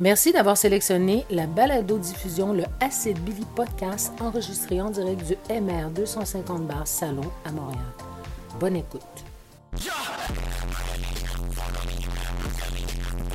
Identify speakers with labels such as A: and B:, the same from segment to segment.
A: Merci d'avoir sélectionné la balado-diffusion, le Acid Billy Podcast, enregistré en direct du MR 250 Bar Salon à Montréal. Bonne écoute.
B: Donc aujourd'hui, on a les cartes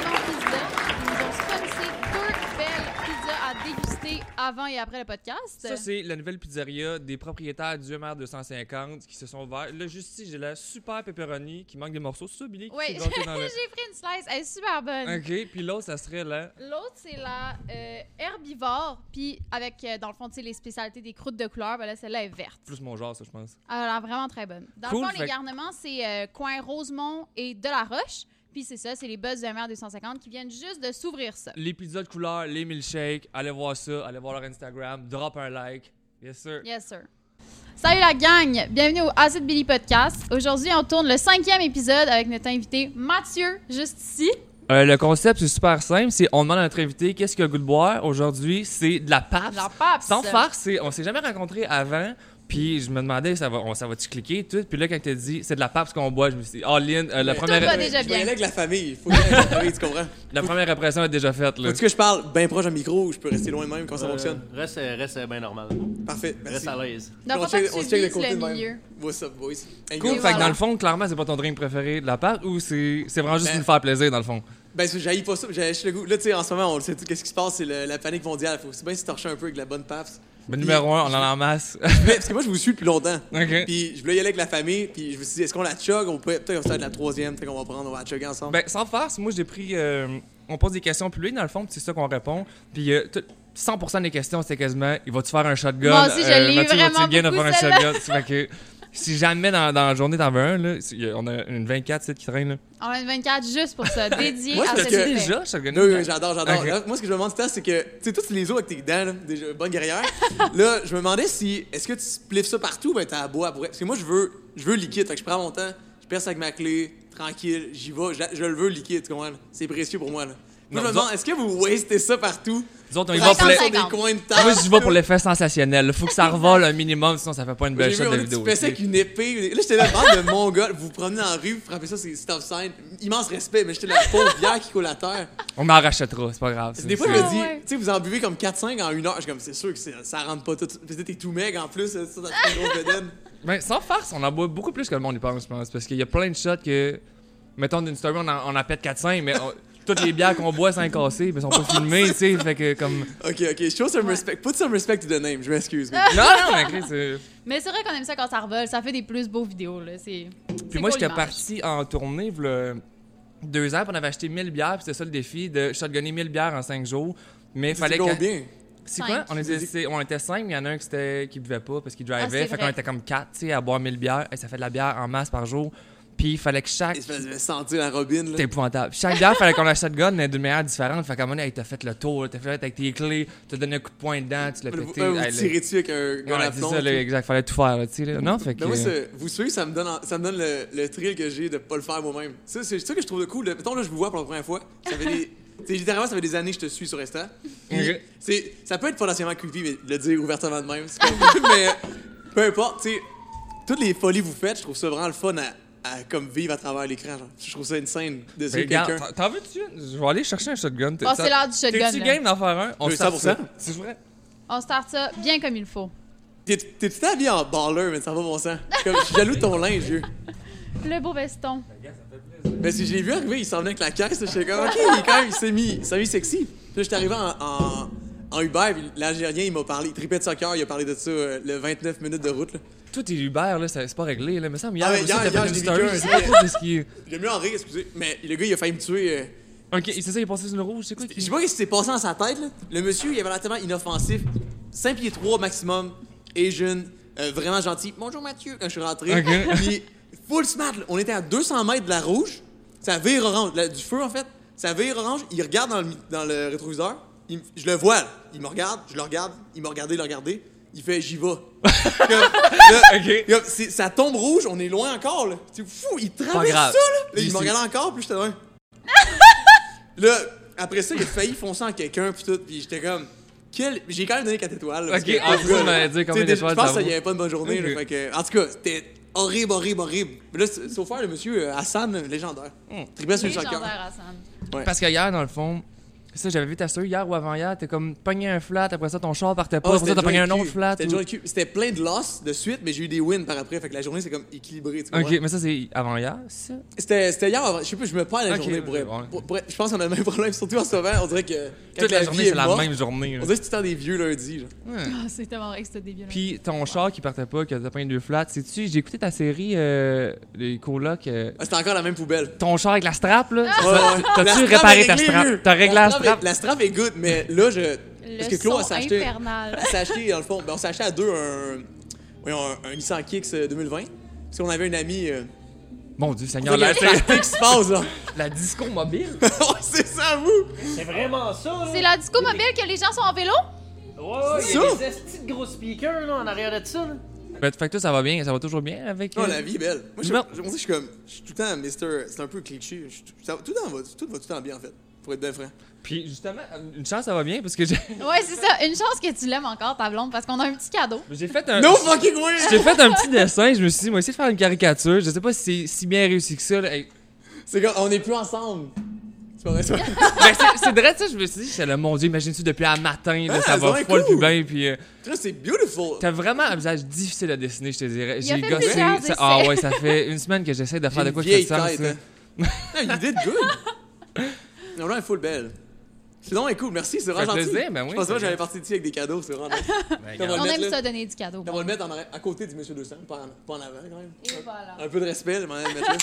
B: président qui nous ont sponsé deux belles pizzas à déguster avant et après le podcast.
C: Ça, c'est la nouvelle pizzeria des propriétaires du MR 250 qui se sont ouverts. Là, juste ici, j'ai la super pepperoni qui manque des morceaux. C'est ça, Billy? qui
B: oui,
C: s'est
B: j'ai
C: gâtée dans le-
B: pris une slice, elle est super bonne.
C: OK, puis l'autre, ça serait là.
B: L'autre, c'est la euh, herbivore, puis avec, euh, dans le fond, tu sais, les spécialités des croûtes de couleur, ben là, celle-là est verte.
C: Plus mon genre, ça, je pense.
B: Alors, vraiment très bonne. Dans
C: Cool,
B: le fond,
C: fait-
B: les garnements, c'est euh, coin Rosemont et de la Roche. Puis c'est ça, c'est les buzz de mer 250 qui viennent juste de s'ouvrir ça.
C: Les pizzas de couleur, les milkshakes, allez voir ça, allez voir leur Instagram, drop un like. Yes, sir.
B: Yes, sir. Salut la gang! Bienvenue au Acid Billy Podcast. Aujourd'hui, on tourne le cinquième épisode avec notre invité Mathieu, juste ici.
C: Euh, le concept, c'est super simple. C'est on demande à notre invité qu'est-ce qu'il a le goût de boire. Aujourd'hui, c'est de la pape.
B: La Pabst.
C: Sans farce, c'est- on s'est jamais rencontrés avant. Puis je me demandais, ça va, on- ça va-tu cliquer tout? Puis là, quand t'as dit, c'est de la pape ce qu'on boit, je me suis dit, oh, Lynn, euh, la,
D: Tout
C: première,
B: va déjà
D: Je vais
B: bien.
D: aller avec la famille. Faut que j'aille avec la famille, tu comprends?
C: la première impression est déjà faite. Là.
D: Faut-tu que je parle bien proche d'un micro ou je peux rester loin de même quand ça fonctionne?
E: Euh, Reste, reste bien normal.
D: Parfait, merci.
E: Reste à l'aise.
B: Dans
D: on
B: le fond,
D: check,
B: tu
D: on
B: vises
D: check de côté
B: le
D: de
B: milieu.
D: même. What's up, boys? Hey,
C: Cool,
B: Et
C: fait
D: gars.
B: voilà.
C: que dans le fond, clairement, c'est pas ton drink préféré de la part ou c'est c'est vraiment juste
D: Ben-
C: pour nous faire plaisir dans le fond.
D: Ben, ça, j'haïs pas ça, j'ai le goût. Là, tu sais, en ce moment, on le sait tout, qu'est-ce qui se passe, c'est le- la panique mondiale. Faut aussi bien se torcher un peu avec la bonne paps.
C: Ben, numéro un, on en a en masse.
D: Mais, parce que moi, je vous suis depuis longtemps.
C: Ok.
D: Puis je voulais y aller avec la famille, puis je me suis dit, est-ce qu'on la chug? On peut, peut-être on va se faire de la troisième, peut-être qu'on va prendre, on va la chugger ensemble.
C: ben, sans farce, moi j'ai pris. euh, on pose des questions publiques dans le fond, puis c'est ça qu'on répond. Puis euh, tout- 100% des questions, c'était quasiment il va-tu faire un shotgun Euh,
B: Moi aussi, je l'ai
C: Mathieu,
B: vraiment
C: va-tu bien de
B: beaucoup,
C: faire un
B: celle-là.
C: shotgun Ça fait que si jamais dans, dans la journée t'en veux un, là, si- y a- on a une 24 site qui traîne. Là.
B: On a une 24 juste pour ça, dédié
D: Moi,
B: à
D: c'est
B: cet
D: que-
B: effet.
C: déjà shotgun
D: Non, oui, oui, j'adore, j'adore.
C: Ok.
D: Là, Moi, ce que je me demande tout le temps, c'est que, tu sais, tous les os avec tes dents, là, déjà, bonne guerrière. là, je me demandais si, est-ce que tu spliffes ça partout, ben t'as à boire pour vrai. Parce que moi, je veux, je veux liquide, fait que je prends mon temps, je perce avec ma clé, tranquille, j'y vais, je, je le veux liquide, tu comprends? là? C'est précieux pour moi, là. Moi,
C: Non,
D: je me
C: vous
D: demande, est-ce que vous wastez ça partout?
C: Nous autres, on y
D: Pour
C: va
D: aller
C: pour les-
D: sur des
B: 50.
D: coins de
C: Moi,
D: table.
C: j'y vais pour l'effet sensationnel. là. Faut que ça revole un minimum, sinon ça fait pas une
D: J'ai
C: belle
D: vu,
C: shot
D: on
C: de
D: a dit,
C: vidéo.
D: tu fais ça
C: tu sais.
D: avec une épée. Là, j'étais là, bande de mongols. Vous vous promenez en rue, vous frappez ça, c'est stop sign. Immense respect, mais j'étais la pauvre bière qui coule à terre.
C: On en rachètera, c'est pas grave.
D: Parce que
C: ça,
D: Des fois,
C: c'est-
D: je me
B: Ah
D: dis,
B: ouais.
D: tu sais, vous en buvez comme 4-5 en une heure. Je suis comme, c'est sûr que c'est- ça rentre pas tout. Peut-être t'es tout meg en plus, ça, ça te fait une grosse bedaine.
C: Ben, sans farce, on en boit beaucoup plus que le monde y pense, je pense. Parce qu'il y a plein de shots que. Mettons, d'une story, on en, on en pète 4-5, mais on- toutes les bières qu'on boit sans casser, mais sont pas filmées, tu sais. Fait que comme.
D: Ok, ok, show some
B: Ouais. Ah!
D: respect. Put some respect to the name, je m'excuse. mais-
C: Non, non, mais Chris, euh,
B: Mais c'est vrai qu'on aime ça quand ça revole, ça fait des plus beaux vidéos. Là. C'est,
C: Puis moi, j'étais parti en tournée, v'là deux ans, puis on avait acheté 1000 bières, puis c'était ça le défi de shotgunner 1000 bières en 5 jours. Mais
D: C'est
C: fallait que.
D: combien?
C: C'est
B: Cinq.
C: quoi? On était, c'est- on était cinq, mais il y en a un qui, était, qui buvait pas parce qu'il drivait.
B: Ah, c'est
C: fait
B: vrai.
C: qu'on était comme quatre, tu sais, à boire 1000 bières. Et ça fait de la bière en masse par jour. Puis il fallait que chaque.
D: Et Je me sentir la robine, là.
C: C'était épouvantable. Chaque bière, fallait qu'on la shotgun mais d'une manière différente. Fait qu'à un moment donné, hey, t'as fait le tour, là, t'as fait avec tes clés, t'as donné un coup de poing dedans, tu l'as
D: Vous,
C: pété.
D: vous, vous
C: Hey, le-
D: tirez dessus avec un
C: Ouais,
D: gars à
C: c'est ça, là,
D: plomb.
C: exact. Fallait tout faire, là, tu sais. là. Non, fait que.
D: Mais moi, ce- vous suivez, ça me donne, en- ça me donne le, le thrill que j'ai de pas le faire moi-même. Ça, c'est ça que je trouve de cool. là. Mettons, là, je vous vois pour la première fois. Ça fait des. t'sais, littéralement, ça fait des années que je te suis sur Insta. Puis,
C: Ok.
D: c'est- Ça peut être potentiellement creepy, mais le dire ouvertement de même, c'est comme- Mais peu importe, tu sais, toutes les folies que vous faites, je trouve ça vraiment le fun à, à comme vivre à travers l'écran. genre. Je trouve ça une scène de
C: Mais
D: suivre
C: regarde,
D: quelqu'un.
C: t'en- T'en veux-tu? une? Je vais aller chercher un shotgun. T'es-
B: Bon, Oh,
C: ça-
B: c'est l'heure du shotgun,
C: T'es-tu
B: là.
C: game d'en faire un? On
D: Oui,
C: se tape
D: 100%.
C: ça. C'est vrai?
B: On start ça bien comme il faut.
D: T'es t'es tout habillé en baller, mais ça va bon sens. Comme, Je suis jaloux de ton linge, vieux.
B: Le beau veston.
D: Ben, si j'ai vu arriver, il s'en venait avec la caisse, j'étais comme, OK, il, est quand même, il s'est mis, il s'est mis sexy. Puis là, j'étais arrivé en, en, en Uber, puis l'Algérien, il m'a parlé, il tripait de soccer, il a parlé de ça, euh, le 29 minutes de route, là.
C: Toi, t'es Uber, là, ça- c'est pas réglé, là. Mais ça, hier,
D: Ah, mais
C: aussi,
D: hier,
C: t'as
D: hier,
C: fait une
D: j'ai
C: story.
D: vécu un-
C: Je sais pas trop de ce qui est.
D: J'ai mieux en rire, excusez, mais le gars, il a failli me tuer. euh.
C: Ok, c'est ça, il est passé sur le rouge, c'est quoi?
D: Je sais pas ce qui s'est passé dans sa tête, là. Le monsieur, il avait l'air tellement inoffensif. 5 pieds 3 maximum, et jeune, euh, vraiment gentil. Bonjour Mathieu, quand je suis rentré.
C: Ok.
D: Puis, full smart, là. on était à 200 mètres de la rouge, ça vire orange, la- du feu en fait. Ça vire orange, il regarde dans le, mi- dans le rétroviseur, il me- je le vois, là. il me regarde, je le regarde, il m'a regardé, il l'a regardé, il fait j'y vais. Comme, là,
C: Ok.
D: comme, c'est- ça tombe rouge, on est loin encore, là. C'est fou, il traverse ça,
C: grave.
D: là. Là, il
C: Il
D: me
C: s'est-
D: regardait encore, puis j'étais là. Là, après ça, il a failli foncer en quelqu'un, puis tout, puis j'étais comme. Quel... J'ai quand même donné 4 étoiles. là, parce
C: Ok,
D: que-
C: en plus, on
D: là,
C: allait dire combien
D: tu sais,
C: d'étoiles
D: Je pense
C: ça
D: qu'il n'y
C: vaut.
D: avait pas de bonne journée. là,
C: Ok.
D: fait que- en tout cas, c'était horrible, horrible, horrible. Mais là, c'est- sauf faire le monsieur euh, Hassan, euh, légendaire.
C: Hmm.
D: Triplet sur le soccer.
B: Légendaire, Hassan.
C: Parce que hier, dans le fond, ça, j'avais vu ta story hier ou avant-hier, t'es comme pogné un flat, après ça, ton char partait pas,
D: Ah,
C: après ça,
D: c'était
C: t'as pogné
D: le
C: un
D: joint
C: autre
D: cul.
C: flat.
D: C'était
C: ou-
D: le joint cul. C'était plein de loss de suite, mais j'ai eu des wins par après. Fait que la journée, c'est comme équilibré. tu comprends?
C: Ok, mais ça, c'est avant-hier, ça?
D: C'était c'était hier, avant- je sais pas, je me perds la
C: Ok,
D: journée. Pour,
C: ouais.
D: vrai. Pour- pour vrai, je pense qu'on a le même problème, surtout en ce moment. On dirait que. quand
C: Toute la,
D: vie
C: journée,
D: est
C: c'est la
D: morte,
C: même journée. là.
D: On dirait que c'est tout le temps des vieux lundis. genre.
C: Ouais.
B: Ah, c'est tellement vrai que c'était débile.
C: Puis ton char qui partait pas, que t'as pogné deux flats, sais-tu, j'ai écouté ta série, euh, les colocs. euh,
D: Ah, C'était encore la même poubelle.
C: ton char avec la strap, là. ça-
D: Ouais, ouais. La
C: T'as-tu
D: strap
C: réparé
D: est
C: ta
D: réglée,
C: strap?
D: mieux.
C: T'as réglé la
D: est-
C: strap?
D: La strap est good, mais là, je.
B: Le
D: Parce que Claude, elle
B: son
D: s'est acheté.
B: infernal.
D: elle s'est acheté, dans le fond, ben, on s'est acheté à deux un. Voyons, un, un Nissan Kicks euh, 2020. Parce qu'on avait une amie. Euh,
C: Mon Dieu, Seigneur,
D: il y a
C: la,
D: un plastique qui se passe, là.
C: la disco mobile?
D: Ouais, c'est ça, vous!
E: C'est vraiment ça, là.
B: C'est la disco mobile que les gens sont en vélo?
E: Ouais, ouais, il y
D: Ça?
E: a des estis de gros speakers, là, en arrière de ça, là.
C: Ben, fait que toi, ça va bien, ça va toujours bien avec.
D: Non,
C: euh,
D: la vie est belle. Moi, je,
C: Non.
D: je- moi, je suis comme. Je suis tout le temps Mister. C'est un peu cliché. Je suis tout, ça va- tout, le temps va, tout va tout le temps bien, en fait. Pour être bien franc.
C: Puis justement, une chance, ça va bien, parce que j'ai
B: Ouais, c'est ça. Une chance que tu l'aimes encore, ta blonde, parce qu'on a un petit cadeau.
C: j'ai fait un.
D: No fucking way!
C: J'ai fait un petit dessin, je me suis dit, moi, essayer de faire une caricature. Je sais pas si c'est si bien réussi que ça. là. Hey,
D: C'est comme. On est plus ensemble. C'est pas vrai, ça.
C: Ben, c'est- c'est vrai, ça, je me suis dit, j'étais là, mon Dieu, imagine-tu depuis un matin, là,
D: Ah,
C: ça
D: ça
C: va
D: va être
C: folle plus
D: cool.
C: bien. Puis euh,
D: Là, c'est beautiful.
C: t'as vraiment un visage difficile à dessiner, je te dirais.
B: Il a
C: J'ai
B: fait
C: gossé.
B: plusieurs
C: ça- Ah
B: essais.
C: ouais, ça fait une semaine que j'essaie de
D: J'ai
C: faire de
D: une
C: quoi qui fait
D: vieille
C: du sens.
D: tête,
C: là.
D: hein. Non, you did good. Non, là, elle est full belle. Sinon, elle est cool. Merci, c'est
C: Ça
D: vraiment
C: fait
D: gentil.
C: plaisir, ben oui,
D: je pense
C: ça
D: pas que
C: fait-
D: j'avais parti d'ici avec des cadeaux, c'est vraiment nice.
C: Ben,
D: Ça va
C: regarde.
B: On
D: le
B: aime
D: mettre, là.
B: ça donner du cadeau.
D: On va le mettre en arrière- à côté du Monsieur 200, pas en, pas en avant quand même.
B: Et voilà.
D: Un peu de respect, le moment de mettre là.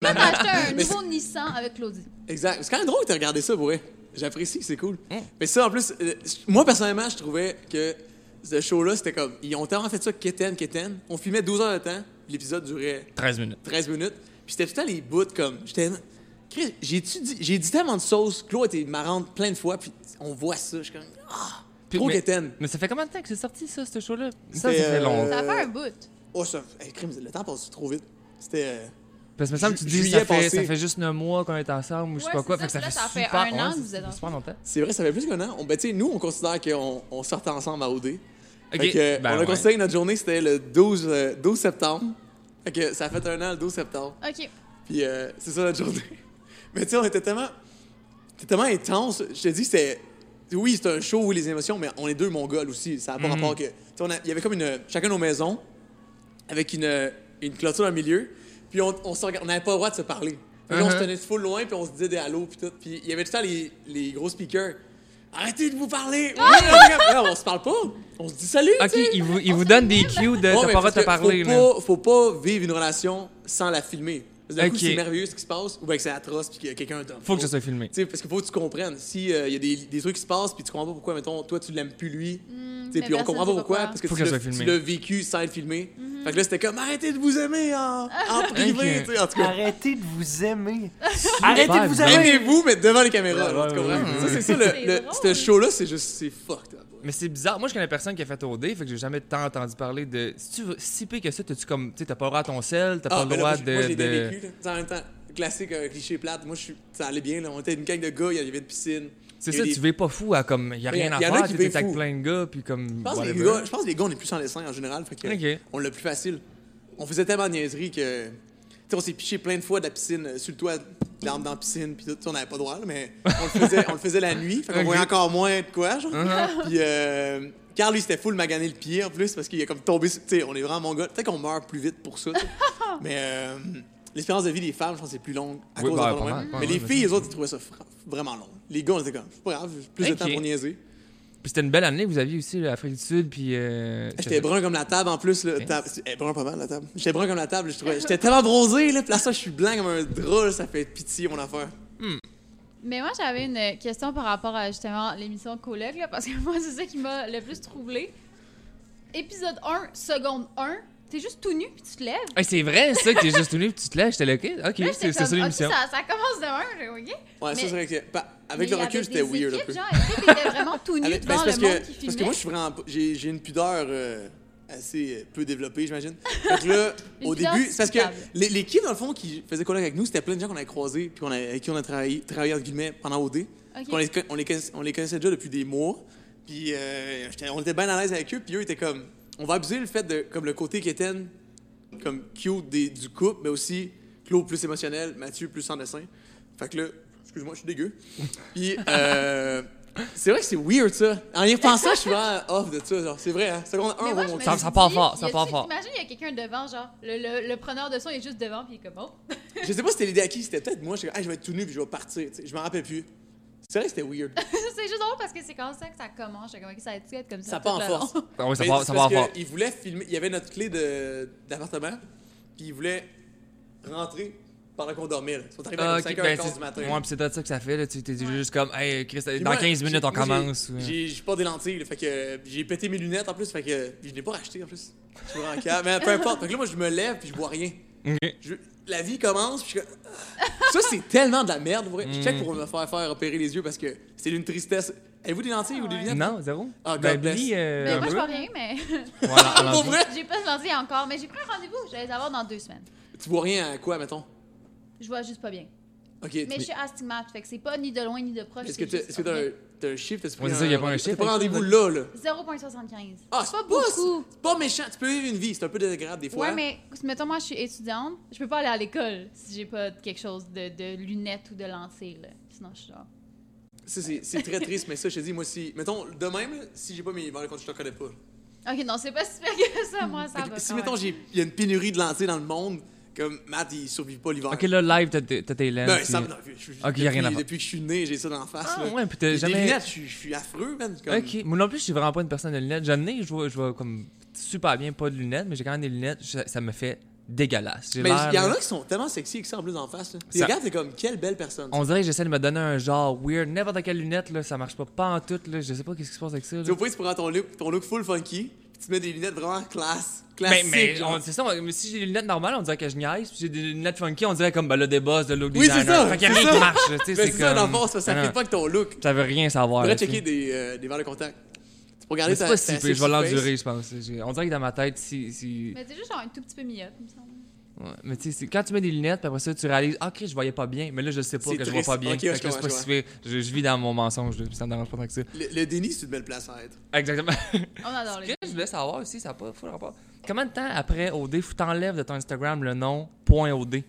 B: On a acheté un
D: Mais
B: nouveau Nissan avec Claudie.
D: Exact. C'est quand même drôle que tu regardé ça, pour vrai. J'apprécie, c'est cool. Mais ça, en plus, euh, moi, personnellement, je trouvais que ce show-là, c'était comme. Ils ont tellement fait ça, quétaine, quétaine. On filmait 12 heures de temps, puis l'épisode durait
C: 13 minutes.
D: 13 minutes. Puis c'était tout le temps les bouts comme. J'étais. Chris, j'ai-tu dit- J'ai dit tellement de sauce. Claude était marrante plein de fois, puis on voit ça. Je suis comme. Ah!
C: Puis-
D: trop
C: mais-
D: quétaine.
C: Mais ça fait combien de temps que c'est sorti, ça, ce show-là? Ça, ça
D: C'était,
C: fait
D: euh,
C: long.
B: Ça fait un bout.
D: Oh, ça. hey, crime, le temps passe trop vite. C'était. euh,
C: Parce que me semble que tu
D: ju-
C: dis
D: juillet
C: ça fait,
D: passé.
C: ça fait juste un mois qu'on est ensemble ou je sais
B: Ouais,
C: pas quoi.
B: c'est
C: Fait
B: ça,
C: que ça
B: là,
C: fait
B: ça fait
C: super
B: un an
C: ouais,
B: que vous êtes
C: super longtemps.
D: C'est vrai, ça fait plus qu'un an. On, ben, tu sais, nous, on considère qu'on on sortait ensemble à OD. Fait
C: Ok,
D: que,
C: ben
D: on a
C: ouais.
D: considéré que notre journée, c'était le 12, euh, 12 septembre. Fait que ça a fait un an le 12 septembre.
B: OK.
D: Puis euh, c'est ça notre journée. Mais tu sais, on était tellement, c'était tellement intense. Je te dis, c'était. Oui, c'est un show, oui, les émotions, mais on est deux Mongols aussi. Ça n'a
C: Mhm.
D: pas rapport que. tu sais, on a- Il y avait comme une. Chacun nos maisons, avec une, une clôture au milieu. Puis on on se regard- on n'avait pas le droit de se parler. Fait que là, on
C: Uh-huh.
D: se tenait full loin, puis on se disait des allos, puis tout. Puis il y avait tout le temps les, les gros speakers. Arrêtez de vous parler! Oui, on, on se parle pas! On se dit salut! tu
C: Ah! Ok,
D: sais.
C: il vous, il vous donne des cues de
D: Ouais,
C: t'as
D: mais
C: pas le droit
D: parce
C: de te
D: que
C: parler.
D: Faut
C: là.
D: pas, faut pas vivre une relation sans la filmer. Parce que d'un coup,
C: Ok.
D: c'est merveilleux ce qui se passe, ou bien que c'est atroce, puis que quelqu'un t'en-
C: Faut que ça soit filmé.
D: Tu sais, parce qu'il faut que tu comprennes. Si euh, y a des, des trucs qui se passent, puis tu comprends pas pourquoi, mettons, toi, tu l'aimes plus lui. tu sais,
B: Hmm, mais
D: puis on
B: personne
D: comprend
B: sait
D: pas
B: pas
D: pourquoi,
B: pourquoi. Hmm.
D: parce que
C: Faut
D: tu
C: que ça
D: l'as-
C: soit filmé.
D: tu l'as vécu sans le filmer. Fait que là, c'était comme arrêtez de vous aimer en, en privé,
C: Ok.
D: tu sais, en tout cas.
E: Arrêtez de vous aimer. Arrêtez de vous
C: bizarre.
E: aimer.
D: Aimez-vous, mais devant les caméras.
E: Ouais,
D: là, tu
E: ouais,
D: comprends?
E: ouais,
D: Ça, c'est ça, le,
B: C'est
D: le-
B: drôle.
D: ce show-là, c'est juste, c'est fucked up.
C: Mais c'est bizarre. Moi, je connais personne qui a fait OD, fait que j'ai jamais tant entendu parler de. Si tu veux- si pire que ça, t'as-tu comme. Tu sais, t'as pas le droit à ton sel, t'as pas le
D: ben là,
C: droit
D: moi, je-
C: de.
D: Moi, je l'ai bien
C: de-
D: vécu, là. C'est En même temps, classique, un cliché plate. Moi, je suis, ça allait bien, là. On était une gang de gars, il y avait une piscine.
C: C'est
D: Il y
C: ça,
D: avait
C: tu
D: des-
C: vais pas fou à comme. Y a
D: Mais
C: rien à
D: y en a
C: faire,
D: qui
C: t'es
D: vivent
C: avec
D: fou.
C: plein de gars, puis comme.
D: Je pense, que les
C: whatever.
D: gars, je pense que les gars, on est plus en dessin en général. Fait que
C: Ok.
D: On l'a plus facile. On faisait tellement de niaiseries que. Tu sais, on s'est piché plein de fois de la piscine, euh, sur le toit, l'arme dans la piscine, puis tout. ça, On n'avait pas le droit, là, mais on le faisait, on le faisait la nuit. Fait qu'on
C: Ok. Uh-huh.
D: voyait encore moins de quoi, genre. Puis. euh, Carl, lui, c'était full magané le pied en plus parce qu'il est comme tombé. sur- Tu sais, on est vraiment mon gars. Peut-être qu'on meurt plus vite pour ça. tu sais. mais euh, l'espérance de vie des femmes, je pense, que c'est plus longue à
C: Oui,
D: cause
C: bah,
D: de
C: pas
D: ça.
C: mal, pas
D: Mais
C: mal,
D: les
C: mais
D: filles, les autres, ils trouvaient ça fra- vraiment long. Les gars, on était comme, c'est pas grave, plus de temps
C: Ok.
D: pour niaiser.
C: Puis c'était une belle année, vous aviez aussi l'Afrique du Sud, puis. euh,
D: Ah, J'étais brun comme la table en plus. Là,
C: Yes.
D: table- Eh, brun pas mal la table. J'étais brun comme la table. je trouvais- J'étais tellement bronzé. Là, puis là, ça, je suis blanc comme un drôle. Ça fait pitié, mon affaire.
B: Mais moi, j'avais une question par rapport à justement l'émission Coloc, là, parce que moi, c'est ça qui m'a le plus troublé. Épisode 1, seconde 1, t'es juste tout nu puis tu te lèves.
C: Hey, c'est vrai, ça, que t'es juste venu, puis tu te lèves, j'étais là, ok, ok,
B: Là,
C: c'est
B: j'étais
C: c'est ça
B: comme, ah,
C: l'émission.
B: Ok, ça, ça commence de 1, j'ai ok.
D: Ouais,
B: Mais-
D: ça, c'est vrai que. pa-
B: Mais
D: Avec le
B: il y avait
D: recul,
B: des
D: j'étais weird un
B: équipes,
D: peu.
B: Genre, est-ce que t'étais vraiment tout nu
D: Avec- ben,
B: devant
D: c'est
B: le
D: parce,
B: monde
D: que,
B: qui
D: parce que
B: filmait?
D: moi, je suis vraiment. pas- J'ai j'ai une pudeur euh, assez euh, peu développée, j'imagine. Fait que là,
B: Une
D: au
B: pudeur
D: début, c'est parce que
B: discutable.
D: les- l'équipe, dans le fond, qui faisait colloque avec nous, c'était plein de gens qu'on avait croisés, puis qu'on a- avec qui on a travaillé, travaillé entre guillemets, pendant OD.
B: Ok.
D: On, les, con- on, les connaissait, on les connaissait déjà depuis des mois. Puis euh, j'étais- on était bien à l'aise avec eux. Puis eux étaient comme. On va abuser le fait de. Comme le côté quétaine comme cute des- du couple, mais aussi Claude plus émotionnel, Mathieu plus sans dessin. Fait que là, excuse-moi, je suis dégueu. Puis, euh, c'est vrai que c'est weird, ça. En y repensant, je suis vraiment off de ça. genre. C'est vrai, hein. Seconde
B: Mais
D: 1, on
B: moi,
D: va
B: je me
D: monter.
C: Ça-
B: suis
C: ça part
B: dit,
C: fort, ça
B: y a-tu-
C: part fort.
B: T'imagines, il y a quelqu'un devant, genre, le, le- le preneur de son il est juste devant, puis il est comme, oh.
D: Je sais pas si c'était l'idée à qui, c'était peut-être moi. Je ah, je vais être tout nu puis je vais partir. tu sais. Je m'en rappelle plus. C'est vrai que c'était weird.
B: c'est juste drôle parce que c'est comme ça que ça commence. J'étais comme, ça a été comme ça.
D: Ça part en
B: tout le long.
D: force.
C: Ah oui, ça
D: Mais
C: part,
D: c'est
C: ça
D: parce
C: part fort.
D: que Il voulait filmer. Il y avait notre clé de- d'appartement, puis il voulait rentrer pendant qu'on dormait. là. Ils sont arrivés à
C: Ah,
D: comme
C: ok,
D: 5h15
C: ben, c'est-
D: du matin.
C: ouais, pis c'est peut-être ça que ça fait, là. Tu t'es dit
B: Ouais.
C: juste comme, hey, Chris,
D: Puis
C: dans
D: moi,
C: 15 minutes,
D: j'ai-
C: on
D: moi, j'ai-
C: commence. euh. ou-
D: J'ai j'ai pas des lentilles, là, fait que euh, j'ai pété mes lunettes en plus, fait que euh, je n'ai pas racheté en plus. Je suis vraiment calme. Mais peu importe. Fait que là, moi, je me lève puis je bois rien.
C: Ok.
D: Je- la vie commence, puis je suis comme, Ah. Ça, c'est tellement de la merde, pour vrai. Je check pour me faire faire opérer les yeux parce que c'est d'une tristesse. Avez-vous des lentilles ou des
B: ouais.
D: lunettes?
C: Non, zéro.
D: Ah,
C: ben,
D: God bless.
C: Billy, euh,
B: Mais
C: un
B: moi, je
C: peu.
B: vois rien, mais
C: Voilà,
D: Pour
C: allons-y.
D: vrai?
B: j'ai pas de lentille encore. Mais j'ai pris un rendez-vous, je vais les avoir dans deux semaines.
D: Tu vois rien à quoi, mettons?
B: Je vois juste pas bien.
D: Ok.
B: Mais je suis astigmate, fait que c'est pas ni de loin ni de proche.
D: Est-ce que t'as
B: c'est
D: est-ce
B: juste
D: que t'as un, t'as un chiffre?
C: Ouais, c'est ça, y a pas un chiffre,
D: T'as pas
C: hein.
D: rendez-vous là, là.
B: 0,75.
D: Ah,
B: c'est pas beaucoup.
D: c'est pas méchant. Tu peux vivre une vie. C'est un peu désagréable des fois.
B: Ouais, mais mettons, moi, je suis étudiante. Je peux pas aller à l'école si j'ai pas quelque chose de, de lunettes ou de lentilles. là. Sinon, je suis genre.
D: Ça, c'est c'est très triste, mais ça, je te dis, moi, si. Mettons, de même, là, si j'ai pas mes verres, quand je te connais pas.
B: Ok, non, c'est pas super que ça, moi, ça
D: Fait que
B: va.
D: si,
B: quand
D: mettons,
B: même.
D: j'ai- il y a une pénurie de lentilles dans le monde, comme Matt, il survit pas l'hiver.
C: Ok, là, live, t'as tes t'as tes lens.
D: Ben,
C: puis- euh,
D: ça, non, je- je-
C: Ok, y a rien à
D: depuis,
C: voir.
D: depuis que je suis né, j'ai ça dans la face.
C: Ah,
D: là.
C: ouais, puis
D: J'ai
C: t'as
D: Des
C: jamais.
D: lunettes, je suis- je suis affreux, man. Comme...
C: Ok, moi non plus, je suis vraiment pas une personne de lunettes. J'en ai, je vois, je vois comme super bien, pas de lunettes, mais j'ai quand même des lunettes, je- ça me fait dégueulasse. J'ai
D: Mais
C: l'air,
D: il y en
C: là-
D: a qui sont tellement sexy que ça en plus en face. Là. Puis
C: Ça-
D: regarde, t'es comme, quelle belle personne.
C: On dirait que j'essaie de me donner un genre weird, n'importe quelle lunette, là, ça marche pas, pas en tout, là, je sais pas qu'est-ce qui se passe avec ça. là.
D: Tu vois, au pire, tu prends ton look, ton look full funky, puis tu mets des lunettes vraiment classe.
C: Ben, Mais,
D: Classique.
C: mais
D: genre.
C: on- c'est ça, on- mais si j'ai des lunettes normales, on dirait que je niaise, puis j'ai des lunettes funky, on dirait comme ben là, des boss de look
D: Oui,
C: designer.
D: c'est ça,
C: Fait qu'il y a
D: c'est
C: rien
D: ça.
C: qui marche, là, tu sais,
D: Mais Ben, c'est ça,
C: comme-
D: dans le fond, ça, ça
C: Non,
D: fait
C: non,
D: pas que ton look.
C: Ça veut rien savoir.
D: Faudrait
C: là, tu sais.
D: checker des, euh, des verres de contact. Tu peux
C: Mais
D: regarder
C: C'est
D: ta
C: pas si
D: ta
C: pire, je vais
D: sexy face.
C: l'endurer, je pense. J'ai- On dirait que dans ma tête, si. si...
B: Mais t'es juste genre un tout petit peu myope, il me semble.
C: Ouais, mais tu sais, c'est- quand tu mets des lunettes, puis après ça, tu réalises, ah, ok, je voyais pas bien, mais là, je sais pas
D: C'est
C: que je vois
D: triste.
C: pas bien.
D: Ok,
C: Fait
D: je
C: que là, c'est pas
D: comprends,
C: si pire. je, je vis dans mon mensonge, là, puis ça me dérange pas tant que ça.
D: Le, le déni, c'est une belle place à être.
C: Exactement.
B: On adore
C: Ce
B: les.
C: que je voulais savoir aussi, ça n'a pas full rapport. Combien de temps après OD, faut t'enlèves de ton Instagram le nom point .OD?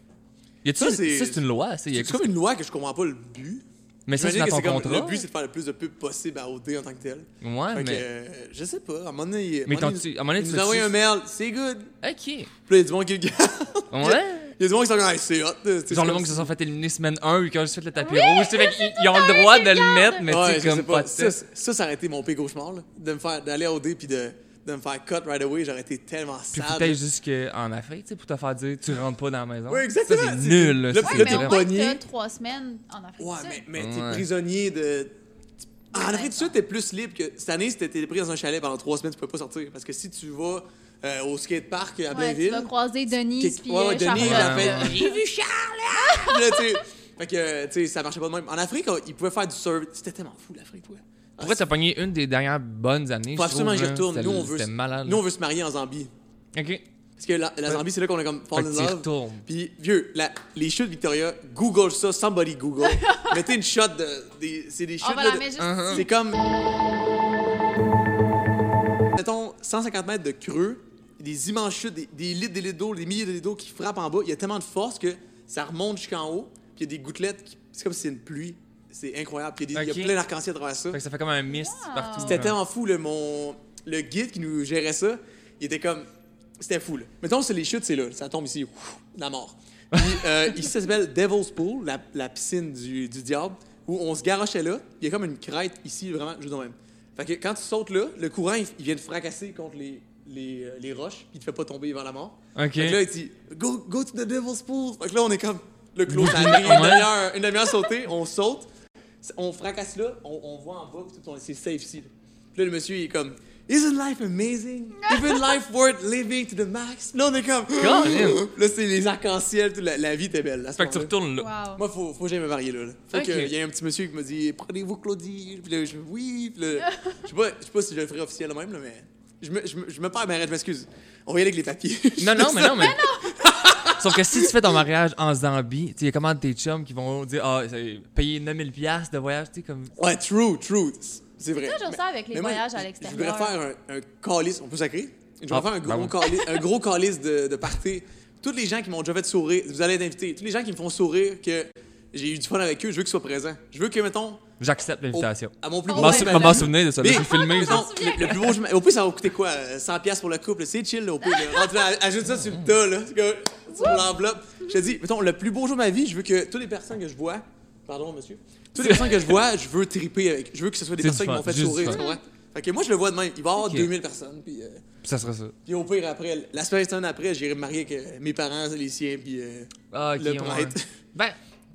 C: Y a-tu
D: Ça,
C: une-
D: c'est-
C: ça, c'est une loi, ça, y a-
D: C'est comme une loi que je comprends pas le but.
C: Mais ça, c'est
D: J'imagine
C: dans
D: que
C: ton
D: comme-
C: contrat.
D: Le but, c'est de faire le plus de pub possible à OD en tant que tel.
C: Ouais,
D: Fait que,
C: mais.
D: euh, je sais pas. À un moment donné, il-
C: Mais
D: à un moment
C: t'en-
D: donné,
C: tu- à un moment donné,
D: il
C: tu
D: nous
C: l'as-
D: envoie un mail, c'est good.
C: Ok.
D: Puis là, il y a du monde qui le garde.
C: Ouais.
D: Il y a du monde qui sont comme, Hey, c'est hot. c'est
C: Genre le monde
D: comme-
C: qui se sont fait éliminer semaine 1 ou qui ont juste fait le tapis
B: Oui,
C: rouge. tu sais, fait qu'ils- ils ont le droit de le mettre, mais
D: Ouais,
C: tu
D: je
C: sais,
D: sais
C: comme
D: pas.
C: pas de
D: ça,
C: test.
D: ça, ça aurait été mon pire cauchemar, là. De me faire, d'aller à OD puis de, de me faire cut right away. J'aurais été tellement
C: Puis
D: sad.
C: faut peut-être juste qu'en Afrique, tu sais, pour te faire dire, tu rentres pas dans la maison.
D: Ouais, exactement.
C: Ça, c'est
D: C'est-
C: nul, là.
D: le-
C: ça,
D: le
C: c'est
B: Ouais, mais
D: de
B: au
C: vraiment-
B: moins,
D: pogner.
B: t'as trois semaines en Afrique.
D: Ouais,
B: du
D: mais,
B: Sud.
D: mais
C: Ouais.
D: t'es prisonnier de. En Afrique du Sud, t'es plus libre que. Cette année, si t'étais pris dans un chalet pendant trois semaines, tu pouvais pas sortir. Parce que si tu vas euh, au skatepark à
B: Ouais, tu vas
D: Blainville.
B: croiser Denise
D: qu'est-
B: puis
D: ouais,
B: euh,
D: ouais, Denis, il a
B: Charlotte.
C: ouais,
D: fait.
B: là.
D: J'ai vu Charles! là, tu sais. Fait que, tu sais, ça marchait pas de même. En Afrique, on- ils pouvaient faire du surf. C'était tellement fou, l'Afrique, ouais. Ah,
C: Pourquoi t'as pogné une des dernières bonnes années?
D: Faut
C: je
D: absolument que
C: trouve,
D: j'y
C: hein.
D: retourne.
C: C'était-
D: Nous, on veut,
C: C'était malade.
D: nous, on veut se marier en Zambie.
C: Ok.
D: Parce que la, la Zambie, c'est là qu'on a comme fall
C: Fait
D: in
C: que t'y
D: love.
C: retournes.
D: Puis, vieux, la- les chutes Victoria, Google ça, somebody Google. Mettez une shot de. des- C'est des chutes.
B: On va
D: là,
B: la
D: de- Uh-huh.
B: mettre juste
C: Hein,
B: ici.
D: C'est comme. Mettons 150 mètres de creux, des immenses chutes, des, des litres, des litres d'eau, des milliers de litres d'eau qui frappent en bas. Il y a tellement de force que ça remonte jusqu'en haut. Puis il y a des gouttelettes, qui- c'est comme si c'était une pluie. C'est incroyable. Puis il y a, des- il y a
C: Ok.
D: plein d'arc-en-ciel à travers ça.
C: Fait que ça fait comme un mist partout.
D: C'était
C: genre.
D: tellement fou, le, mon, le guide qui nous gérait ça, il était comme. C'était fou, là. Mettons, c'est les chutes, c'est là. Ça tombe ici, ouf, la mort. Puis, euh, ici, ça s'appelle Devil's Pool, la, la piscine du, du diable, où on se garochait là. Il y a comme une crête ici, vraiment, juste de même. Fait que quand tu sautes là, le courant, il, il vient te fracasser contre les, les, euh, les roches, puis il te fait pas tomber vers la mort.
C: Ok.
D: Fait que là, il dit go, go to the Devil's Pool. Fait que là, on est comme. Le clos, ça arrive, une demi-heure, une demi-heure sautée, on saute. On fracasse là, on, on voit en bas, puis tout, on- c'est safe ici. là. Puis là, le monsieur, il est comme Isn't life amazing? Isn't life worth living to the max? Là, on est comme
C: Colin!
D: Là, c'est les arcs-en-ciel, toute la, la vie était belle. à ce
C: Fait que tu
D: moment-là.
C: retournes là.
B: Wow.
D: Moi, faut, faut que j'aille me marier là. là. Fait
C: Ok.
D: que, il y a un petit monsieur qui me dit Prenez-vous Claudie. Puis là, je Oui. Puis là, je sais pas, je sais pas si je le ferai officiel même, là, mais je me, je me, je me perds, mais arrête, je m'excuse. On va y aller avec les papiers.
C: Non, non, mais non, mais. Sauf que si tu fais ton mariage en Zambie, tu sais, il y a comment tes chums qui vont dire, ah, ça- payer 9000$ de voyage, tu sais, comme.
D: Ouais, true, true. C'est vrai.
B: toujours
D: Mais-
B: ça avec les
D: mais moi,
B: voyages à
D: je-
B: l'extérieur.
D: Je voudrais faire un, un calice. On peut sacrer? Je vais
C: Ah,
D: faire un gros,
C: ben oui.
D: cali- un gros calice de, de party. Tous les gens qui m'ont déjà fait sourire, vous allez être invités. Tous les gens qui me font sourire, que j'ai eu du fun avec eux, je veux qu'ils soient présents. Je veux que, mettons,
C: J'accepte
D: au-
C: l'invitation.
D: à mon plus
B: Oh,
D: beau
C: M'en
B: ouais,
C: sou-
B: madame.
C: m'en souvenir de ça, là,
D: Mais- Ah,
C: j'ai filmé.
B: J'en
C: ça.
B: souviens.
D: Le plus beau, je... Au pire, ça va coûter quoi? euh, 100$ piastres pour le couple. C'est chill, là, au pire. là. Rentre là, ajoute ça sur le tas, là. C'est comme- Sur l'enveloppe. Je te dis, mettons, le plus beau jour de ma vie, je veux que toutes les personnes que je vois... Pardon, monsieur. Toutes les personnes que je vois, je veux triper avec. Je veux que ce soit des
C: C'est
D: personnes
C: du
D: qui
C: fun,
D: m'ont fait
C: juste du
D: sourire, tu
C: fun.
D: comprends? Fait que moi, je le vois de même. Il va y avoir
C: Ok.
D: 2000 personnes, puis... euh,
C: Ça serait ça.
D: puis au pire, après, la semaine après, j'irai me marier avec euh, mes parents, les siens, puis euh,
C: Ah, ok,
D: le
C: ouais.
D: prêtre.
C: Ben,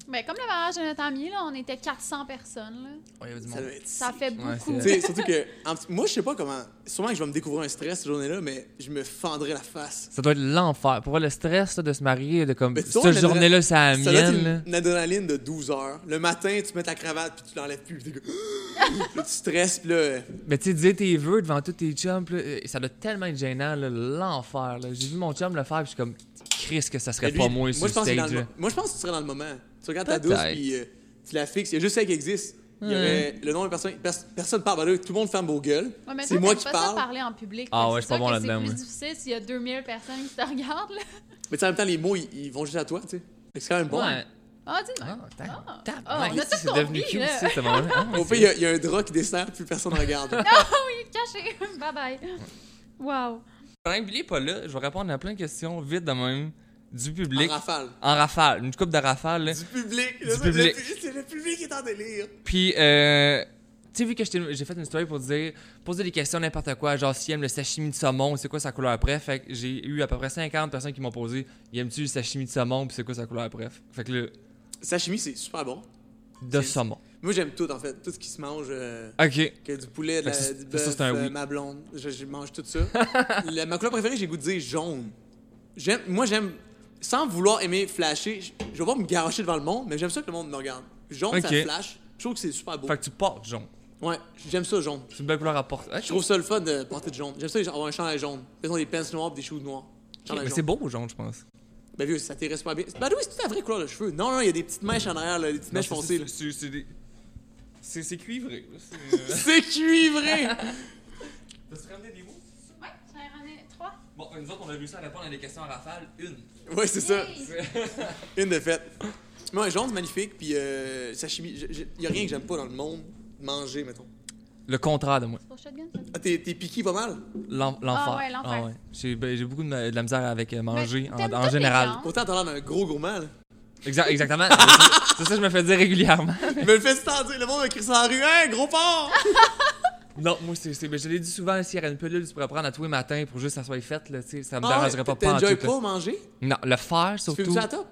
B: Mais comme le mariage de notre ami, là, on était 400 personnes. Là.
C: il y avait du
D: Ça
C: monde.
D: doit être
B: Ça fait
C: Ouais,
B: beaucoup.
D: Tu sais, surtout que, en petit- moi, je sais pas comment. Sûrement que je vais me découvrir un stress cette journée-là, mais je me fendrai la face.
C: Ça doit être l'enfer. Pour vrai, le stress là, de se marier, de comme.
D: Mais tu vois,
C: Cette
D: la-
C: journée-là, c'est la
D: Ça doit être
C: mienne. là.
D: une, une adrénaline de 12 heures. Le matin, tu mets ta cravate, puis tu l'enlèves plus, puis t'es comme- Là, tu stresses, puis là.
C: Mais tu sais, disais tes vœux devant tous tes chums, pis là, euh, ça doit tellement être gênant, là, l'enfer. là. J'ai vu mon chum le faire, pis je suis comme, Chris, que ça serait
D: mais lui,
C: pas moi sur
D: je pense que
C: stage.
D: dans
C: là.
D: le mo- moi, je pense que tu serais dans le moment. Tu regardes ta douce,
C: Peut-être.
D: puis euh, tu la fixes. Il y a juste ça qui existe. Il y aurait le nombre de personnes. pers- personne parle. Ben là, tout le monde ferme beau gueule.
B: Ouais, mais
D: c'est
B: toi,
D: moi
B: t'aimes
D: qui
B: pas ça
D: parle.
B: parler en public.
C: Ah
B: fait que
C: ouais, je suis
B: c'est
C: pas
B: sûr
C: bon
B: que
C: là-dedans,
B: C'est plus
C: moi.
B: difficile s'il y a 2000 personnes qui te regardent. Là.
D: Mais tu sais, en même temps, les mots, ils, ils vont juste à toi, tu sais. Fait que C'est quand même bon.
C: Ouais.
B: Ah, dis
C: Ah,
B: donc.
C: tac,
B: Ah.
C: tac,
B: Ah,
C: ouais,
B: on a
C: c'est
B: tout
C: devenu
B: compris,
C: cute,
B: là.
C: tu sais, ce moment-là. Ah, ouais,
D: Au
C: c'est-
D: fait, il y a- il y, a un drap qui descend, plus personne ne regarde.
B: Oui, caché. bye bye. Wow.
C: Pendant que Billy est pas là, je vais répondre à plein de questions vite de même du
D: en
C: public.
D: rafale.
C: En rafale, une coupe de rafale. là.
D: Du public.
C: Du public.
D: Le, c'est le public qui est en délire.
C: Puis, euh, tu sais, vu que j'étais- j'ai fait une story pour dire, poser des questions n'importe quoi, genre si aime le sashimi de saumon, c'est quoi sa couleur bref. Fait que j'ai eu à peu près 50 personnes qui m'ont posé, aimes-tu le sashimi de saumon, puis c'est quoi sa couleur bref. Fait que là,
D: Sashimi, c'est super bon.
C: de
D: C'est-
C: saumon.
D: Moi, j'aime tout, en fait. Tout ce qui se mange. euh,
C: Ok.
D: que du
C: Fait
D: poulet, de
C: que
D: la,
C: c'est-
D: du
C: fait que Ben, ça,
D: bœuf,
C: c'est un
D: euh,
C: oui.
D: ma blonde. Je, je mange tout ça. Le- ma couleur préférée, j'ai goût de dire jaune. J'aime, moi, j'aime... Sans vouloir aimer flasher, je, je vais pas me garocher devant le monde, mais j'aime ça que le monde me regarde. Jaune,
C: Ok.
D: ça flash. Je trouve que c'est super beau.
C: Fait que tu portes jaune.
D: Ouais, j'aime ça, jaune.
C: C'est une belle couleur à porter.
D: Je trouve ça le fun de porter de jaune. J'aime ça avoir un chandail jaune. Faisons des pinces noires pis des shoes noirs. Chandail
C: Mais
D: jaune.
C: c'est beau jaune, je pense.
D: Ben vieux, ça t'éresse pas bien. Ben oui, c'est tout la vraie couleur de cheveux. Non, non, il y a des petites mèches en arrière, là, des petites mèches foncées. là.
C: C'est c'est des- c'est- c'est cuivré. là. C'est-
D: C'est cuivré!
C: T'as-tu ramené des mots?
B: Ouais, j'en ai ramené trois.
C: Bon, ben, nous autres, on a réussi à répondre à des questions à rafale. Une.
D: ouais, c'est ça.
B: Yay.
D: Une de fête. Moi, jaune, c'est magnifique, puis euh, sashimi. je- je- Il y a rien que j'aime pas dans le monde. Manger, mettons.
C: Le contraire de moi.
B: C'est pour Shotgun, ça?
D: Ah, t'es t'es piqué pas mal.
C: L'en- L'enfer.
B: Ah ouais, l'enfer.
C: J'ai ben, j'ai beaucoup de, ma- de la misère avec euh, manger en,
B: t'aimes
C: en
B: toutes les
C: général.
B: viandes.
D: Pourtant, t'as l'air d'un gros gourmand, là.
C: Exact- exactement. C'est ça- c'est ça que je me fais dire régulièrement.
D: Il me le fait se dire. Le monde me crie ça en rue. Hein, gros porc!
C: Non, moi, c'est. c'est- ben, Je l'ai dit souvent, s'il y avait une pilule, tu pourrais prendre à tous les matins pour juste que ça soit fait, là, tu sais, ça me
D: Ah,
C: dérangerait pas
D: t-
C: pas en tout.
D: T'enjoy
C: là.
D: pas manger?
C: Non, le faire
D: Tu
C: surtout.
D: fumes-tu à la top?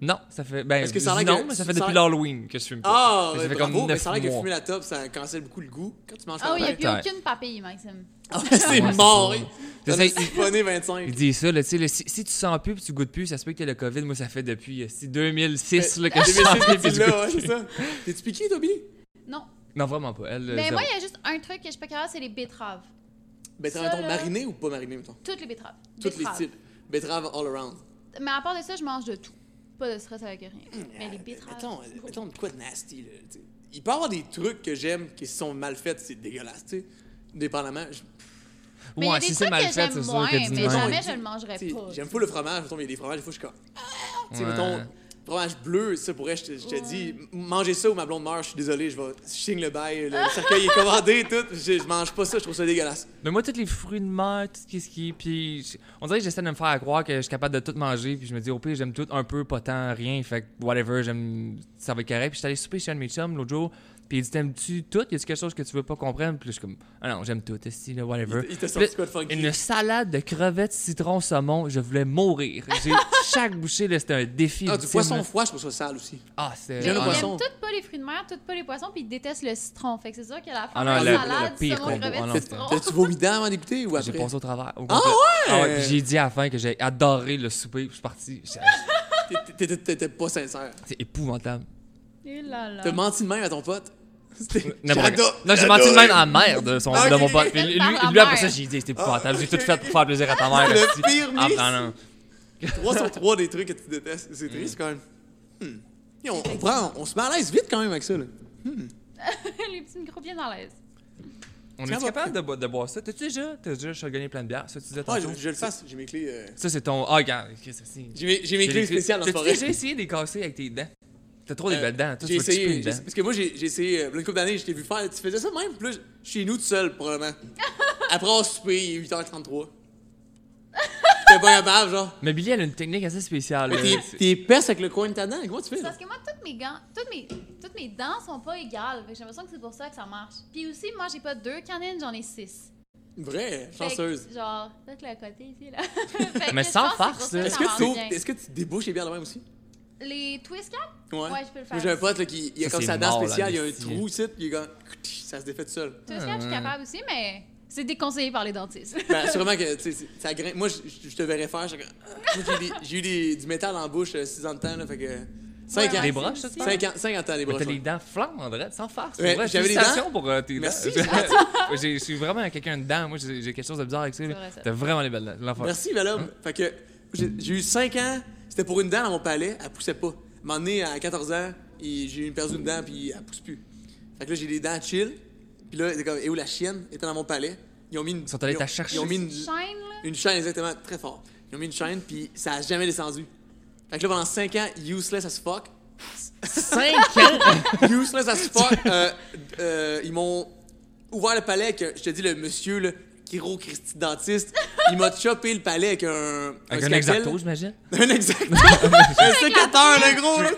C: Non, ça fait. Ben,
D: Parce que ça a
C: je dis
D: l'air
C: non,
D: que-
C: mais ça fait
D: ça a-
C: depuis l'Halloween que je fume. pas.
D: Ah,
C: Mais
D: ouais,
C: ça fait
D: bravo,
C: comme
D: mais
C: neuf
D: ça a l'air que
C: mois.
D: fumer la top, ça cancelle beaucoup le goût. Quand tu manges
B: Ah
D: ça,
B: oui, il n'y a
C: Peut-être.
B: plus aucune papille, Maxime.
D: Ah, c'est
C: Ouais, c'est
D: mort!
C: ça.
D: hein.
C: C'est
D: T'en
C: ça,
D: as
C: il-
D: siphonné
C: Il
D: 25.
C: dit ça, là, tu sais, là, si, si tu sens plus puis tu goûtes plus, ça se peut que t'aies le COVID. Moi, ça fait depuis euh, si 2006 là, que je sens plus puis je
D: là,
C: goûte
D: ouais,
C: plus.
D: c'est ça. T'es-tu piqué, toi, Billy?
B: Non.
C: Non, vraiment pas. Elle,
B: Mais
C: Euh, zéro.
B: moi, il y a juste un truc que je suis pas capable, c'est les betteraves.
D: Ben, t'as
B: Ça,
D: mettons
B: là.
D: mariné ou pas mariné, mettons?
B: Toutes les betteraves.
D: Tous les
B: Betteraves.
D: types. Betterave all around.
B: Mais à part de ça, je mange de tout. Pas de stress avec rien. Mais les betteraves.
D: Ah, Mettons, Hum, euh, mettons de quoi de nasty, là. tu sais. Il peut y avoir des trucs que j'aime qui sont mal faits, c'est dégueulasse, tu sais. Dépendamment. je-
B: Mais il y a
C: Ouais,
B: des
C: si c'est
B: trucs
C: mal
B: que
C: fait,
B: j'aime
C: c'est sûr
B: moins,
C: que tu dis
B: mais
C: non.
B: jamais
D: Ouais.
B: je le mangerais
D: tu sais,
B: pas.
D: J'aime pas le fromage, mettons, mais des fromages, des fois, je suis comme. Ah! Tu sais,
C: Ouais.
D: mettons, fromage bleu, ça pourrait, je te, je te dis, m- mangez ça ou ma blonde meurt, je suis désolé, je vais. Je signe le bail, le cercueil est commandé, tout. Je, je mange pas ça, je trouve ça dégueulasse.
C: Mais moi, tous les fruits de mer, tout ce qui est ski, puis je- on dirait que j'essaie de me faire croire que je suis capable de tout manger, puis je me dis, au pire, j'aime tout un peu, pas tant, rien, fait que whatever, j'aime, ça va être correct. Puis j'étais allé souper chez un de mes chums l'autre jour, puis il dit, t'aimes-tu tout? Y a-tu quelque chose que tu veux pas comprendre? Puis là, je suis comme, ah non, j'aime tout, esti, là, whatever.
D: Il t'a
C: Puis là,
D: sorti quoi de funky?
C: une salade de crevettes, citron, saumon, je voulais mourir. J'ai- chaque bouchée, là, c'était un défi.
D: Ah, du
C: ultime,
D: poisson
C: là.
D: froid, je trouve ça sale aussi.
C: Ah, c'est.
D: J'aime le
C: ah,
B: Ils
D: poisson.
B: aiment toutes pas les fruits de mer, toutes pas les poissons, puis ils détestent le citron. Fait que c'est sûr que la
C: Ah
B: fin
C: non,
B: de
D: le-
B: la salade,
C: le
B: c'est
C: pire
B: mon
C: combo.
B: crevet
C: Ah non,
B: de
C: c'était-
B: citron.
D: T'as-tu vomi dedans avant d'écouter ou
C: J'ai
D: après?
C: passé au travers. au
D: Ah
C: complet.
D: ouais?
C: Ah puis J'ai dit à la fin que j'ai adoré le souper, puis je suis parti. J'ai-
D: T'étais- T'étais t'étais pas sincère.
C: C'est épouvantable.
B: Eh là là.
D: T'as menti de même à ton pote? C'était-
C: N'importe
D: J'adore-
C: quoi. Non, j'ai menti de même
D: j'adorais.
C: à la mère de, son,
D: Ah,
C: de
D: ok.
C: mon pote. Puis lui,
B: Par la
C: lui, après
B: mère.
C: ça, j'ai dit c'était épouvantable. J'ai
D: ok,
C: tout fait pour faire plaisir à ta mère.
D: Le
C: esti.
D: pire
C: Ah,
D: miss.
C: non, non.
D: 3 sur 3 des trucs que tu détestes. C'est triste
C: Mm.
D: quand même. Hmm. Et on, on prend, on se met à l'aise vite quand même avec ça. Là.
B: les petits micros bien à l'aise.
C: On
D: Ça
C: est
D: va.
C: capable de, bo- de boire ça? T'as-tu déjà, t'as déjà shotgunné plein de bières? Ça, tu disais
D: Ouais,
C: tantôt.
D: Ah, je, je le fasse. J'ai mes clés. euh,
C: Ça, c'est ton. Ah, regarde, Chris, aussi.
D: J'ai mes, j'ai mes
C: J'ai
D: clés
C: des
D: spéciales dans la
C: T'as-tu
D: forêt.
C: déjà essayé de les casser avec tes dents? T'as trop des
D: Euh,
C: belles dents. Toi,
D: j'ai
C: tu vas te chipper
D: essayé.
C: une
D: j'ai-
C: dent.
D: Parce que moi, j'ai j'ai essayé, euh, une couple d'années, je t'ai vu faire. Tu faisais ça même, puis là, je- chez nous, tout seul, probablement. Après, on soupé, il est 8h33. T'es pas capable, genre.
C: Mais Billy, elle a une technique assez spéciale.
D: Mais
C: là.
D: t'es-
C: C'est-
D: T'es épaisse avec le coin de ta dent. Comment tu fais,
B: C'est
D: genre?
B: Parce que moi, toutes mes, gants, toutes mes, toutes mes dents sont pas égales. Fait que J'ai l'impression que c'est pour ça que ça marche. Puis aussi, moi, j'ai pas deux canines, j'en ai six.
D: Vrai,
B: Fait que,
D: chanceuse.
B: genre, peut que le côté ici, là. Fait que
C: Mais
B: je
C: sans
B: pense que c'est pour
C: farce,
B: ça
C: là.
B: que
D: Est-ce
B: ça
D: que,
B: marche
D: tu ouvres-
B: bien.
D: est-ce que tu débouches les bières de même aussi?
B: Les twist caps?
D: Ouais.
B: Ouais, je peux le faire.
D: Moi, J'ai un pote là, qui il a
C: Ça,
D: comme
C: c'est
D: sa dent
C: mort, là,
D: spéciale, il y a un
C: l'anesthésie.
D: trou ici, puis il est comme. Ça se défait tout seul.
B: Twist cap, je suis capable aussi, mais c'est déconseillé par les dentistes.
D: Ben, sûrement que, tu sais, c'est- ça grimpe. Moi, je- je je te verrais faire. je- Moi, j'ai eu des- j'ai eu des- du métal en bouche 6 ans de temps, là, fait que. 5
B: ouais,
D: ans.
C: Des
B: c'est-
C: broches, ça, tu
B: c'est-
C: parles?
D: 50, 50 ans, les
C: Mais t'as
D: broches.
C: les dents flamandrettes, sans farce.
D: hein. Ouais,
C: pour vrai.
D: j'avais les
C: Félicitations
D: dents.
C: pour euh, tes
D: Merci,
C: dents. J'ai- Je suis vraiment quelqu'un de dents. Moi, j'ai j'ai quelque chose de bizarre avec ça. là.
B: vrai, ça.
C: T'as vraiment les belles dents. L'enfer.
D: Merci, Valob.
C: Hein?
D: Fait que j'ai j'ai eu 5 ans, c'était pour une dent dans mon palais, elle poussait pas. À un moment donné, à 14 ans, il- j'ai eu une perdu une dent, puis elle pousse plus. Fait que là, j'ai les dents chill, puis là, c'est comme, et où la chienne était dans mon palais. Ils ont mis une.
C: Ils sont allés
D: ont-
C: la chercher.
D: Ils ont mis une,
B: Chaîne, là.
D: une chaîne, exactement, très fort. Ils ont mis une chaîne, puis ça a jamais descendu. Fait que là, pendant 5 ans, useless as fuck.
C: 5 ans!
D: Useless as fuck. euh, euh, ils m'ont ouvert le palais avec, un- je te dis, le monsieur, là, Kiro Christi dentiste, il m'a chopé le palais avec un.
C: Avec un
D: scalpel.
C: exacto, j'imagine.
D: Un exact. un sécateur, le gros. Là,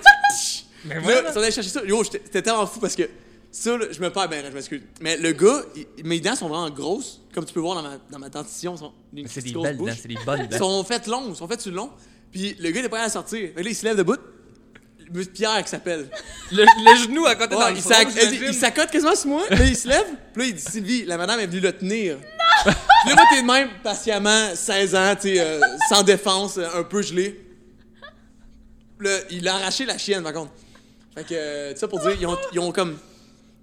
C: Mais
D: Là,
C: voilà.
D: ils sont allés chercher ça. Yo, j'étais j'étais tellement fou parce que ça, là, je me perds bien, je m'excuse. Mais le gars, il- mes dents sont vraiment grosses. Comme tu peux voir dans ma, dans ma dentition, sont une
C: Mais C'est
D: petite
C: des
D: grosse
C: belles dents,
D: bouche.
C: c'est des bonnes
D: Ils
C: dents.
D: sont faites longues, ils sont faites sur le long. Puis le gars, il est pas prêt à sortir. Fait que là, il se lève debout. Le- Pierre qui s'appelle.
C: Le, le genou à côté
D: Ouais,
C: dans le
D: il
C: front,
D: s'ac- elle dit-
C: j'imagine.
D: il s'accote quasiment sur moi. Là, il se lève. Puis là, il dit Sylvie, la madame est venue le tenir. Puis là, moi, t'es de même, patiemment, 16 ans, tu sais, euh, sans défense, euh, un peu gelé. Là, il a arraché la chienne, par contre. Fait que, euh, tout ça pour dire, ils ont, ils ont comme.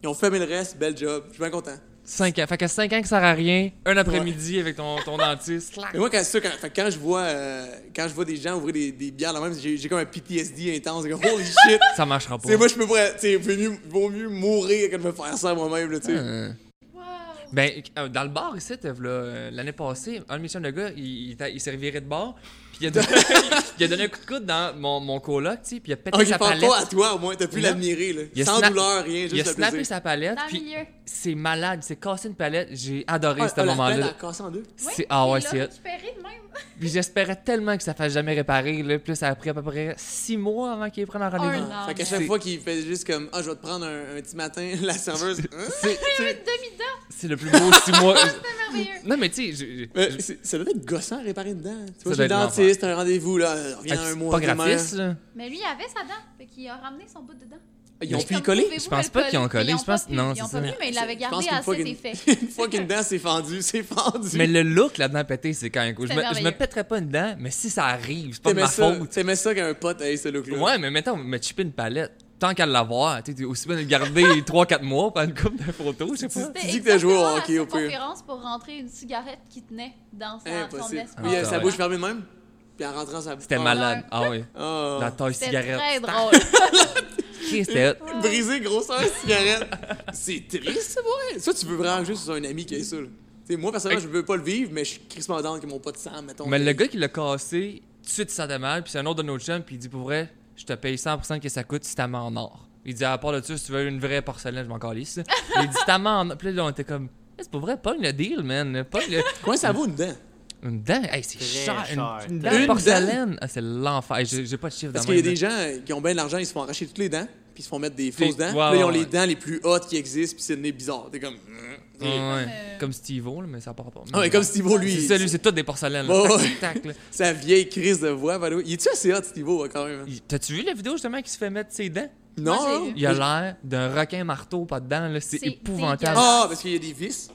D: Ils ont fermé le reste, bel job. Je suis bien content.
C: Cinq ans. Fait que 5 ans que ça sert à rien, un après-midi avec ton, ton dentiste. Clac.
D: Mais moi, quand, c'est ça, quand, fait que quand je vois, euh, quand je vois des gens ouvrir des, des bières, là même, j'ai j'ai comme un PTSD intense. Comme, Holy shit!
C: Ça marchera
D: Tu
C: pas.
D: sais, moi, je peux pas. Tu sais, vaut mieux- vaut mieux mourir que de me faire ça moi-même, là, tu sais.
C: Euh,
B: Wow.
C: Ben, euh, dans le bar ici, t'as, v'là, euh, l'année passée, un de mes chums de gars, il, il, t'a- il s'est reviré de bar, puis il a, donné, il a donné un coup de coude dans mon, mon coloc, tu sais, puis il a pété
D: Ah, il
C: sa
D: parle
C: palette.
D: pas à toi, au moins. T'as pu
C: Non.
D: l'admirer, là.
C: Il a
D: Sans
C: snap-
D: douleur, rien,
C: Il a
D: juste le
C: snappé
D: plaisir.
C: sa palette,
B: Dans le
C: puis
B: milieu.
C: c'est malade, il s'est cassé une palette, j'ai adoré ce
D: Ah, la pelle,
C: moment-là.
D: elle a cassé en deux.
C: C'est, ah ouais, c'est hot.
B: récupéré de même.
C: Puis j'espérais tellement que ça fasse jamais réparer, là, puis là, ça a pris à peu près six mois avant qu'il prenne un rendez-vous.
B: an. Ah,
D: fait qu'à
C: c'est-
D: chaque fois qu'il fait juste comme Ah, je vais te prendre un, un petit matin, la serveuse. Hein?
C: C'est,
B: Une demi-dent,
C: c'est le plus beau six mois.
B: c'est merveilleux.
C: Non, mais tu sais, je- je-
D: Mais c'est- ça doit être gossant à réparer dedans. Tu vois,
C: doit
D: j'ai le
C: être
D: dentiste, un rendez-vous, là,
C: Ah,
D: reviens un
C: c'est
D: mois.
C: pas
D: demain.
C: gratis, là.
B: Mais lui, il avait sa dent. Fait qu'il a ramené son bout de dent.
D: Ils ont
B: Mais
D: pu y
B: comme,
D: coller.
B: pouvez-vous
C: Je pense
B: me
C: pas
B: le
C: qu'ils ont
B: coller?
C: collé,
B: Ils ont
C: je pense-
B: pas pu-
C: non,
B: Ils ont
C: c'est
B: pas
C: ça.
B: pu, mais il l'avait
D: Je pense
B: gardé
D: qu'une
B: à
D: fois
B: cet
D: qu'une-
B: effet.
D: Une fois qu'une dent s'est fendue, c'est fendu.
C: Mais le look là-dedans pété, c'est quand même cool. Je me,
B: C'est
C: je me
B: merveilleux.
C: pèterais pas une dent, mais si ça arrive, c'est pas de ma
D: T'aimais ça,
C: faute.
D: t'aimais ça qu'un pote ait ce look-là.
C: Ouais, mais mettons, me chipper une palette. Tant qu'à l'avoir, tu sais, t'es aussi bien de le garder 3-4 mois, prendre une coupe de photos, je sais pas.
B: C'était
D: dis que t'as joué au
B: exactement à
D: hockey,
B: cette
D: au pire.
B: conférence pour rentrer une cigarette qui tenait dans sa, son
D: Impossible.
B: espace.
D: Oui, elle- sa
C: Ah,
D: bouche
C: ouais.
D: fermée de même, puis en rentrant sa bouche.
C: C'était malade. Ah oui.
D: Oh.
C: La taille
B: C'était
C: cigarette.
B: très
C: Tac,
B: drôle.
C: Chris, C'était hot.
D: Briser grosseur cigarette. C'est triste, ça, ouais. Ça, tu veux vraiment juste sur un ami qui est ça, là. Tu sais, moi, personnellement, je veux pas le vivre, mais je suis crissement down que mon pote Sam, mettons.
C: Mais
D: que-
C: le gars qui l'a cassé, tout de suite, il sentait mal. Puis c'est un autre de nos chums, puis il dit pour vrai, je te paye 100% que ça coûte si t'as mis en or. Il dit à part de ça, si tu veux une vraie porcelaine, je m'en calisse. il dit t'as mis en or. Puis là, on était comme, Eh, c'est pour vrai, pas le deal, man. Pogne le-
D: Combien ça vaut une dent?
C: Une dent, hey, c'est
E: Très
C: cher.
E: cher.
C: Une, une
D: Une
C: dent
D: dent?
C: porcelaine, ah, c'est l'enfer. J'ai j'ai pas de chiffre
D: Parce
C: dans
D: qu'il y a des gens euh, qui ont bien de l'argent, ils se font arracher toutes les dents, puis ils se font mettre des fausses dents.
C: ouais,
D: Puis là, ils ont
C: ouais,
D: les
C: ouais.
D: dents les plus hautes qui existent, puis c'est le nez bizarre. T'es comme. Mm.
B: euh,
C: Comme Steve-O, là, mais ça part pas.
D: Ah, mais comme Steve-O, lui.
C: C'est ça, lui, c'est tout des porcelaines. là.
D: Ouais,
C: Tac,
D: ouais.
C: tac, tac, là.
D: Sa vieille crise de voix, Valo. Il est-tu assez hot, Steve-O, hein, quand même? hein?
C: Il- T'as-tu vu la vidéo justement qui se fait mettre ses dents?
D: Non?
B: Moi, j'ai
D: hein?
B: vu.
C: Il a l'air d'un requin marteau pas dedans, là. C'est
B: C'est
C: épouvantable.
B: dégueulasse.
D: Ah, parce qu'il y a des vis.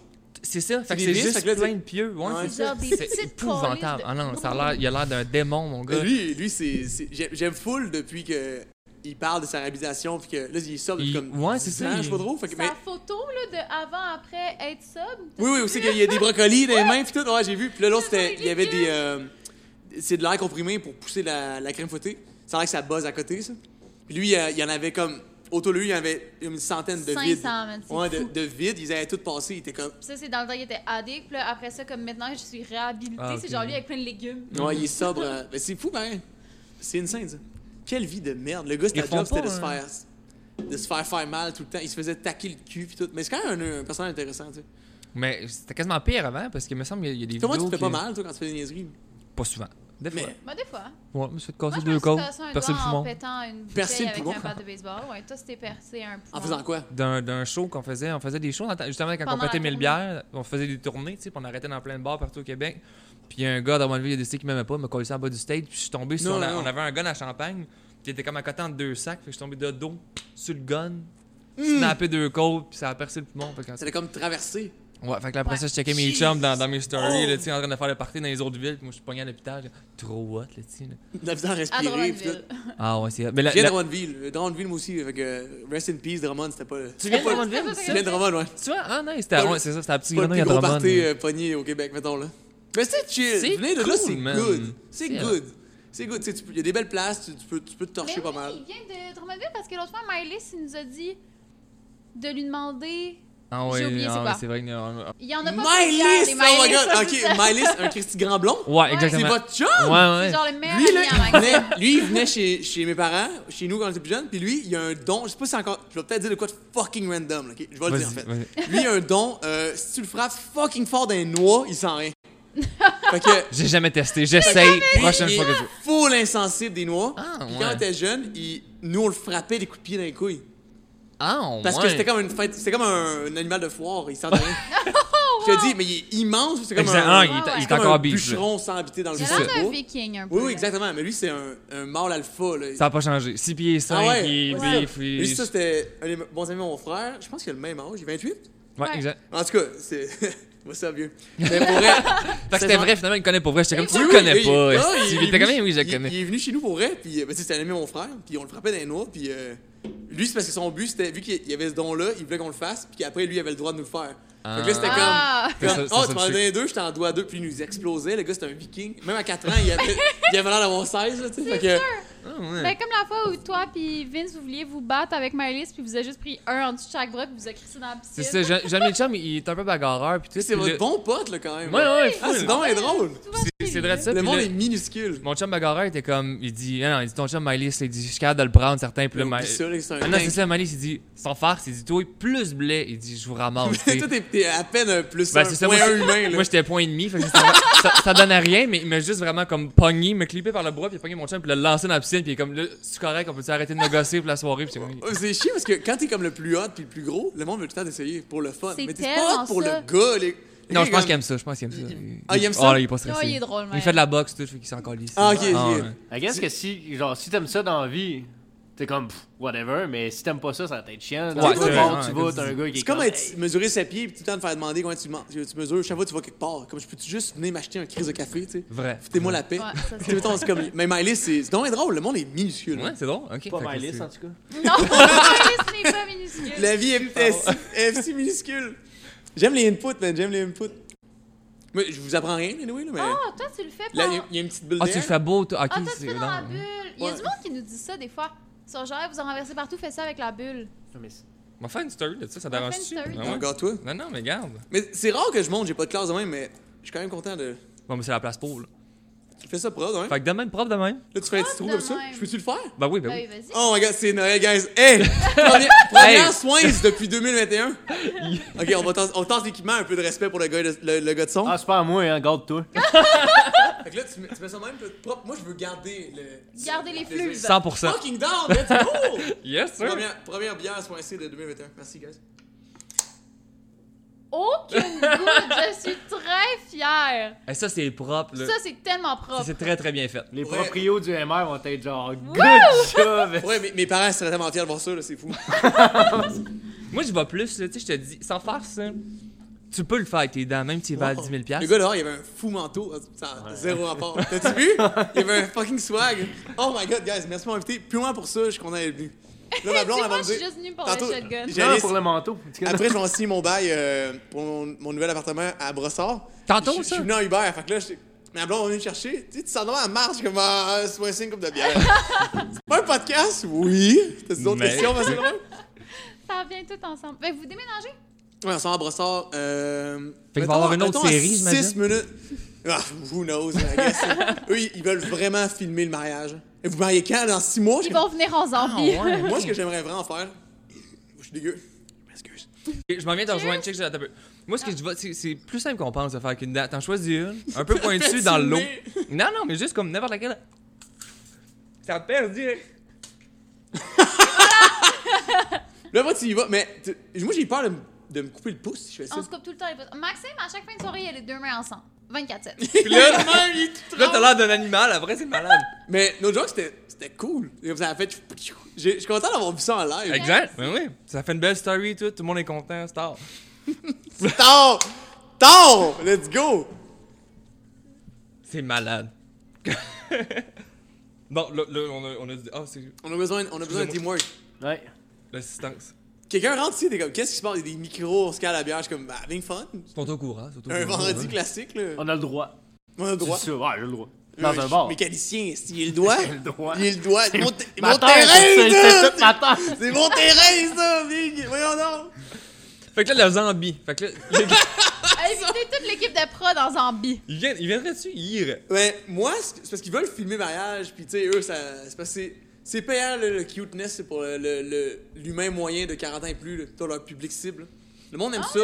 C: C'est ça, fait que
D: des
C: c'est
D: vis,
C: juste
D: fait que là,
C: plein
D: tu-
C: de pieux. Ouais,
D: Ouais.
C: c'est
B: Genre des
C: c'est
B: petites
C: épouvantable. Ah
B: câlisses de-
C: non, ça a l'air, il a l'air d'un démon, mon gars.
D: Lui, lui c'est. c'est- j'aime- J'aime full depuis que. Il parle de sa arabisation, puis que là, il sort depuis
C: Il-
D: comme.
C: ouais, c'est
D: 10
C: ça,
D: ans, Je
C: il-
D: sais pas trop. Fait que, mais-
B: Sa photo là, de avant-après être sub,
D: Oui, oui, aussi qu'il y a des brocolis dans les mains, puis tout. Ouais, j'ai vu. Puis là, l'autre, c'était- il y avait des. euh, c'est de l'air comprimé pour pousser la, la crème fouettée. Ça a l'air que ça buzz à côté, ça. Puis lui, euh, il, y a- il y en avait comme autour de lui, il y avait une centaine de
B: 500,
D: vides.
B: man, c'est
D: Ouais, de,
B: fou.
D: de vides, ils avaient tout passé, ils étaient comme.
B: Ça, c'est dans le temps qu'il était addict. Puis là, après ça, comme maintenant, je suis réhabilitée.
C: Ah,
B: C'est
C: ok.
B: genre lui avec plein de légumes.
D: Ouais, il est sobre. hein. Mais c'est fou, ben. C'est insane, ça. Quelle vie de merde. Le gars,
C: Ils
D: sa
C: font
D: job, c'était
C: pas,
D: de se
C: hein.
D: faire. De se faire faire mal tout le temps. Il se faisait taquer le cul pis tout. Mais c'est quand même un, un personnage intéressant, tu sais.
C: Mais c'était quasiment pire avant parce qu'il me semble qu'il y a- il y a des
D: Comment tu
C: vidéos
D: te fais
C: qui-
D: pas mal, toi, quand tu fais des niaiseries?
C: Pas souvent. Des fois.
D: Mais-
B: Bah, des fois.
C: Ouais, je me suis fait
B: Moi,
C: casser
B: je me
C: deux
B: suis
C: côtes,
B: cassé un
C: percer le
B: doigt en
C: poumon.
B: pétant une
D: Percer
B: bouteille
D: le
B: avec
D: poumon.
B: un bat de baseball. Ouais, toi, c'était percé un poumon.
D: En faisant quoi?
C: d'un, d'un show qu'on faisait. On faisait des shows, dans ta- justement, quand
B: Pendant
C: on pétait
B: la
C: 1000
B: tournée.
C: bières, on faisait des tournées, tu sais, puis on arrêtait dans plein de bars partout au Québec. Puis il y a un gars dans mon ville, il a décidé qu'il m'aimait pas, il m'a collé ça en bas du stage, puis je suis tombé sur
D: Non,
C: la-
D: non.
C: On avait un gun à champagne, qui était comme à côté entre deux sacs, fait que je suis tombé de dos sur le gun, snappé deux côtes, puis ça a percé le poumon. Fait que quand-
D: Ça l'a comme traversé.
C: Ouais, fait que là, après
B: Ouais.
C: ça, je checkais mes
D: Jesus.
C: chums dans, dans mes stories,
D: Oh.
C: là, tu sais, en train de faire le party dans les autres villes, puis moi, je suis pogné à l'hôpital, là. trop hot, là, tu sais. là.
D: La vie à
B: À
D: respirer pis tout.
B: Drummondville.
C: Ah ouais, c'est. Mais la-
D: Je viens de
C: la-
D: Drummondville. Euh, Drummondville, moi aussi. Fait que euh, Rest in Peace, Drummond, c'était pas.
C: Tu viens
B: C'est
C: de
B: pas
C: Drummondville?
B: ça.
D: Tu viens de Drummond, ouais.
C: Tu vois? Ah, non, c'était à-
D: Pas le-
C: ouais, c'est ça, c'était à Petit
D: C'est pas le
C: Grenouille à
D: plus gros
C: Drummond.
D: party
C: là.
D: euh, pogné au Québec, mettons, là. Mais c'est chill.
C: C'est
D: Venez de là,
C: cool,
D: c'est
C: man.
D: good. C'est
C: C'est-
D: good. C'est good. Tu sais, tu peux- Il y a des belles places, tu, tu peux, tu peux te
B: Mais
D: torcher
B: oui,
D: pas mal.
B: il vient de Drummondville parce que l'autre fois, Miley, il nous a dit de lui demander.
C: Ah
B: J'ai oublié,
C: ouais,
B: c'est
C: ah ouais,
B: quoi.
C: c'est vrai. que- ah,
B: Il y en a pas plusieurs,
D: Mylis!
B: les
D: Oh my
B: Miley,
D: god!
B: ça,
D: Ok,
B: c'est ça.
D: Mylis, un Christy Grand Blond?
C: Ouais,
D: C'est
C: exactement.
D: votre chum?
C: Ouais,
B: C'est
C: ouais.
B: genre le meilleur
D: Lui, là,
B: ami à
D: il
B: Mike.
D: venait, lui, il venait chez, chez mes parents, chez nous quand j'étais plus jeune, puis lui, il a un don, je sais pas si c'est encore, je vais peut-être dire de quoi de fucking random, là, ok? Je vais le
C: Vas-y,
D: dire en fait.
C: vas-y.
D: Lui, il a un don, euh, si tu le frappes fucking fort dans les noix, il sent rien. fait que,
C: J'ai jamais testé, j'essaye. Prochaine
D: il
C: fois que je.
D: est full insensible des noix.
C: Ah,
D: Puis
C: ouais.
D: quand on était jeune, il- nous, on le frappait des coups de pied dans les couilles.
C: Ah, ouais.
D: Parce que c'était comme une fête, c'était comme un, un animal de foire, il sentait rien. Je te dis, mais il est immense, c'est comme
C: Exact-
D: un,
C: ah, il, est-
B: Ouais,
C: il
B: ouais.
C: est
D: comme
C: encore
D: un
C: biche. là.
D: bûcheron sans habiter dans le
B: Il a
C: C'est
B: l'air d'un
D: bois.
B: viking un peu.
D: Oui, oui,
B: là.
D: exactement. Mais lui, c'est un, un mâle alpha. Là.
C: Ça a pas changé. 6 pieds 5,
D: Ah ouais,
C: il est
D: ouais.
C: beef, il-
D: Lui, ça, c'était un des bons amis de mon frère. Je pense qu'il a le même âge, il a 28.
C: Ouais, exact.
D: En tout cas, c'est. Moi, ça, vieux. Mais pour vrai.
C: Fait que c'était vrai, finalement, il me connaît pour vrai. J'étais comme,
B: Et
C: tu
D: Oui,
C: le
D: oui,
C: connais
D: oui, il-
C: pas.
D: non,
C: esti.
D: il-
C: Il était
D: il est
C: quand même,
D: venu-
C: oui, je le
D: il-
C: connais.
D: Il est venu chez nous pour vrai, puis euh, ben, tu sais, c'était un ami de mon frère, puis on le frappait d'un noix, puis euh, lui, c'est parce que son but, c'était, vu qu'il y avait ce don-là, il voulait qu'on le fasse, puis après, lui, il avait le droit de nous le faire. Fait que là, c'était comme.
B: Ah.
D: comme,
C: Ça, ça, ça,
D: oh,
C: ça
D: tu
C: me
D: m'en as
C: suit.
D: donné deux, je t'en dois deux, puis il nous explosait. Le gars, c'était un viking. Même à 4 ans, il avait, il avait l'air d'avoir 16, là, tu sais. Fait que.
C: Ah, ouais.
B: Ben, comme la fois où toi puis Vince, vous vouliez vous battre avec Miley, puis vous avez juste pris un en dessous de chaque bras, puis vous avez crissé dans la piscine.
C: C'est ça, Jean- Jamil Chum, il est un peu bagarreur. Puis tout.
D: C'est
C: puis
D: votre
C: le-
D: bon pote, là, quand même.
C: Ouais, ouais,
D: Ah,
C: full.
D: c'est donc bien drôle.
C: C'est- C'est vrai de ça.
D: Le
C: puis
D: monde
C: le-
D: est minuscule.
C: Mon chum bagarreur était comme, il dit, ah non, il dit ton chum Mylis, il dit, je suis capable de le prendre, certains. Puis là,
D: Oublie
C: Ma-
D: ça, là, c'est un
C: Ah non,
D: dingue.
C: c'est ça, Mylis, il dit, sans farce, il dit, toi, plus blé. Il dit, je vous ramasse. tu sais.
D: Toi, t'es- t'es à peine un plus
C: Ben,
D: un
C: c'est ça,
D: point
C: moi,
D: un
C: je-
D: humain, là.
C: Moi, j'étais point et demi. fait que ça, ça- ça donne à rien, mais il m'a juste vraiment comme pogné, il m'a clippé par le bras, puis il a pogné mon chum, puis il l'a lancé dans la piscine, puis il est comme là, c'est correct, on peut arrêter de négocier pour la soirée, puis c'est comme.
D: Oh, C'est chiant parce que quand t'es comme le plus hot puis le plus gros, le monde veut tout le temps t'essayer pour le fun.
B: C'est
D: Mais t'es pas
B: tellement
D: hot pour
B: ça.
D: le gars. Les... les
C: Non,
D: gars,
C: je pense
D: comme-
C: qu'il aime ça, je pense qu'il aime ça.
D: Ah, il aime ça?
C: là, il est pas stressé.
B: Ouais, il est drôle, man.
C: Il fait de la boxe, tout, fait qu'il s'en calisse.
D: Ah, ok,
C: ouais.
D: ok.
E: I guess que si, genre, si t'aimes ça dans la vie, t'es comme, pff, whatever, mais si t'aimes pas ça, ça va être chiant. Dans
D: Ouais,
E: le
C: vrai,
D: c'est
E: sport, tu
C: ouais,
E: vas,
C: comme
E: t'as
C: tu
E: un
C: dis.
E: gars qui est
D: C'est comme
E: comme,
D: être mesurer ses pieds puis tout le temps te faire demander comment tu, man- tu tu mesures. Chaque fois, tu vas quelque part. Comme je peux-tu juste venir m'acheter un crise de café, tu sais?
C: Vrai.
D: Foutez-moi la paix.
B: Ouais, ça, c'est
D: Tu sais, mettons, c'est comme. Mais Miley, c'est c'est donc bien drôle. Le monde est minuscule.
C: Ouais, c'est drôle, ok.
E: Pas
C: fait que
E: ma liste,
C: c'est-
E: en tout cas.
B: Non, Miley, ce n'est pas minuscule.
D: La vie est est si- est si minuscule. J'aime les inputs, man. J'aime les inputs. Moi, je vous apprends rien, anyway, là, mais.
B: Ah, toi, tu le fais
D: Là,
B: par...
D: il y a- il y, a une petite bulle
C: Ah, tu
D: d'air.
C: le fais beau, toi.
B: Ah,
C: Ok,
B: toi, tu
C: c'est. hein.
B: fais dans la
C: non.
B: bulle. Il y a
D: Ouais.
B: du monde qui nous dit ça des fois. Ils sont genre, vous en renversez partout, faites ça avec la bulle.
E: Non, mais c'est-
C: On va faire une story de ça, ça
B: On va faire
C: dérange
B: une story.
C: hein?
D: Ah, Regarde-toi.
C: Non, non, mais garde.
D: Mais c'est rare que je monte, j'ai pas de classe de même, mais je suis quand même content de.
C: Bon, mais c'est la place pour, là.
D: Tu fais ça pro, hein?
C: Fait que demain, propre demain.
D: Là, tu fais un petit trou
B: de
D: comme ça.
B: même.
D: Je peux-tu le faire?
C: Bah oui, bah
B: Ah oui,
C: oui.
B: vas-y.
D: Oh my god, c'est Noël, guys. Hey! Première, première
C: Hey!
D: Swings depuis 2021. ok, on, va tente- on tente l'équipement, un peu de respect pour le gars de, le, le gars de son.
E: Ah, c'est pas à moi, hein, garde-toi.
D: Fait que là, tu mets, tu mets ça même, toi, propre. Moi, je veux garder le.
B: Gardez les flux.
C: 100%.
D: Fucking down, let's go!
C: Yes, sir.
D: première, première bière soin C de 2021. Merci, guys.
B: Aucune goutte. Je suis très fière.
C: Et ça, c'est propre, là.
B: Ça, c'est tellement propre.
C: C'est très, très bien fait.
E: Les
D: Ouais.
E: proprios du MR vont être genre, good job!
D: Ouais, mes, mes parents seraient tellement fiers de voir ça, là, c'est fou.
C: Moi, je vais plus, là, tu sais, je te dis, sans faire ça, tu peux le faire avec tes dents, même si
D: Ben,
C: tu vas à 10 000
D: Le gars dehors, il avait un fou manteau. ah, Ça a zéro rapport. T'as-tu vu? Il avait un fucking swag. Oh my god, guys, merci de m'inviter. Plus loin pour ça, je suis content d'être venu. Là, ma blonde,
B: Tu sais, moi,
D: elle va me
B: je suis
D: dire-
B: juste venue pour
D: tantôt,
B: le shotgun.
D: j'ai-
E: Non,
D: J'allais-
E: pour le manteau.
D: Après, je vais en signer mon bail euh, pour mon, mon nouvel appartement à Brossard.
C: Tantôt,
D: Je- Je
C: ça?
D: suis venu en Uber. Fait que là, j'étais- Ma blonde est venue me chercher. Tu sais, tu s'en vas à marche, comme ah, c'est un comme de bière. c'est pas un podcast? Oui. T'as d'autres
C: Mais-
D: questions, Vincent Lebrun?
B: Ça vient tout ensemble. Ben, vous déménagez?
D: Ouais, on s'en va à brossard. Euh,
C: Fait qu'il va
D: mettons-
C: avoir une autre
D: mettons à
C: série,
D: Six
C: j'imagine.
D: minutes. Ah, who knows, I guess. Eux, ils- ils veulent vraiment filmer le mariage. Et vous mariez quand? Dans six mois?
B: Ils vont venir en zombie.
C: Ah, ouais.
D: Moi, ce que j'aimerais vraiment faire. Je suis dégueu. Je m'excuse.
C: Et Je m'en viens de rejoindre, check, j'ai- attends un peu. Moi,
B: Ah.
C: ce que je vois, c'est- c'est plus simple qu'on pense de faire qu'une date. T'en choisis une, un peu pointue dans l'eau. Non, non, mais juste comme n'importe laquelle. Ça perd direct.
D: Là, moi, tu y vas, mais tu- moi, j'ai peur de, m- de me couper le pouce si je fais ça.
B: On se coupe tout le temps les pouces. Maxime, à chaque fin de soirée, il a les deux mains ensemble. 24-7.
C: Puis là, là t'as l'air d'un animal, après, c'est malade.
D: Mais nos jokes, c'était c'était cool. Et comme Ça a fait. j'ai- Je suis content d'avoir vu ça en live.
C: Exact, Ben oui, oui. Ça fait une belle story, tout. Tout le monde est content, c'est tard.
D: Tard! Tard! Let's go!
C: C'est malade. bon, là, là, on a, on a dit. Ah, c'est
D: On a besoin, on a besoin de
C: Excusez-moi.
D: teamwork.
E: Ouais.
C: l'assistance.
D: Quelqu'un rentre ici, t'es comme, qu'est-ce qui se passe? Il y a des micros, on se cale à la bière, je suis comme, bah, having fun.
C: Ils sont au courant, ils sont au
D: Un
C: courant,
D: vendredi
C: hein.
D: classique, là.
E: On a le droit.
D: On a le droit.
E: C'est ça, ouais, j'ai le droit.
D: Euh,
E: Dans
D: je
E: un
D: suis
E: bar.
D: Mécanicien, est-ce qu'il a le doigt?
E: Le droit.
D: Il a le doigt. Mon, t-
E: Ma
D: mon
E: terre, c'est-
D: terrain,
E: c'est toute ma
D: ça!
E: terre.
D: C'est mon terrain, ça! Big! Voyons donc!
C: Fait que là, le zombie. Fait que là, les gars,
B: Invitez toute l'équipe de prod en zombie.
C: il, vient, il viendrait-tu? Il irait.
D: Ouais, moi, c'est c'est parce qu'ils veulent filmer mariage, puis tu sais, eux, ça, c'est parce que c'est- c'est payant, le, le cuteness, c'est pour le- le- le- l'humain moyen de 40 ans et plus, là, plutôt leur public cible. Le monde aime ça.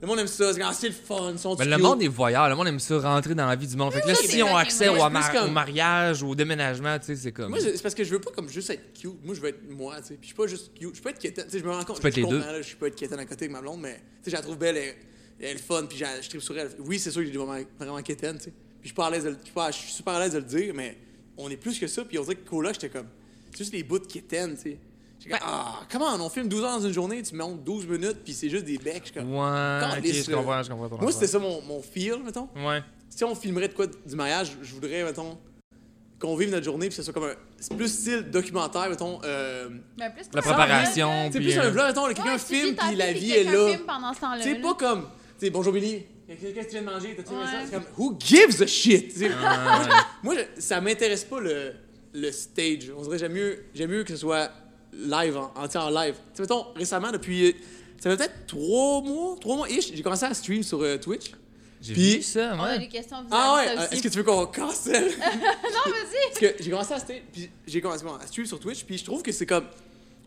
D: Le monde aime ça. C'est, ah, c'est le fun, ils sont
C: Ben, le monde est voyeur, le monde aime ça rentrer dans la vie du monde. Fait que là,
B: ça, c'est
C: si on a accès
B: exactement.
C: au,
D: Moi, je
C: mar-
D: suis plus comme-
C: au mariage, au déménagement, tu sais, c'est comme.
D: Moi, je- c'est parce que je veux pas comme juste être cute. Moi, je veux être moi, tu sais. Puis je suis pas juste cute. Je peux être quétaine. Tu sais, je me rends compte.
C: Tu peux être
D: je suis
C: les deux.
D: content, là, je peux être quétaine à côté avec ma blonde, mais tu sais, je la trouve belle, elle, elle est le fun, puis j'ai- je tripe sur elle. Oui, c'est sûr que j'ai des moments vraiment quétaine, tu sais. Puis je suis pas à l'aise de le- je suis pas- je suis super à l'aise de le dire, mais on est plus que ça. Puis on dirait que Cola, j'étais comme. C'est juste des bouts de quétaine, tu sais. J'étais comme, ah, comment on filme 12 heures dans une journée, tu montes 12 minutes, puis c'est juste des becs. Je suis comme,
C: Ouais, ok,
D: Calisse,
C: je
D: là.
C: comprends, je comprends ton
D: Moi, c'était
C: affaire.
D: ça mon, mon feel, mettons
C: Ouais.
D: si on filmerait de quoi du mariage, je voudrais, mettons, qu'on vive notre journée, puis que ce soit comme un. C'est plus style documentaire, mettons. euh,
B: Mais plus
C: La préparation,
D: c'est
C: puis.
D: plus un
C: euh,
D: vlog, mettons, là,
B: Ouais,
D: quelqu'un
B: tu
D: filme,
B: vis ta
D: puis la
B: puis
D: vie est
B: quelqu'un
D: là.
B: filme pendant ce temps-là,
D: C'est
B: là.
D: pas comme. Tu sais, bonjour Billy, qu'est-ce que tu viens de manger, t'as-tu aimé ça?
B: Ouais.
D: C'est comme, who gives a shit? Tu sais,
C: Ah.
D: moi, je- moi, je- ça m'intéresse pas le, le stage. On dirait, j'aime mieux, j'aime mieux que ce soit live, en, en, tu sais, en live. Tu sais, mettons, récemment, depuis. euh, Ça fait peut-être trois mois, trois mois ish, j'ai commencé à stream sur euh, Twitch.
C: J'ai
D: Puis-
C: vu ça,
B: On a
C: ouais.
B: des questions vis-à-vis
D: Ah ouais,
B: de ça
D: euh,
B: aussi.
D: est-ce que tu veux qu'on cancel?
B: Non, vas-y!
D: Parce que j'ai commencé à, stream- puis j'ai commencé bon, à suivre sur Twitch, puis je trouve que c'est comme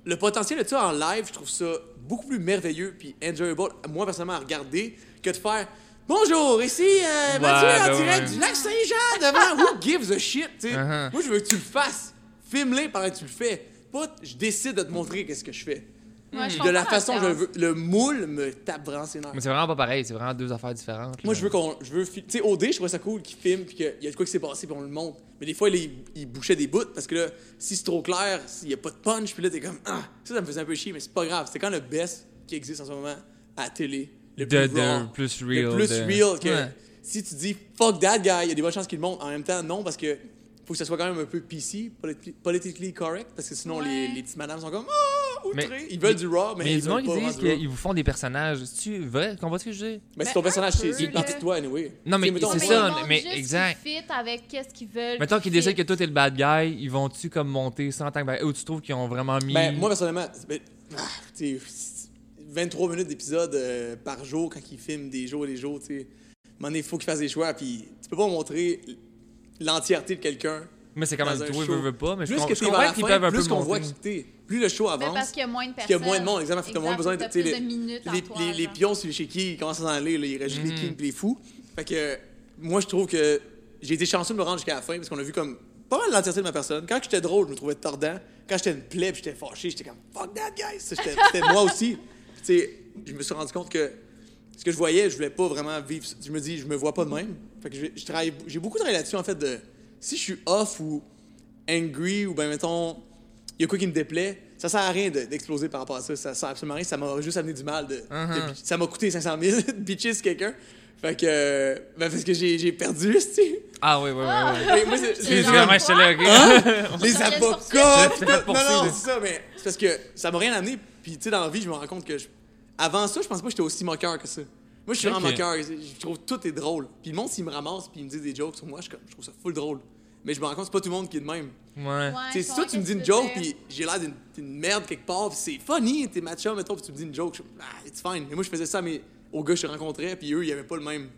D: le potentiel de ça en live, je trouve ça beaucoup plus merveilleux puis enjoyable, moi personnellement, à regarder que de faire Bonjour, ici euh, Mathieu
C: Ouais,
D: en
C: ben
D: direct
C: ouais.
D: du lac Saint-Jean devant Who Gives a Shit. tu sais.
C: Uh-huh.
D: Moi, je veux que tu le fasses. Filme-les pendant que tu le fais. Pas t- je décide de te montrer qu'est-ce que je fais.
B: Ouais, je
D: de la
B: comprends
D: façon que je le
B: différence.
D: veux. Le moule me tape vraiment ses nerfs.
C: Mais c'est vraiment pas pareil, c'est vraiment deux affaires différentes.
D: Moi,
C: là.
D: je veux qu'on. Je veux. fi- Tu sais, OD, je trouvais ça cool qu'il filme, puis qu'il y a de quoi qui s'est passé, puis on le montre. Mais des fois, là, il, il bouchait des bouts, parce que là, si c'est trop clair, s'il y a pas de punch, puis là, t'es comme. Ah, ça, ça me faisait un peu chier, mais c'est pas grave. C'est quand le best qui existe en ce moment à la télé. Le
C: De-
D: plus
C: de-
D: raw,
C: plus
D: Le
C: real,
D: plus
C: de-
D: real que.
C: Ouais.
D: Si tu dis fuck that guy, il y a des bonnes chances qu'il le montre. En même temps, non, parce que faut que ça soit quand même un peu PC, politi- politically correct, parce que sinon, les,
B: Ouais.
D: les petites madames sont comme. Ah, outrées.
C: Mais-
D: Ils veulent du raw, mais.
C: Mais il y a
D: ils
C: du
D: veulent
C: monde
D: pas
C: qui
D: vraiment
C: disent
D: du raw.
C: qu'ils vous font des personnages. C'est-tu vrai? Comprends-tu ce que je dis?
D: Mais c'est
B: Ben,
D: ton
B: un
D: personnage, c'est
B: peu,
D: c'est
B: là.
D: de toi, anyway.
C: Non, mais
D: Tu sais, mettons,
C: c'est
D: on-
B: mais
C: ça,
B: ils montrent
C: mais
B: juste
C: exact.
B: qu'ils fit avec qu'est-ce qu'ils veulent.
C: Mettons qu'ils décident que
B: fit.
C: toi t'es le bad guy, ils vont-tu comme monter ça en tant que bad guy? Ou tu trouves qu'ils ont vraiment mis.
D: Ben, moi, personnellement, c'est- ben, ah, tu sais, c'est 23 minutes d'épisode euh, par jour quand ils filment des jours et des jours, tu sais. À un moment donné, il faut qu'ils fassent des choix, puis tu peux pas montrer l'entièreté de quelqu'un.
C: mais c'est quand même
D: dans un
C: toi,
D: show.
C: veux, veux pas. Mais je
D: Plus
C: com-
D: que
C: je
D: t'es vers
C: comprends
D: la
C: qu'ils
D: fin,
C: peuvent un peu
D: plus qu'on voit
C: monter.
D: qui t'es, plus le show avance.
B: Mais Ben, parce qu'il y a moins de personnes.
D: Parce qu'il y a moins de monde, exactement. Fait que t'as moins besoin de.
B: t'as
D: tu sais,
B: plus
D: les-
B: de minutes en
D: les,
B: toi,
D: les, les
B: genre.
D: pions sur chez qui ils commencent à s'en aller, là, ils rajoutent les kings pis les fous. Fait que moi, je trouve que j'ai été chanceux de me rendre jusqu'à la fin parce qu'on a vu comme pas mal l'entièreté de ma personne. Quand j'étais drôle, je me trouvais tordant. Quand j'étais une plaie pis j'étais fâché, j'étais comme fuck that guys. Ça, J'étais c'était moi aussi. Puis, Tu sais, je me suis rendu compte que ce que je voyais, je voulais pas vraiment vivre. ça. Je me dis, je me vois pas de même. Fait que je, je travaille, j'ai beaucoup travaillé là-dessus en fait de si je suis off ou angry ou ben mettons il y a quoi qui me déplaît, ça sert à rien de- d'exploser par rapport à ça. Ça sert absolument à rien. Ça m'a juste amené du mal. De, de bitch- ça m'a coûté 500 000 de bitcher sur quelqu'un. Fait que. euh, Ben parce que j'ai j'ai perdu, tu sais.
C: Ah oui, oui, oui.
D: Mais moi, c'est-
C: J'ai
D: c'est-
C: dit
B: dans
C: comment
B: le
C: j'étais là, ok?
D: les
B: Ça vient de
D: avocats.
C: sortir.
D: puis tout.
C: Pour
D: Non, non,
C: suivre.
D: c'est ça, mais c'est parce que ça m'a rien amené. Puis, tu sais, dans la vie, je me rends compte que je- avant ça, je pense pas que j'étais aussi moqueur que ça. Moi, je suis vraiment
C: Ok.
D: moqueur. Je trouve tout est drôle. Puis le monde, s'il me ramasse puis il me dit des jokes sur moi, je, suis comme, je trouve ça full drôle. Mais je me rends compte, c'est pas tout le monde qui est de même.
C: Ouais.
B: Ouais,
D: Tu sais,
B: je
D: si toi,
B: comprends
D: tu me dis
B: qu'est-ce que
D: une
B: tu veux
D: joke,
B: dire.
D: puis j'ai l'air d'une d'une merde quelque part, puis c'est funny, t'es match-up, mettons, puis tu me dis une joke, je suis comme, ah, it's fine. Mais moi, je faisais ça mais aux gars que je rencontrais, puis eux, ils avaient pas le même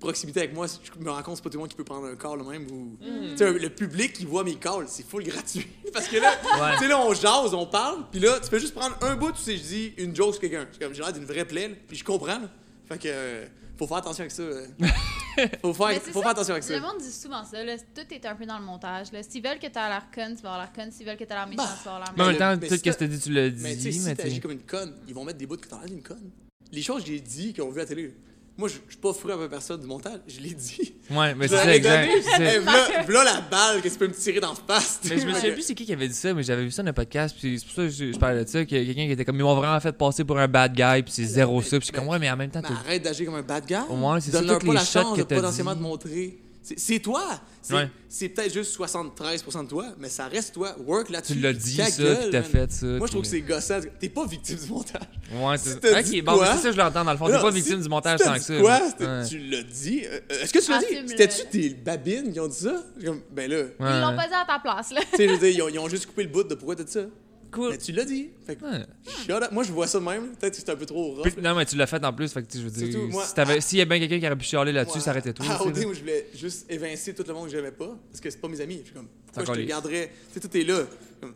D: proximité avec moi. Je me rends compte, c'est pas tout le monde qui peut prendre un call le même. Ou...
B: Mm.
D: Tu sais, le public qui voit mes calls, c'est full gratuit. Parce que là, tu sais, là, on jase, on parle, puis là, tu peux juste prendre un bout, tu sais, je dis une joke sur quelqu'un. C'est comme, J'ai l'air d'une vraie plaine, puis je comprends. là. Fait que, euh, faut faire attention avec ça. euh. faut
B: Mais
D: faire,
B: c'est
D: faut
B: ça,
D: faire attention avec ça.
B: Le monde dit souvent ça, là, tout est un peu dans le montage. là. S'ils veulent que t'aies l'air conne, tu vas avoir l'air conne. S'ils veulent que t'aies l'air méchant,
D: Bah.
B: tu vas avoir l'air
C: Mais en
B: méchant.
C: même temps,
D: Mais
C: tout ce
D: c'est
C: que
D: ça.
C: je t'ai dit, tu l'as dit,
D: Mais tu sais,
C: mais
D: si
C: tu sais.
D: t'agis comme une conne, ils vont mettre des bouts que t'as l'air d'une conne. Les choses que j'ai dit, qu'on vu à la télé, moi, je je suis pas fou à ma personne du montage, je l'ai dit.
C: Ouais, mais
D: Je
C: c'est ça,
D: l'ai
C: exact.
D: donné.
C: c'est ça.
D: Eh, v'là- V'là la balle que tu peux me tirer dans le face. tu
C: Mais je
D: sais,
C: me
D: fait
C: souviens
D: que-
C: plus c'est qui qui avait dit ça, mais j'avais vu ça dans un podcast, puis c'est pour ça que je, je parlais de ça, qu'il y a quelqu'un qui était comme, ils m'ont vraiment fait passer pour un bad guy,
D: Ah,
C: puis c'est
D: ben,
C: zéro ça, puis je suis comme, ouais, mais en même temps,
D: Mais
C: t'as-
D: arrête d'agir comme un bad guy.
C: Au moins, c'est ça,
D: Donne-leur
C: toutes
D: pas
C: les
D: la
C: shots
D: chance
C: que
D: de
C: t'as
D: potentiellement
C: dit.
D: te montrer. C'est- C'est toi. C'est
C: Ouais.
D: c'est peut-être juste 73% de toi, mais ça reste toi. Work là-dessus.
C: Tu l'as dit,
D: Ta
C: ça,
D: gueule,
C: puis t'as
D: man.
C: fait ça,
D: Moi, je trouve que
C: puis-
D: c'est gossant. T'es pas victime du montage.
C: ouais, c'est
D: si t'as
C: Ok,
D: dit
C: bon,
D: quoi-
C: mais c'est ça, je l'entends dans le fond, t'es
D: Non,
C: pas
D: si-
C: victime du
D: si
C: montage
D: t'as
C: tant
D: dit
C: que ça.
D: Quoi?
C: mais-
D: C'était-
C: ouais.
D: Tu l'as dit? Euh, euh, Est-ce que tu l'as dit?
B: Assume-le.
D: C'était-tu tes babines qui ont dit ça? Je suis comme, ben là,
C: Ouais,
B: Ils l'ont
C: ouais.
B: pas dit à ta place, là.
D: tu sais, je veux dire, ils ont, ils ont juste coupé le bout de pourquoi t'as dit ça.
C: Cool.
D: Mais tu l'as dit. Fait que,
C: Ouais.
D: shut up. Moi, je vois ça de même. Peut-être que c'est un peu trop rough.
C: Puis- non, mais tu l'as fait en plus, fait que tu sais, je veux
D: Surtout,
C: dire,
D: moi, Ah
C: si t'avais-
D: à-
C: s'il y a bien quelqu'un qui aurait pu chialer là-dessus,
D: Moi,
C: ça arrêtait tout.
D: À
C: tu sais,
D: OD,
C: là.
D: où je voulais juste évincer tout le monde que j'aimais pas, parce que c'est pas mes amis. Je suis comme, pourquoi je
C: encore
D: te
C: les-
D: garderais? Tu sais, tout est là. Comme,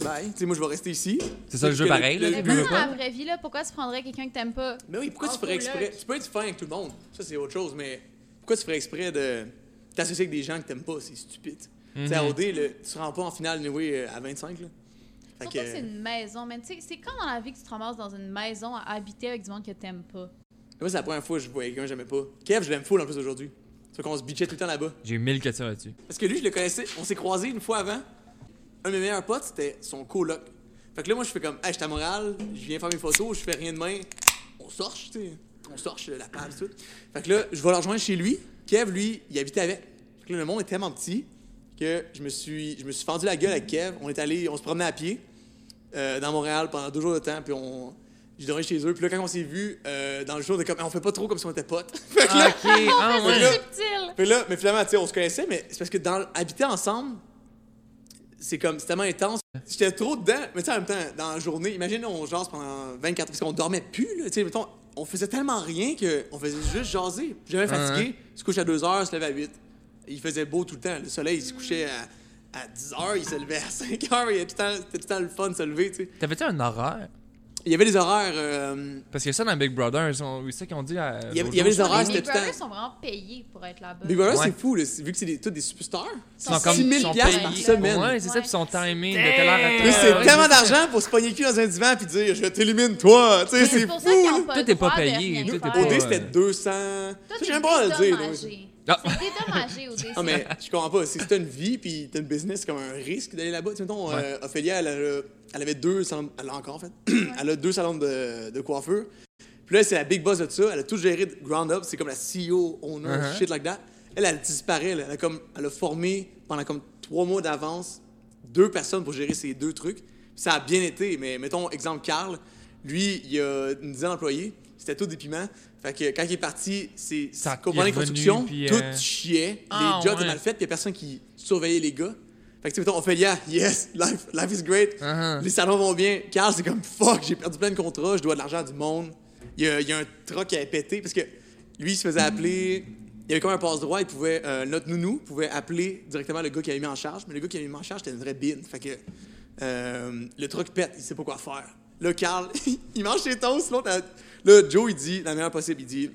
D: Bye. Tu sais, moi, je vais rester ici.
C: C'est ça, le jeu
D: Parce que
C: pareil, là,
B: Mais
C: le
B: pas
C: but.
B: dans la vraie vie, là, pourquoi tu prendrais quelqu'un que t'aimes pas?
D: Mais oui, pourquoi
B: En
D: tu ferais exprès?
B: coloc.
D: Tu peux être fin avec tout le monde, ça c'est autre chose, mais pourquoi tu ferais exprès de t'associer avec des gens que t'aimes pas? C'est stupide. Tu sais, à OD, là, tu te rends pas en finale anyway, euh, à 25. Là. Fait
B: Surtout que c'est
D: euh,
B: une maison, mais tu sais, c'est quand dans la vie que tu te ramasses dans une maison à habiter avec du monde que t'aimes pas.
D: Moi, c'est la première fois que je voyais quelqu'un que j'aimais pas. Kev, je l'aime full en plus aujourd'hui. C'est qu'on se bitchait tout le temps là-bas.
C: J'ai eu mille questions là-dessus.
D: Parce que lui, je le connaissais. On s'est croisés une fois avant. Un de mes meilleurs potes, c'était son coloc. Fait que là, moi, je fais comme, hey, j'étais à Montréal, je viens faire mes photos, je fais rien demain. On sort, tu sais. On sort, je la page, tout. Fait que là, je vais le rejoindre chez lui. Kev, lui, il habitait avec. Fait que là, le monde est tellement petit que je me suis, je me suis fendu la gueule avec Kev. On est allé, on se promenait à pied euh, dans Montréal pendant deux jours de temps, puis on. J'ai dormi chez eux, puis là, quand on s'est vus, euh, dans le jour, on était comme, on fait pas trop comme si on était potes. Fait que là,
C: Ok, ah
B: C'est
D: ouais. là-
B: subtil!
D: puis là, mais finalement, tu sais, on se connaissait, mais c'est parce que dans habiter ensemble, c'est comme, c'est tellement intense. J'étais trop dedans, mais tu sais, en même temps, dans la journée, imagine, on jase pendant 24 parce qu'on dormait plus, là, tu sais, mettons, on faisait tellement rien qu'on faisait juste jaser. J'avais fatigué, il se couche à 2 heures, se lève à 8. Il faisait beau tout le temps, le soleil, il se couchait à, à 10 heures, il se levait à 5 heures, il y avait tout le temps- c'était tout le temps le fun de se lever, tu sais.
C: T'avais-tu un horaire?
D: Il y avait des horaires, euh,
C: Parce que ça, dans Big Brother, ils sont- c'est ça qu'ils ont dit à.
D: il y avait, il y
C: l'autre jour.
D: avait des horaires,
B: Les
D: c'était tout le
B: brothers
D: temps.
B: sont vraiment payés pour être là-bas.
D: Big Brother,
C: Ouais.
D: c'est fous, là, c'est- vu que c'est des- tous des superstars.
C: Ils sont
B: sont
C: comme
D: 6 000
B: payés.
D: par
C: payés.
D: semaine.
C: Ouais, c'est ça,
B: Ouais.
C: puis son timing de telle heure à
D: Là,
C: telle
D: c'est
C: heure.
D: tellement d'argent pour se pogner le cul dans un divan puis dire je t'élimine toi, tu sais,
B: Mais
D: c'est
B: C'est pour ça qu'ils
D: fou.
B: n'ont pas
C: Tout
B: le
C: est pas
B: droit de
C: payé,
B: rien
C: tout est pas
B: faire.
D: Au
C: Ouais.
D: dé, c'était 200.
B: Toi,
D: Ça,
B: t'es
D: j'aime pas le dire. donc.
B: dédommagé.
C: Ah.
B: C'est dédommagé au dé.
D: Non, mais je comprends pas. Si t'as une vie puis t'as une business, c'est comme un risque d'aller là-bas. Tu sais, mettons,
C: Ouais.
D: euh, Ophélia, elle, a- elle avait deux salons. Elle a encore, en fait. elle a deux salons de, de coiffeur. Puis là, c'est la big boss de ça. Elle a tout géré de ground up. C'est comme la CEO, owner,
C: Uh-huh.
D: shit like that. Elle, elle disparaît. là. Elle a, comme, elle a formé pendant comme trois mois d'avance deux personnes pour gérer ces deux trucs. Ça a bien été. Mais mettons, exemple, Carl, lui, il a une dizaine d'employés. C'était tout des piments. Fait que quand il est parti, c'est
C: Ça, il est
D: compagnie de
C: revenu,
D: construction,
C: puis,
D: tout
C: euh,
D: chiait.
C: Ah,
D: les jobs étaient
C: ouais.
D: mal faits, puis il y a personne qui surveillait les gars. Fait que, tu sais, mettons, Ophélia, yes, life, life is great.
C: Uh-huh.
D: Les salons vont bien. Carl, c'est comme fuck, j'ai perdu plein de contrats, je dois de l'argent à du monde. Il y, a, il y a un truc qui avait pété parce que lui, il se faisait appeler. Il y avait comme un passe-droit, il pouvait, euh, notre nounou pouvait appeler directement le gars qui avait mis en charge, mais le gars qui avait mis en charge, c'était une vraie bine. Fait que euh, le truc pète, il sait pas quoi faire. Là, Carl, il mange ses toasts, l'autre, elle- là, Joe, il dit, la meilleure possible, il dit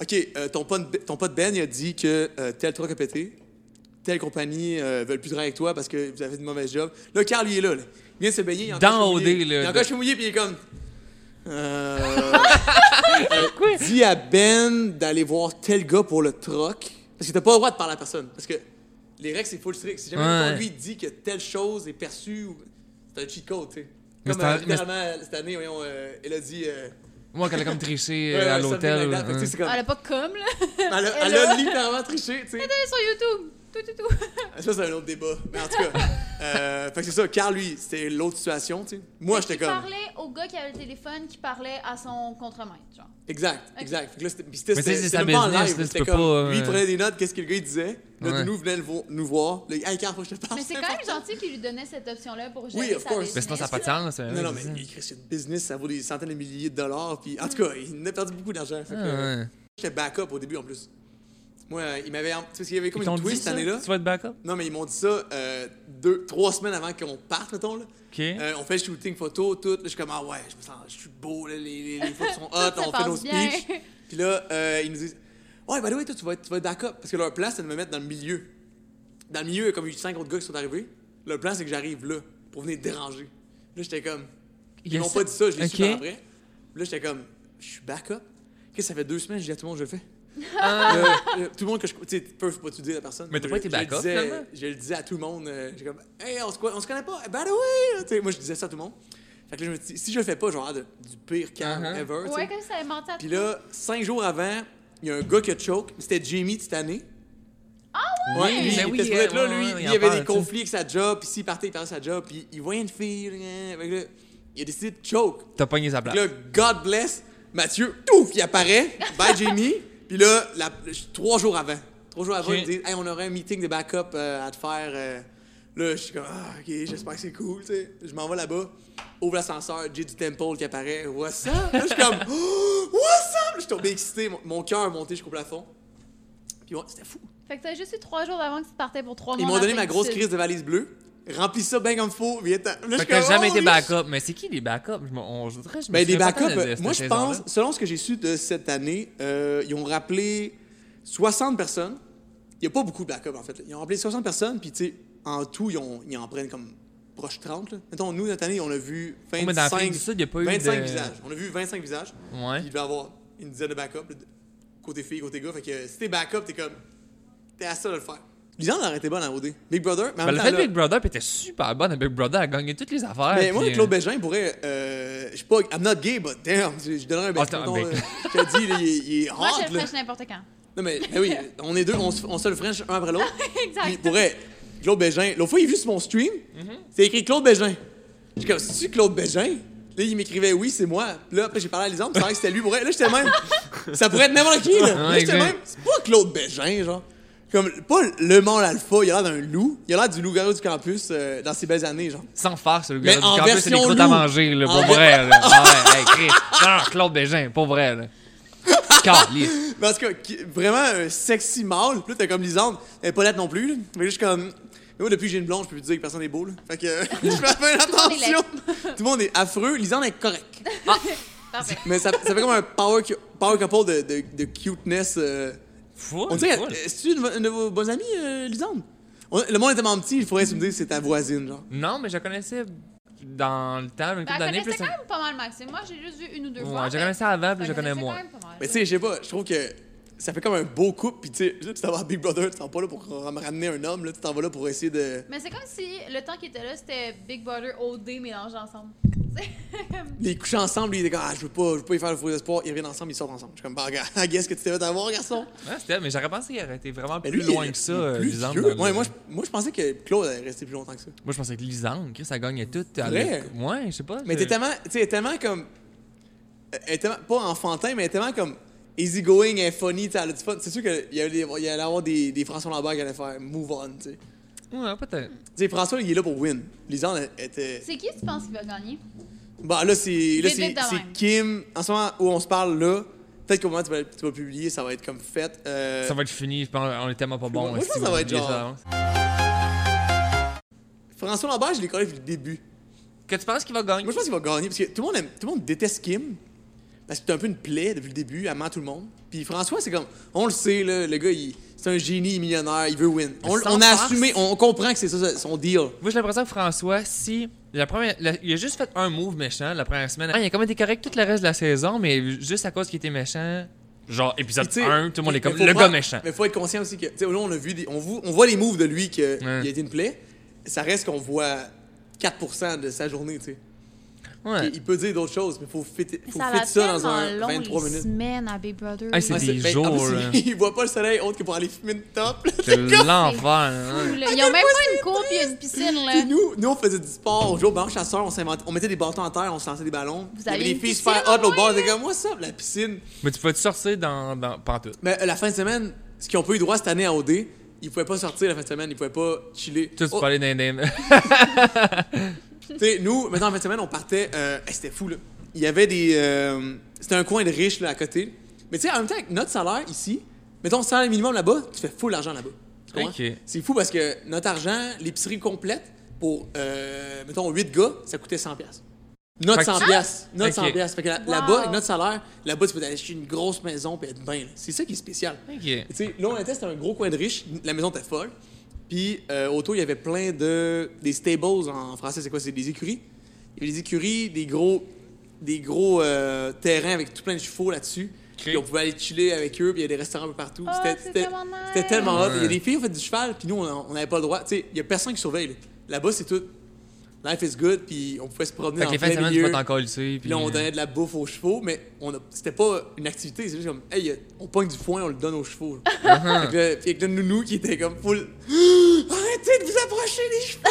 D: Ok, euh, ton, pote, ton pote Ben, il a dit que euh, tel truc a pété telle compagnie euh, veulent plus travailler avec toi parce que vous avez fait de mauvais job. Là, Carl, il est là. là. Il vient de se baigner. Il est
C: Dans
D: encore
C: OD, là.
D: chemouillé. Il est encore chemouillé, puis il est comme. Euh, euh, dis à Ben d'aller voir tel gars pour le troc. Parce que t'as pas le droit de parler à personne. Parce que les règles, c'est full strict. Si jamais
C: Ouais.
D: mettons, lui il dit que telle chose est perçue, ou- c'est un cheat code, tu sais.
C: Mais
D: Comme
C: c'est un-
D: euh,
C: mais
D: littéralement, cette année, voyons, euh, elle a dit. euh,
C: Moi, quand elle a comme triché euh,
D: ouais,
C: à
D: ouais, something
C: l'hôtel.
B: Ah,
D: like that. Fait que, tu sais,
C: hein.
D: c'est comme-
B: Elle a pas comme, là.
D: Elle a- elle a littéralement triché, tu sais.
B: Elle est sur YouTube. tout, tout, tout.
D: Ah, Ça, c'est un autre débat. Mais en tout cas, euh, fait que c'est ça. Carl, lui, c'était l'autre situation, tu sais. Moi,
B: Fait
D: j'étais
B: qu'il
D: comme.
B: parlait au gars qui avait le téléphone qui parlait à son contremaître, genre.
D: Exact, exact. Fait que là, c'était- puis c'était-
C: Mais tu sais,
D: c'était-
C: c'est
D: c'était
C: sa
D: même pas en
C: business,
D: live.
C: là, tu
D: C'était
C: peux
D: comme.
C: pas,
D: Lui, il
C: euh,
D: prenait des notes, qu'est-ce que le gars, il disait. Notre
C: Ouais.
D: nous venait le vo- nous voir. Là, hey, Carl, faut que je te parle.
B: Mais c'est quand même gentil qu'il lui donnait cette option-là pour gérer
D: of
B: sa
D: course.
B: business.
C: Mais sinon, ça n'a pas de sens. euh,
D: Non, non,
C: ouais,
D: mais
C: c'est
D: il crée une business, ça vaut des centaines de milliers de dollars. Puis, en tout cas, il en a perdu beaucoup d'argent. Fait
C: ça.
D: que,
C: Ah, ouais.
D: J'étais backup au début en plus. Moi, euh, il m'avait. Tu sais, parce qu'il y avait comme
C: Ils
D: une
C: t'ont dit
D: twist cette
C: ça?
D: année-là.
C: Tu vas être backup?
D: Non, mais ils m'ont dit ça euh, deux, trois semaines avant qu'on parte, mettons. Là.
C: OK.
D: Euh, on fait le shooting photo, tout. Là, je suis comme, ah ouais, je me sens, je suis beau, là, les, les, les photos sont hot,
B: Tout se
D: on fait nos
B: passe bien.
D: speeches. Puis là, euh, ils nous disent, ouais, by the way, toi, tu vas être, tu vas être backup. Parce que leur plan, c'est de me mettre dans le milieu. Dans le milieu, il y a comme eu cinq autres gars qui sont arrivés. Leur plan, c'est que j'arrive là pour venir déranger. Là, j'étais comme,
C: y
D: ils
C: a
D: m'ont
C: ça-
D: pas dit ça, je l'ai su
C: OK.
D: par après. Puis là, j'étais comme, je suis backup. Qu'est-ce que ça fait deux semaines, je dis à tout le monde, je le fais. Euh, euh, tout le monde que je. Tu sais, ils peuvent pas tu dire la personne.
C: Mais t'as
D: Moi,
C: pas été
D: je- je le
C: backup,
D: disais-
C: finalement?
D: Je le disais à tout le monde. euh, J'ai comme, hey, on se, co- on se connaît pas. Eh, By the way! Tu sais, moi, je disais ça à tout le monde. Fait que là, je me dis, si je le fais pas, genre, du pire camp
C: Uh-huh.
D: ever. tu sais.
B: Ouais, comme ça, elle mentait à
D: Puis
B: tout le monde.
D: là, cinq jours avant, il y a un gars qui a choke. C'était Jamie de cette année. Ah
C: ouais? Ben
D: lui, il
C: oui,
D: était supposé être là,
C: ouais,
D: lui,
C: ouais, il
D: il
C: en
D: avait
C: parle,
D: des
C: tu sais.
D: conflits avec sa job, puis s'il partait, il perdait sa job, puis il voyait une fille, hein, fait que là, il a décidé de choke.
C: T'as pogné sa
D: Puis
C: place.
D: là, God bless, Mathieu, ouf, il apparaît, bye Jamie. Puis là, la- trois jours avant, trois jours avant,
C: Ok.
D: ils disent, hey, on aurait un meeting de backup euh, à te faire. euh. Là, je suis comme, ah, ok, j'espère que c'est cool, tu sais. Je m'en vais là-bas, ouvre l'ascenseur, Jay du Temple qui apparaît, what's up? Là, je suis comme, oh, what's up? Je suis tombé excité, mon, mon cœur a monté jusqu'au plafond. Puis ouais, c'était fou.
B: Fait que t'as juste eu trois jours d'avant que tu partais pour trois mois.
D: Ils m'ont
B: en
D: donné ma
B: Afrique du
D: grosse
B: Sud.
D: crise de valise bleue. Remplis ça bien comme faut. viens t'en. Là, je
C: Fait
D: suis
C: que t'as
D: comme,
C: jamais été
D: Holy
C: backup. Mais c'est qui les backups? Je m'en- on- je dirais, je me
D: oh, Ben, des
C: souviens pas tant
D: backups,
C: de- de
D: euh,
C: cette
D: moi je
C: saison-là.
D: pense, selon ce que j'ai su de cette année, euh, ils ont rappelé 60 personnes. Il n'y a pas beaucoup de backups en fait. là. Ils ont rappelé 60 personnes, puis tu sais, en tout, ils, ont- ils en prennent comme proche 30. Là. Mettons, nous, notre année, on a vu
C: Oh, mais dans
D: 25,
C: l'Afrique du Sud, il n'y a pas eu
D: 25
C: de...
D: visages. On a vu 25 visages.
C: Ouais.
D: Puis Il devait avoir une dizaine de backups, là, de- côté filles, côté gars. Fait que si t'es backup, t'es comme. T'es à ça de le faire. Lisande aurait été bonne en OD. Big Brother, mais
C: Ben,
D: en même
C: le
D: temps,
C: fait de
D: là-
C: Big Brother, puis elle était super bonne à Big Brother, elle a gagné toutes les affaires.
D: mais moi,
C: puis,
D: Claude
C: euh,
D: Bégin pourrait. Euh, je suis pas. I'm not gay, but damn, je, je donnerais un bec.
C: Ah,
D: mettons,
C: t'as un bec.
D: là. Je te dis, là, il, est- il est
B: Moi,
D: hard,
B: je le
D: là.
B: fais n'importe quand.
D: Non, mais ben oui, on est deux, on, se- on se le French un après l'autre.
B: Exact.
D: Puis il pourrait. Claude Bégin. L'autre fois, il est venu sur mon stream,
C: Mm-hmm.
D: c'est écrit Claude Bégin. Je suis comme, c'est-tu Claude Bégin? Là, il m'écrivait, oui, c'est moi. Puis là, après, j'ai parlé à Lisande, puis ça a l'air que c'était lui. Pour vrai, Là, j'étais même. Ça pourrait être n'importe qui, là. Là,
C: Ouais,
D: j'étais
C: exact.
D: même. C'est pas Claude Bégin, genre. Comme, pas le mâle alpha, il a l'air d'un loup. Il a l'air du loup-garou du campus euh, dans ses belles années, genre.
C: Sans farce, le
D: Mais
C: gars du
D: en
C: campus, c'est des
D: version
C: croûtes à
D: loup.
C: manger, là,
D: En
C: pour
D: ver-
C: vrai. Là. Ah ouais, hey, Chris. Non, non, Claude Bégin, pour vrai. Là. Caliste.
D: Parce que vraiment un sexy mâle. Puis là, t'es comme Lisande. Elle est pas laide non plus. là. Mais là, je suis comme. Mais moi, depuis que j'ai une blonde, je peux plus dire que personne n'est beau. Là. Fait que euh, je fais
B: monde
D: bien
B: est
D: attention. Tout le monde est affreux. Lisande est correct.
B: Parfait. Ben,
D: Mais ça, ça fait comme un power, cu- power couple de, de, de cuteness. euh.
C: Fou,
D: On dirait. euh, C'est-tu une, une de vos bonnes amies, euh, Lisande? On- le monde est tellement petit, il faudrait se me dire que c'est ta voisine, genre.
C: Non, mais je la connaissais dans le temps,
B: Ben,
C: une couple
B: elle
C: d'années.
B: connaissait
C: plus
B: quand
C: ça-
B: même pas mal Maxime. Moi, j'ai juste vu une ou deux fois.
C: Ouais, je
B: mais
C: connaissais avant, puis
B: elle
C: je connais
B: connaissait
C: moins.
B: quand même pas mal.
D: Mais tu sais, je sais pas, je trouve que ça fait comme un beau couple. Puis tu sais, là, tu t'en vas à Big Brother, tu t'en vas pas là pour ram- ramener un homme, là, tu t'en vas là pour essayer de.
B: Mais c'est comme si le temps qui était là, c'était Big Brother OD mélangé ensemble.
D: les coucher ensemble, il est comme ah, je veux pas, je veux pas y faire le faux espoir, ils reviennent ensemble, ils sortent ensemble. Je suis comme bah regarde, qu'est-ce que tu t'es fait avoir, garçon
C: Ouais, c'était, mais j'aurais pensé qu'il aurait été vraiment
D: Mais
C: plus
D: lui, il
C: loin
D: est
C: que ça,
D: le
C: euh,
D: plus
C: Lisande.
D: vieux.
C: dans le-
D: Ouais, moi, je, moi je pensais que Claude allait rester plus longtemps que ça.
C: Moi, je pensais que Lisande, Chris, elle gagnait tout. Elle
D: Vrai?
C: avait- Ouais, je sais pas.
D: Mais
C: je-
D: t'es tellement, tu sais, elle est tellement comme elle est tellement pas enfantin, mais elle est tellement comme easy going, elle est funny, tu sais, elle a du fun. C'est sûr qu'il y, avait des- il y allait avoir des, des François Lambert qui allaient faire move on, tu sais.
C: Ouais, peut-être.
D: Tu sais, François, il est là pour win. Lisande elle était.
B: C'est qui tu penses qui va gagner?
D: Bah là, c'est là,
B: Vite,
D: c'est
B: vite de
D: c'est
B: même.
D: Kim. En ce moment où on se parle là, peut-être qu'au moment où tu vas, tu vas publier, ça va être comme fait. Euh,
C: Ça va être fini, je pense. On est tellement pas bon.
D: Moi, je pense que ça va être genre-
C: hein.
D: François Lambert, je l'ai connu depuis le début.
C: Que tu penses qu'il va gagner?
D: Moi, je pense qu'il va gagner parce que tout le monde, aime- tout le monde déteste Kim parce que c'est un peu une plaie depuis le début, elle ment tout le monde. Puis François, c'est comme, on le sait, là, le gars, il- c'est un génie, il est millionnaire, il veut win. On,
C: sans
D: on a
C: farce.
D: assumé, on comprend que c'est ça ça, son deal.
C: Moi, j'ai l'impression que François, si. La première, la- il a juste fait un move méchant la première semaine. Ah, il a quand même été correct tout le reste de la saison, mais juste à cause qu'il était méchant. Genre, épisode
D: Puis, tu sais,
C: 1, tout le monde est
D: mais
C: comme
D: faut
C: le
D: prendre-
C: gars méchant.
D: Mais faut être conscient aussi que, tu sais, là, on a vu, des- on, vou- on voit les moves de lui qu'il
C: Ouais.
D: a été une plaie. Ça reste qu'on voit 4% de sa journée, tu sais.
C: Ouais.
D: Puis Il peut dire d'autres choses, mais faut fit, faut
B: ça
D: fit
B: va
D: ça dans
B: tellement
D: un
B: long,
D: 23
B: les
D: minutes.
B: semaines à Big Brother.
C: Hey, c'est
D: Ouais,
B: là.
C: des
D: ben, en plus,
C: jours, là.
D: il voit pas le soleil autre que pour aller fumer une top. là.
C: C'est l'enfer. hein.
B: Fou, là. Ils ont même pas une cour puis une piscine, là.
D: Puis nous, nous, on faisait du sport. On jouait au ballon chasseur, on, s'inventait- on mettait des bâtons en terre, on se lançait des ballons.
B: Vous
D: Il y avait
B: avez
D: des
B: une
D: filles
B: piscine,
D: super hot, l'autre
B: ouais,
D: bord, on était comme, moi ça, la piscine.
C: Mais tu peux te sortir dans. dans pas en tout.
D: Mais euh, la fin de semaine, ce qu'ils ont pas eu droit cette année à OD, ils pouvaient pas sortir la fin de semaine, ils pouvaient pas chiller.
C: Tout, tu
D: Oh,
C: peux aller dans les-
D: tu sais, nous, maintenant, en fin de semaine, on partait. euh, hey, c'était fou, là. Il y avait des. euh, c'était un coin de riches, là, à côté. Mais tu sais, en même temps, avec notre salaire ici, mettons, le salaire minimum là-bas, tu fais full argent là-bas. Tu comprends?
C: Ok.
D: C'est fou parce que notre argent, l'épicerie complète, pour, euh, mettons, 8 gars, ça coûtait 100$. piastres. Notre
C: Fait que
D: 100$.
C: tu-
D: piastres, Notre
C: Ok.
D: 100$. piastres. Fait que là-
B: Wow.
D: là-bas, avec notre salaire, là-bas, tu peux aller acheter une grosse maison et être bien. là. C'est ça qui est spécial.
C: Ok.
D: Tu sais, là, on était, c'était un gros coin de riche. La maison était folle. Puis, euh, autour, il y avait plein de. des stables en français, c'est quoi C'est des écuries. Il y avait des écuries, des gros. des gros euh, terrains avec tout plein de chevaux là-dessus. Puis, on pouvait aller chiller avec eux, puis il y a des restaurants un peu partout.
B: Ah,
D: C'était-
B: c'est
D: c'était
B: tellement nice.
D: c'était tellement hot.
C: Ouais.
D: Il y a des filles qui ont fait du cheval, puis nous, on on n'avait pas le droit. Tu sais, il y a personne qui surveille. là. Là-bas, c'est tout. Life is good, puis on pouvait se promener
C: Fait que les
D: dans
C: fins de
D: le plein
C: semaine, tu
D: milieu.
C: peux t'en coller,
D: Puis là, on donnait de la bouffe aux chevaux, mais on a- c'était pas une activité, c'est juste comme, hey, euh, on pogne du foin, on le donne aux chevaux. Fait que là- Puis avec le nounou qui était comme full, arrêtez de vous approcher des chevaux!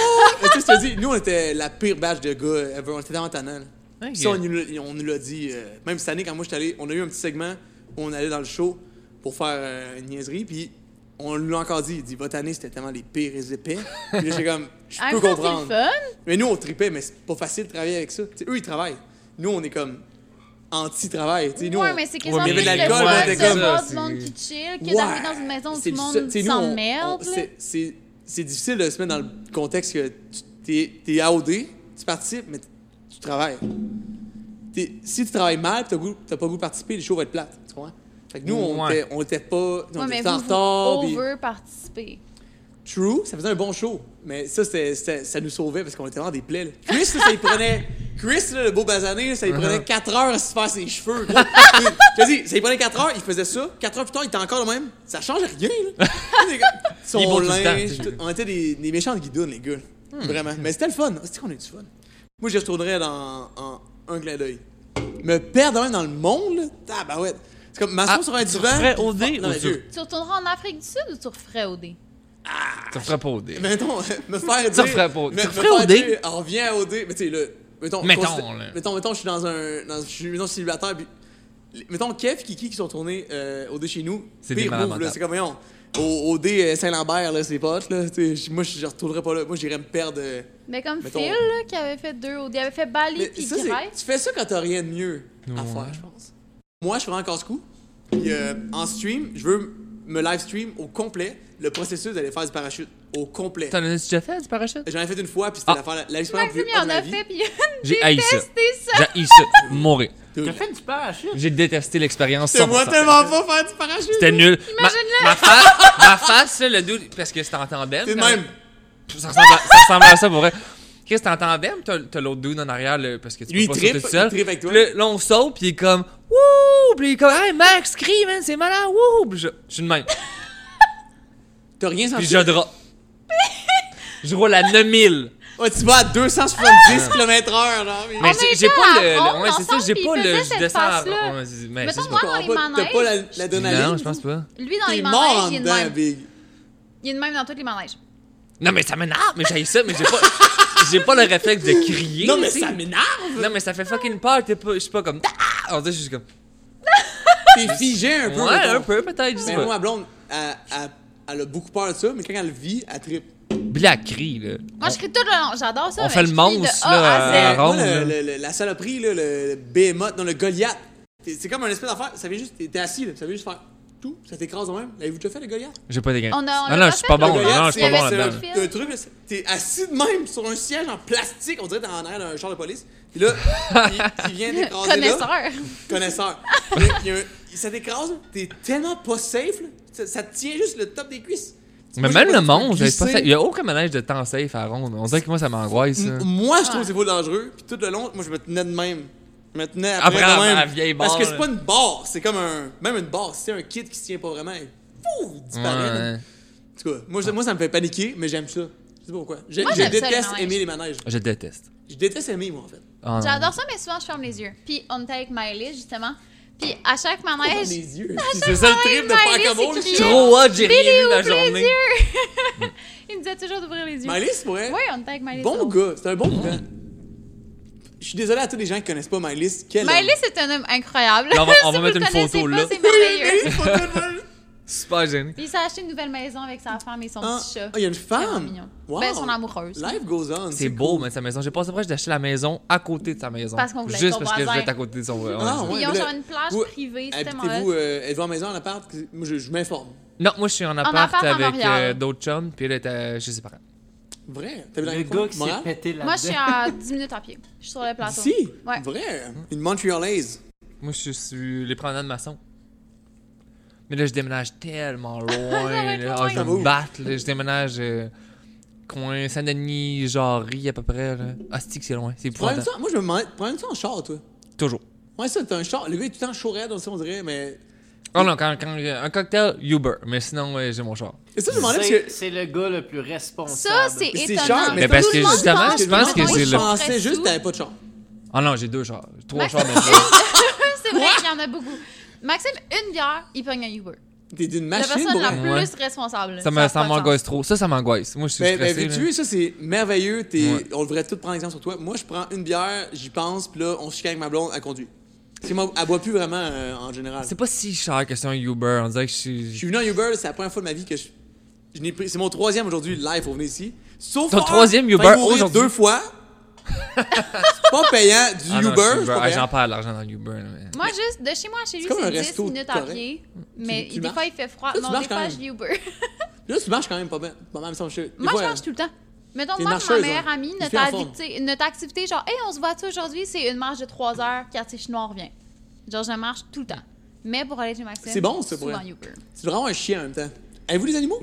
D: Mais tu sais, je te dis, nous, on était la pire batch de gars ever, on était dans tannant. là.
C: Ok.
D: Ça, on nous l'a- on nous l'a dit, euh, même cette année, quand moi j'étais allé, on a eu un petit segment où on allait dans le show pour faire euh, une niaiserie, puis on nous l'a encore dit, il dit, votre année, c'était tellement les pires épais. Puis là, j'étais comme, je
B: En
D: peux
B: même temps, c'est le
D: comprendre.
B: fun.
D: Mais nous, on tripait, mais c'est pas facile de travailler avec ça. T'sais, eux, ils travaillent. Nous, on est comme anti-travail. T'sais, nous,
B: ouais,
D: on-
B: mais c'est quasiment
C: mais
B: plus
C: il y avait de
B: le
C: l'alcool,
B: fun
C: ouais,
B: de
C: c'était comme-
B: voir
C: ça,
B: du monde
C: c'est-
B: qui chill que
D: Ouais.
B: d'arriver dans une maison où tout
D: C'est
B: le
D: du-
B: monde
D: t'sais, nous, on- on-
B: s'emmerde. là.
D: c'est- C'est c'est difficile de se mettre dans le contexte que tu t'es- t'es AOD, tu participes, mais t- tu travailles. T'es- si tu travailles mal, t'as goût- t'as pas goût de participer, les shows vont être plates. Tu comprends? Fait que nous, on
C: Ouais.
D: était- on était pas. On
B: Ouais, mais
D: était en
B: vous,
D: retard.
B: vous
D: puis-
B: over participer.
D: True, ça faisait un bon show. Mais ça, c'était- c'était- ça nous sauvait parce qu'on était vraiment des plaies. là. Chris, là, ça y prenait. Chris, là, le beau basané, ça y
C: Uh-huh.
D: prenait 4 heures à se faire ses cheveux. gros. Je te dis, ça y prenait 4 heures, il faisait ça. 4 heures plus tard, il était encore le même. Ça change rien, là. Les gars, Son
C: Il est bon tout le
D: linge,
C: temps, Hmm. t'sais.
D: tout- On était des, des méchants de guidounes, les gars. Vraiment. Mais c'était le fun. C'était qu'on a eu du fun. Moi, j'y retournerais dans en un clin d'œil. Me perdre même dans le monde, là. Tabarouette. C'est comme m'asseoir
C: Ah,
D: sur un
C: tu
D: divan.
C: referais
D: puis
C: OD
D: fuck dans
C: ou
D: la
C: tu-
D: gueule.
B: Tu retourneras en Afrique du Sud ou tu referais au dé?
C: Tu referais pas au dé.
D: Mais Mettons, me faire dire.
C: referais pas-
D: me-
C: tu
D: me
C: referais
D: faire
C: au dé?
D: dire, On revient à OD. Mais tu sais, là. Mettons,
C: Mettons,
D: considé-
C: là.
D: mettons, mettons, je suis dans un. Dans, je suis mettons, célibataire. Puis, les- mettons, Kev, Kiki qui sont tournés euh, OD chez nous.
C: C'est
D: pire
C: des
D: move,
C: malades
D: là, C'est comme, voyons. Au, OD euh, Saint-Lambert, là, ses potes, là. tu sais, Moi, je je retournerais pas là. Moi, j'irais me perdre. euh,
B: Mais comme
D: Mettons-
B: Phil, là, qui avait fait deux au dé, il avait fait Bali
D: mais
B: puis
D: ça, c'est-
B: Grèce.
D: tu fais ça quand t'as rien de mieux à
C: Ouais.
D: faire, je pense. Moi, je ferais encore ce coup. Puis euh, en stream, je veux me live stream au complet le processus d'aller faire du parachute. Au complet.
C: T'en as déjà fait du parachute?
D: J'en ai fait une fois, puis c'était
C: Ah.
D: l'affaire la- l'expérience la
B: Maxime, il
D: plus hot de
B: en
D: ma
B: a
D: vie.
B: fait, puis il a
C: J'ai haï ça.
B: détesté ça.
C: J'ai haï ça. Mourir.
E: T'as fait du parachute?
C: J'ai détesté l'expérience.
D: Je te vois
C: 100%.
D: tellement pas faire du parachute.
C: C'était nul. Ma,
B: Imagine-le.
C: ma face, ma face, là, le dude, parce que c'était en tandem.
D: C'est le
C: quand-
D: même.
C: Ça ressemble, à, ça ressemble à ça pour vrai. Chris, t'es en tandem, t'as t'as l'autre dude en arrière, là, parce que tu
D: Lui, il
C: peux pas
D: trippe,
C: sauter tout seul.
D: il trippe avec toi.
C: Puis là, là, on saute, puis il est comme Wouh! Puis il est comme Hey Max, crie, man, c'est malin, wouh! Puis je, je suis de même.
D: T'as rien
C: Puis
D: senti.
C: je drop. je roule à 9000.
D: Ouais, Oh, tu vas à 270
C: Ah.
D: km/h, là. Mais...
C: Mais
B: On
C: j'ai
B: était
C: j'ai pas
B: à
C: le.
B: Rome
C: le- Ouais, c'est ça,
B: ensemble,
C: j'ai
B: puis
C: pas
B: il
C: le.
B: faisait cette
C: Je descends à-
B: face-là.
C: ouais, c'est- mais
B: Mettons,
C: c'est-
B: moi,
D: T'as
B: dans les
D: pas, t'as pas la-
B: manèges,
D: l'adrénaline.
C: Non, je pense pas.
B: lui, dans
D: T'es
B: les
D: mort en
B: manèges, il est de
D: dedans,
B: même.
D: Big.
B: Il est de même dans tous les manèges.
C: Non, mais ça m'énerve, mais j'ai ça, mais j'ai pas. J'ai pas le réflexe de crier.
D: Non, mais
C: tu sais.
D: ça m'énerve.
C: Non, mais ça fait fucking peur. T'es pas, je suis pas comme. Ah! On dirait, je suis comme.
D: T'es figé un peu.
C: ouais,
D: mettons.
C: un peu, peut-être. Je sais
D: Mais
C: pas.
D: moi, ma blonde, elle, elle- elle a beaucoup peur de ça, mais quand elle le vit, elle tripe.
C: Black crie, là.
B: Moi, je crie tout le long. J'adore ça.
C: On
B: mais
C: fait le
B: je crie de A
C: monstre,
B: à
C: là,
B: Z.
C: Euh, à-
D: Mais moi,
C: ronde,
D: le-
C: là.
D: le- le- la saloperie, là, le, le behemoth, non, le Goliath, c'est c'est comme un espèce d'affaire. Ça vient juste, t'es t'es assis, là, ça vient juste faire tout, ça t'écrase de même. L'avez-vous déjà fait, le Goliath?
C: J'ai pas des gains.
B: On a- on
C: non,
B: l'a
C: non,
B: pas
C: je suis
B: fait,
C: pas
B: le
C: bon.
D: Goliath,
C: Non, je suis pas
D: c'est-
C: bon
D: c'est
C: là-dedans.
D: un- un truc, là, c'est- t'es assis de même sur un siège en plastique, on dirait dans- en arrière d'un char de police. Puis là, il, il vient t'écraser là.
B: Connaisseur.
D: Connaisseur. Il y a- il y a un- il- ça t'écrase, là. t'es tellement pas safe, là. Ça, ça te tient juste le top des cuisses.
C: Mais
D: Moi, je sais
C: même
D: pas
C: le
D: si tu peux
C: monde, j'avais pas
D: glisser.
C: fait. Il y a aucun manège de temps safe à ronde. On dirait que moi, ça m'angoisse, ça.
D: M- Moi, je trouve que c'est pas dangereux. Puis tout le long, moi, je me tenais de même. Je me tenais
C: Après,
D: après,
C: à-
D: de même.
C: à la vieille barre,
D: Parce que c'est
C: là.
D: pas une barre, c'est comme un. Même une barre, c'est un kit qui se tient pas vraiment. Et Fou, il disparaît. là.
C: Ouais.
D: En tout cas, moi,
E: Ah.
D: je- moi, ça me fait paniquer, mais j'aime ça. Je sais pas pourquoi. Je,
B: Moi,
D: je
B: j'aime ça, les
D: déteste
B: manèges.
D: aimer les manèges.
C: Je déteste.
D: Je déteste aimer, moi, en fait.
C: Ah, non.
B: J'adore ça, mais souvent, je ferme les yeux. Puis, on était avec Miley, justement. Puis, à chaque
D: Dans
B: manège.
D: les yeux.
B: chaque
D: C'est ça le
B: manège,
D: trip de faire
B: Miley
D: comme oh, on le
B: s'écriait,
D: chante.
C: Trop hot, j'ai
B: Billy,
C: rien vu de la
B: ouvre les
C: journée.
B: yeux! Il me disait toujours d'ouvrir les yeux.
D: Miley, c'est vrai.
B: Oui, on était avec Miley.
D: Bon
B: Cyrus.
D: gars, c'est un bon gars. Je suis désolé à tous les gens qui connaissent pas Miley. Quel homme.
B: Miley, c'est un homme incroyable.
C: Là, on va-
B: Si
C: on va
B: vous
C: mettre
B: le
C: une
B: connaissez
C: photo,
B: pas,
C: là.
B: C'est merveilleux.
D: Miley, faut tellement-
C: Super gêné.
B: Puis il s'est acheté une nouvelle maison avec sa femme et son
D: Ah,
B: petit chat.
D: ah, il y a une
B: Tellement
D: femme.
B: mignon.
D: Wow.
B: Ben, son amoureuse.
D: Life goes on.
C: C'est beau, mais sa maison. J'ai passé proche d'acheter la maison à côté de sa maison.
B: Parce qu'on voulait être
C: Juste
B: son
C: parce que je voulais
B: voisin.
C: être à côté de son.
D: Ah, ouais.
B: Puis ils ont
D: mais
B: genre
D: là,
B: une plage
D: vous-
B: privée, c'est tellement
D: Habitez-vous,
B: hot.
D: euh, êtes-vous en maison, en appart? Moi, je, je m'informe.
C: Non, moi, je suis en appart,
B: appart à
C: avec
B: Montréal.
C: euh, d'autres chums, puis elle était chez ses parents.
D: Vrai? T'habites dans quel
E: Le gars
D: coin?
E: qui
D: Montréal?
E: s'est pété la
B: Moi, je suis à 10 minutes à pied. Je suis sur le plateau.
D: Si?
B: Ouais.
D: Vrai? Une Montréalaise.
C: Moi, je suis les promenades de maçon. Mais là, je déménage tellement loin.
B: va être
C: là.
B: loin.
C: Ah, je vais
D: Ça bouge.
C: me battre. là. Je déménage euh, coin Saint-Denis, Jarry, à peu près. Là. Ah, c'est que c'est loin. C'est pour
D: Prends-le ça, moi, je me demande, prends ça en char, toi.
C: Toujours.
D: Ouais, ça, t'as un char. Le gars est tout le temps chaud raide, on sait, on dirait, mais.
C: Oh non, quand, quand, un cocktail, Uber. Mais sinon, ouais, j'ai mon char.
D: Et ça, je me demandais parce
E: C'est-
D: que.
E: C'est le gars le plus responsable.
B: Ça, c'est
D: Mais c'est
B: étonnant.
D: cher, mais
C: Mais parce que justement, je pense que j'ai
D: Je
C: le-
D: pensais juste que t'avais pas de char.
C: Oh non, j'ai deux chars. J'ai Trois
B: Max-
C: chars. maintenant.
B: C'est vrai qu'il y en a beaucoup. Maxime, une bière, il pogne un Uber.
D: T'es d'une
B: La
D: machine,
B: personne
D: pour
B: la
D: vrai.
C: Ouais.
B: plus responsable.
C: ça me-
B: a
C: ça
B: pas de
C: m'angoisse
B: sens.
C: trop. Ça, ça m'angoisse. Moi, je suis
D: Ben, ben,
C: stressé. là.
D: tu ça, c'est merveilleux. T'es-
C: Ouais.
D: On devrait tout prendre exemple sur toi. Moi, je prends une bière, j'y pense, puis là, on se chicane avec ma blonde, elle conduit. C'est moi, elle boit plus vraiment euh, en général.
C: C'est pas si cher que c'est un Uber. On dirait que je suis.
D: Je suis venu en Uber, c'est la première fois de ma vie que je. je n'ai pris- c'est mon troisième aujourd'hui live pour venir ici. Sauf
C: Ton
D: fort,
C: troisième
D: failli
C: Uber
D: mourir
C: aujourd'hui.
D: deux fois. c'est pas payant du
C: Ah non,
D: Uber.
C: je suis
D: c'est pas
C: Ah,
D: payant.
C: J'en perds l'argent dans l'Uber. là, mais-
B: Moi, juste, de chez moi à chez lui,
D: comme un
B: c'est 10
D: resto
B: minutes à
D: correct.
B: pied. Mais
D: tu
B: des
D: marches?
B: fois, il fait froid.
D: Ça, tu
B: Non,
D: marches
B: des
D: quand
B: fois,
D: même.
B: je vis Uber.
D: Là, tu marches quand même pas bien. Pas mal, sans chute. Des
B: Moi,
D: fois,
B: je
D: euh,
B: marche tout le temps. Mettons, moi,
D: t'es une
B: ma
D: marcheuse,
B: meilleure
D: hein.
B: amie,
D: Une
B: notre,
D: fille en forme.
B: addic- notre activité, genre, hey, on se voit-tu aujourd'hui, c'est une marche de 3 heures, quartier chinois, on revient. Genre, je marche tout le temps. Mais pour aller chez Maxime,
D: C'est bon, ça, pour
B: souvent
D: elle.
B: Uber.
D: C'est vraiment un chien en même temps. Avez-vous des animaux?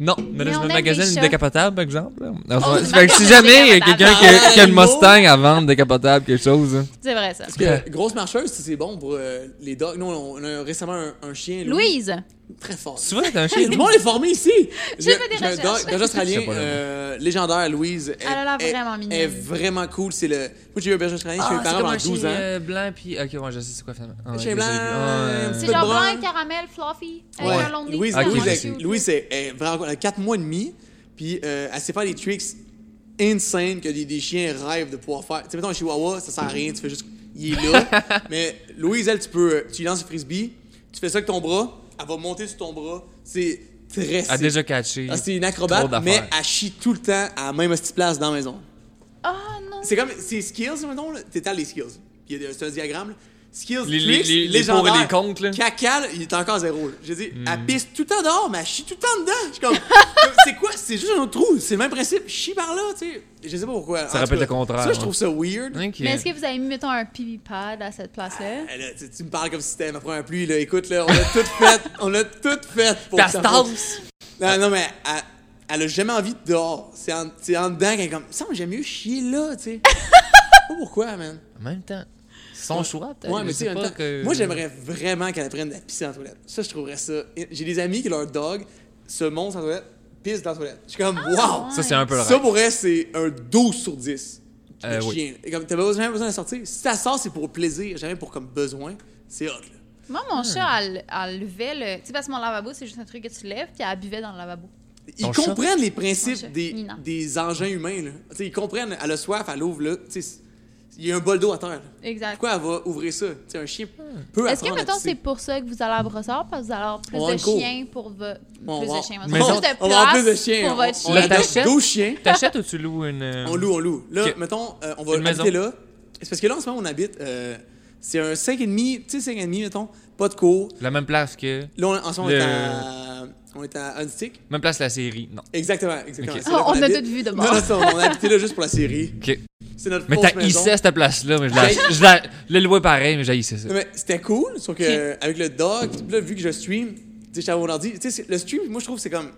C: Non,
B: Mais
C: mais là, je
B: on
C: me
B: aime les
C: magasine
B: chats.
C: une décapotable, par exemple. là. Non,
B: Oh,
C: c'est-
B: tu
C: fait que si
B: magasines une
C: jamais il y a quelqu'un
B: décapotable.
C: qui, a- qui a une
D: Ah,
C: Mustang à vendre, décapotable, quelque chose. hein.
B: C'est vrai, ça.
D: Parce que grosse marcheuse, c'est bon pour euh, les dogs. Nous, on on a récemment un, un chien. Louis.
B: Louise,
D: Très fort.
C: Souvent, t'as un
D: Hey,
C: chien.
D: le monde est formé ici!
B: J'ai fait des
D: un dog-
B: recherches.
D: dog australien,
C: Je sais pas, là.
D: euh, légendaire, Louise.
B: Elle a l'air vraiment
D: est,
B: mignonne. Ah,
D: est vraiment cool. C'est le... Moi, j'ai eu un berger
C: Ah,
D: australien chez mes parents pendant 12
B: euh,
D: ans.
C: euh, blanc, puis. Ok, ouais, je sais c'est quoi finalement. Ah,
D: Un
C: ouais,
D: chien
C: je
D: blanc,
C: sais, ouais.
D: un
B: c'est
D: peu
B: genre
D: de brun.
B: blanc, caramel, fluffy, avec
D: Ouais.
B: un long nez.
D: Louise,
C: Ah,
B: vraiment
D: Louise,
C: ok,
D: elle-
C: j'ai-
B: cute.
D: Louise, elle est vraiment... Elle a 4 mois et demi, puis euh, elle sait faire des tricks insane que des, des chiens rêvent de pouvoir faire. Tu sais, mettons, un chihuahua, ça sert à rien, tu fais juste... Il est là. mais Louise, elle, tu peux... Tu lui lances le frisbee, tu fais ça avec ton bras, elle va monter sur ton bras. C'est très
C: Elle a
D: sick.
C: déjà catché.
D: Ah, c'est une
C: Trop
D: acrobate,
C: d'affaires.
D: mais elle chie tout le temps à la même petite place dans la maison.
B: Ah non.
D: C'est comme ses skills, mettons, là. t'étales les skills. Puis il y a- c'est un diagramme. Skills,
C: Les-
D: tricks,
C: les- les- les
D: légendaires,
C: pour et les contre, là. Hmm.
D: Cacal, il est encore zéro. là. J'ai dit, elle pisse tout le temps dehors, mais elle chie tout le temps dedans. Je suis comme, comme, c'est quoi? C'est juste un autre trou. C'est le même principe. Chie par là, tu sais. Je sais pas pourquoi. En tout
C: répète
D: cas,
C: le contraire, hein.
D: Ça, je
C: ouais.
D: trouve ça weird.
C: Ok.
B: Mais est-ce que vous avez mis, mettons, un pipi pad à cette place-là?
D: Eh, là, tu, tu me parles comme si c'était ma première pluie, là. Écoute, là, on a tout fait. On a tout fait pour
C: Ta
D: que ça
C: stance.
D: non, non, mais elle, elle a jamais envie de dehors. C'est en, c'est en dedans qu'elle est comme, ça, j'aime mieux chier là, tu sais. Je sais pas pourquoi, man.
C: En même temps, son choix, peut-être.
D: Ouais, mais
C: je
D: tu sais,
C: sais
D: en même
C: pas
D: temps,
C: que-
D: moi, j'aimerais vraiment qu'elle apprenne à pisser en toilette. Ça, je trouverais ça. J'ai des amis qui, leur dog, se monte en toilette, pisse dans la toilette. Je suis comme, wow!
C: Ça, Ah, c'est un peu le
D: Ça,
C: rêve.
D: pour elle, c'est un 12 sur 10. Le
C: Euh,
D: chien.
C: oui.
D: Et Comme, t'as pas besoin- jamais besoin de la sortir. Si ça sort, c'est pour plaisir, jamais pour comme besoin. C'est hot, là.
B: Moi, mon chat, elle, elle levait le. Tu sais, parce que mon lavabo, c'est juste un truc que tu lèves, puis elle buvait dans le lavabo.
D: Ils
C: Ton chat?
D: comprennent les
B: Mon chat,
D: principes des,
B: Nina.
D: des engins humains. Là. Tu sais, Ils comprennent, elle a soif, elle ouvre là. Tu sais, c'est- Il y a un bol d'eau à terre. là.
B: Exact.
D: Pourquoi elle va ouvrir ça? Tu sais, un chien
C: Hmm.
D: peut
B: Est-ce que,
D: apprendre à
B: mettons,
D: pisser.
B: c'est pour ça que vous allez à Brossard, parce que vous allez avoir plus
D: On va
B: de
D: en cours.
B: chiens pour votre.
D: On
B: plus
D: va-
B: de chiens,
D: on
B: mais
D: va-
B: plus de
D: on va avoir
B: place
D: plus de chiens.
B: pour
D: On-
B: votre
D: on
B: chien.
D: adopte
C: L'attache?
D: deux chiens.
C: T'achètes ou tu loues une. euh,
D: On loue, on loue. Là,
C: Ok.
D: mettons, euh, on va
C: Une
D: habiter
C: maison.
D: là. C'est parce que là, en ce moment, on habite. euh, c'est un 5,5, tu sais, 5,5, mettons, pas de cours.
C: La même place que.
D: Là, on- en ce moment,
C: Le-
D: on est à. On est à Unstick.
C: Même place que la série. Non.
D: Exactement, exactement.
C: Ok.
D: C'est là
B: Oh,
D: qu'on
B: on a
D: habite.
B: tout vu de
D: Non,
B: bord.
D: non, ça, on a habité là juste pour la série.
C: Ok.
D: C'est notre
C: Mais
D: fausse
C: t'as
D: maison.
C: hissé à cette place-là, mais je la, je la, je la louais pareil, mais j'ai hissé ça.
D: Non, mais c'était cool, sauf que euh, avec le doc, puis là, vu que je stream, tu sais, j'étais à mon ordi. Tu sais, c'est- le stream, moi, je trouve, c'est comme.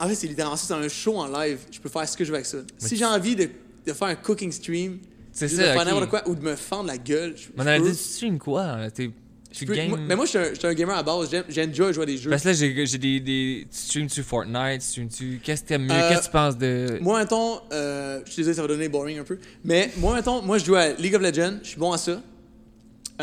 D: En fait, c'est littéralement ça, c'est un show en live. Je peux faire ce que je veux avec ça. si j'ai envie de, de faire un cooking stream,
C: C'est
D: juste
C: ça,
D: de faire
C: ok.
D: n'importe quoi ou de me fendre la gueule, je,
C: Mon
D: je
C: a dit,
D: peux.
C: tu stream quoi? T'es-
D: Je
C: Tu
D: peux-
C: gagnes.
D: moi- mais moi, je suis un- je suis un, gamer à base. J'aime- J'aime déjà jouer à des jeux.
C: Parce que là, j'ai j'ai des, des. Tu streams-tu Fortnite? Tu streams-tu. Qu'est-ce que t'aimes mieux?
D: Euh,
C: Qu'est-ce que tu penses de.
D: Moi, mettons, euh, je suis désolé, ça va donner boring un peu. Mais moi, mettons, moi, je joue à League of Legends. Je suis bon à ça.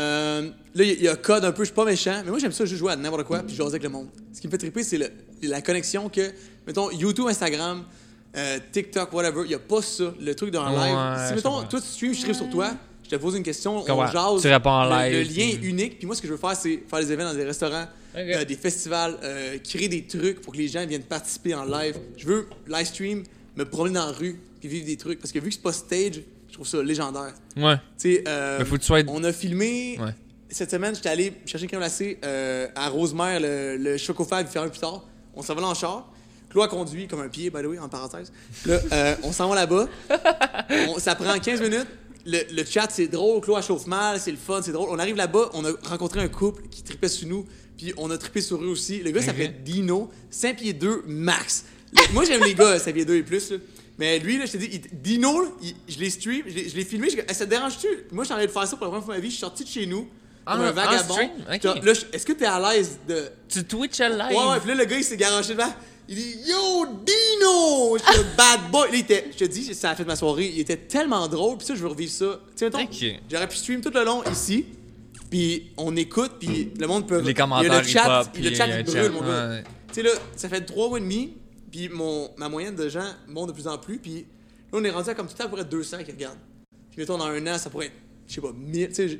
D: Euh, là, il y a- il y, a code un peu, je suis pas méchant, mais moi j'aime ça, je joue à n'importe quoi, puis jaser avec le monde. Ce qui me fait triper, c'est le- la connexion que, mettons, YouTube, Instagram, euh, TikTok, whatever, il y a pas ça, le truc d'un
C: Ouais,
D: live. Si,
C: je
D: mettons,
C: comprends.
D: toi tu stream, je stream sur toi, je te pose une question, on
C: Comment?
D: jase.
C: Tu réponds en
D: le-
C: live,
D: Le lien
C: puis-
D: est unique, puis moi ce que je veux faire, c'est faire des événements dans des restaurants, euh, des festivals, euh, créer des trucs pour que les gens viennent participer en live. Je veux live stream, me promener dans la rue, puis vivre des trucs, parce que vu que c'est pas stage, je trouve ça légendaire.
C: Ouais.
D: Tu sais, euh,
C: Mais faut que tu sois-
D: on a filmé.
C: Ouais.
D: Cette semaine, j'étais allé chercher une crème glacée euh, à Rosemère, le, le chocofab, il fait un plus tard. On s'en va là en char. Chloé a conduit comme un pied, by the way, en parenthèse. Là, euh, on s'en va là-bas. On- ça prend 15 minutes. Le, le chat, c'est drôle. Chloé elle chauffe mal, c'est le fun, c'est drôle. On arrive là-bas, on a rencontré un couple qui tripait sur nous, puis on a trippé sur eux aussi. Le gars
C: Ben
D: s'appelait Dino, 5 pieds 2 max. Le- moi, j'aime les gars, 5 pieds 2 et plus. là. Mais lui, là, je te dis, il- Dino, là, il- je l'ai stream, je l'ai- je l'ai filmé. Je, hey, ça te dérange-tu? Moi, j'ai envie de faire ça pour la première fois de ma vie. Je suis sorti de chez nous. Comme
C: Ah,
D: un vagabond.
C: en stream? Ok.
D: J'étais- là, je- Est-ce que t'es à l'aise de
C: Tu Twitch live?
D: Ouais, ouais, puis là, le gars, il s'est garagé devant. Il dit Yo, Dino! J'étais le bad boy. Là, il était, je te dis, ça a fait ma soirée. Il était tellement drôle. Puis ça, je veux revivre ça. Tu sais, mettons,
C: Ok.
D: j'aurais pu stream tout le long ici. Puis on écoute, puis le monde peut.
C: Les commentaires,
D: il y a le chat,
C: ils pop,
D: il y
C: puis
D: a le chat,
C: il y a
D: il
C: un
D: brûle,
C: chat.
D: mon gars.
C: Ouais.
D: Tu sais, là, ça fait trois mois et demi, puis mon, ma moyenne de gens monte de plus en plus. Puis là, on est rendu à comme tout à peu près 200 qui regardent. Puis mettons, dans un an, ça pourrait être, je sais pas, 1000. Tu sais, je-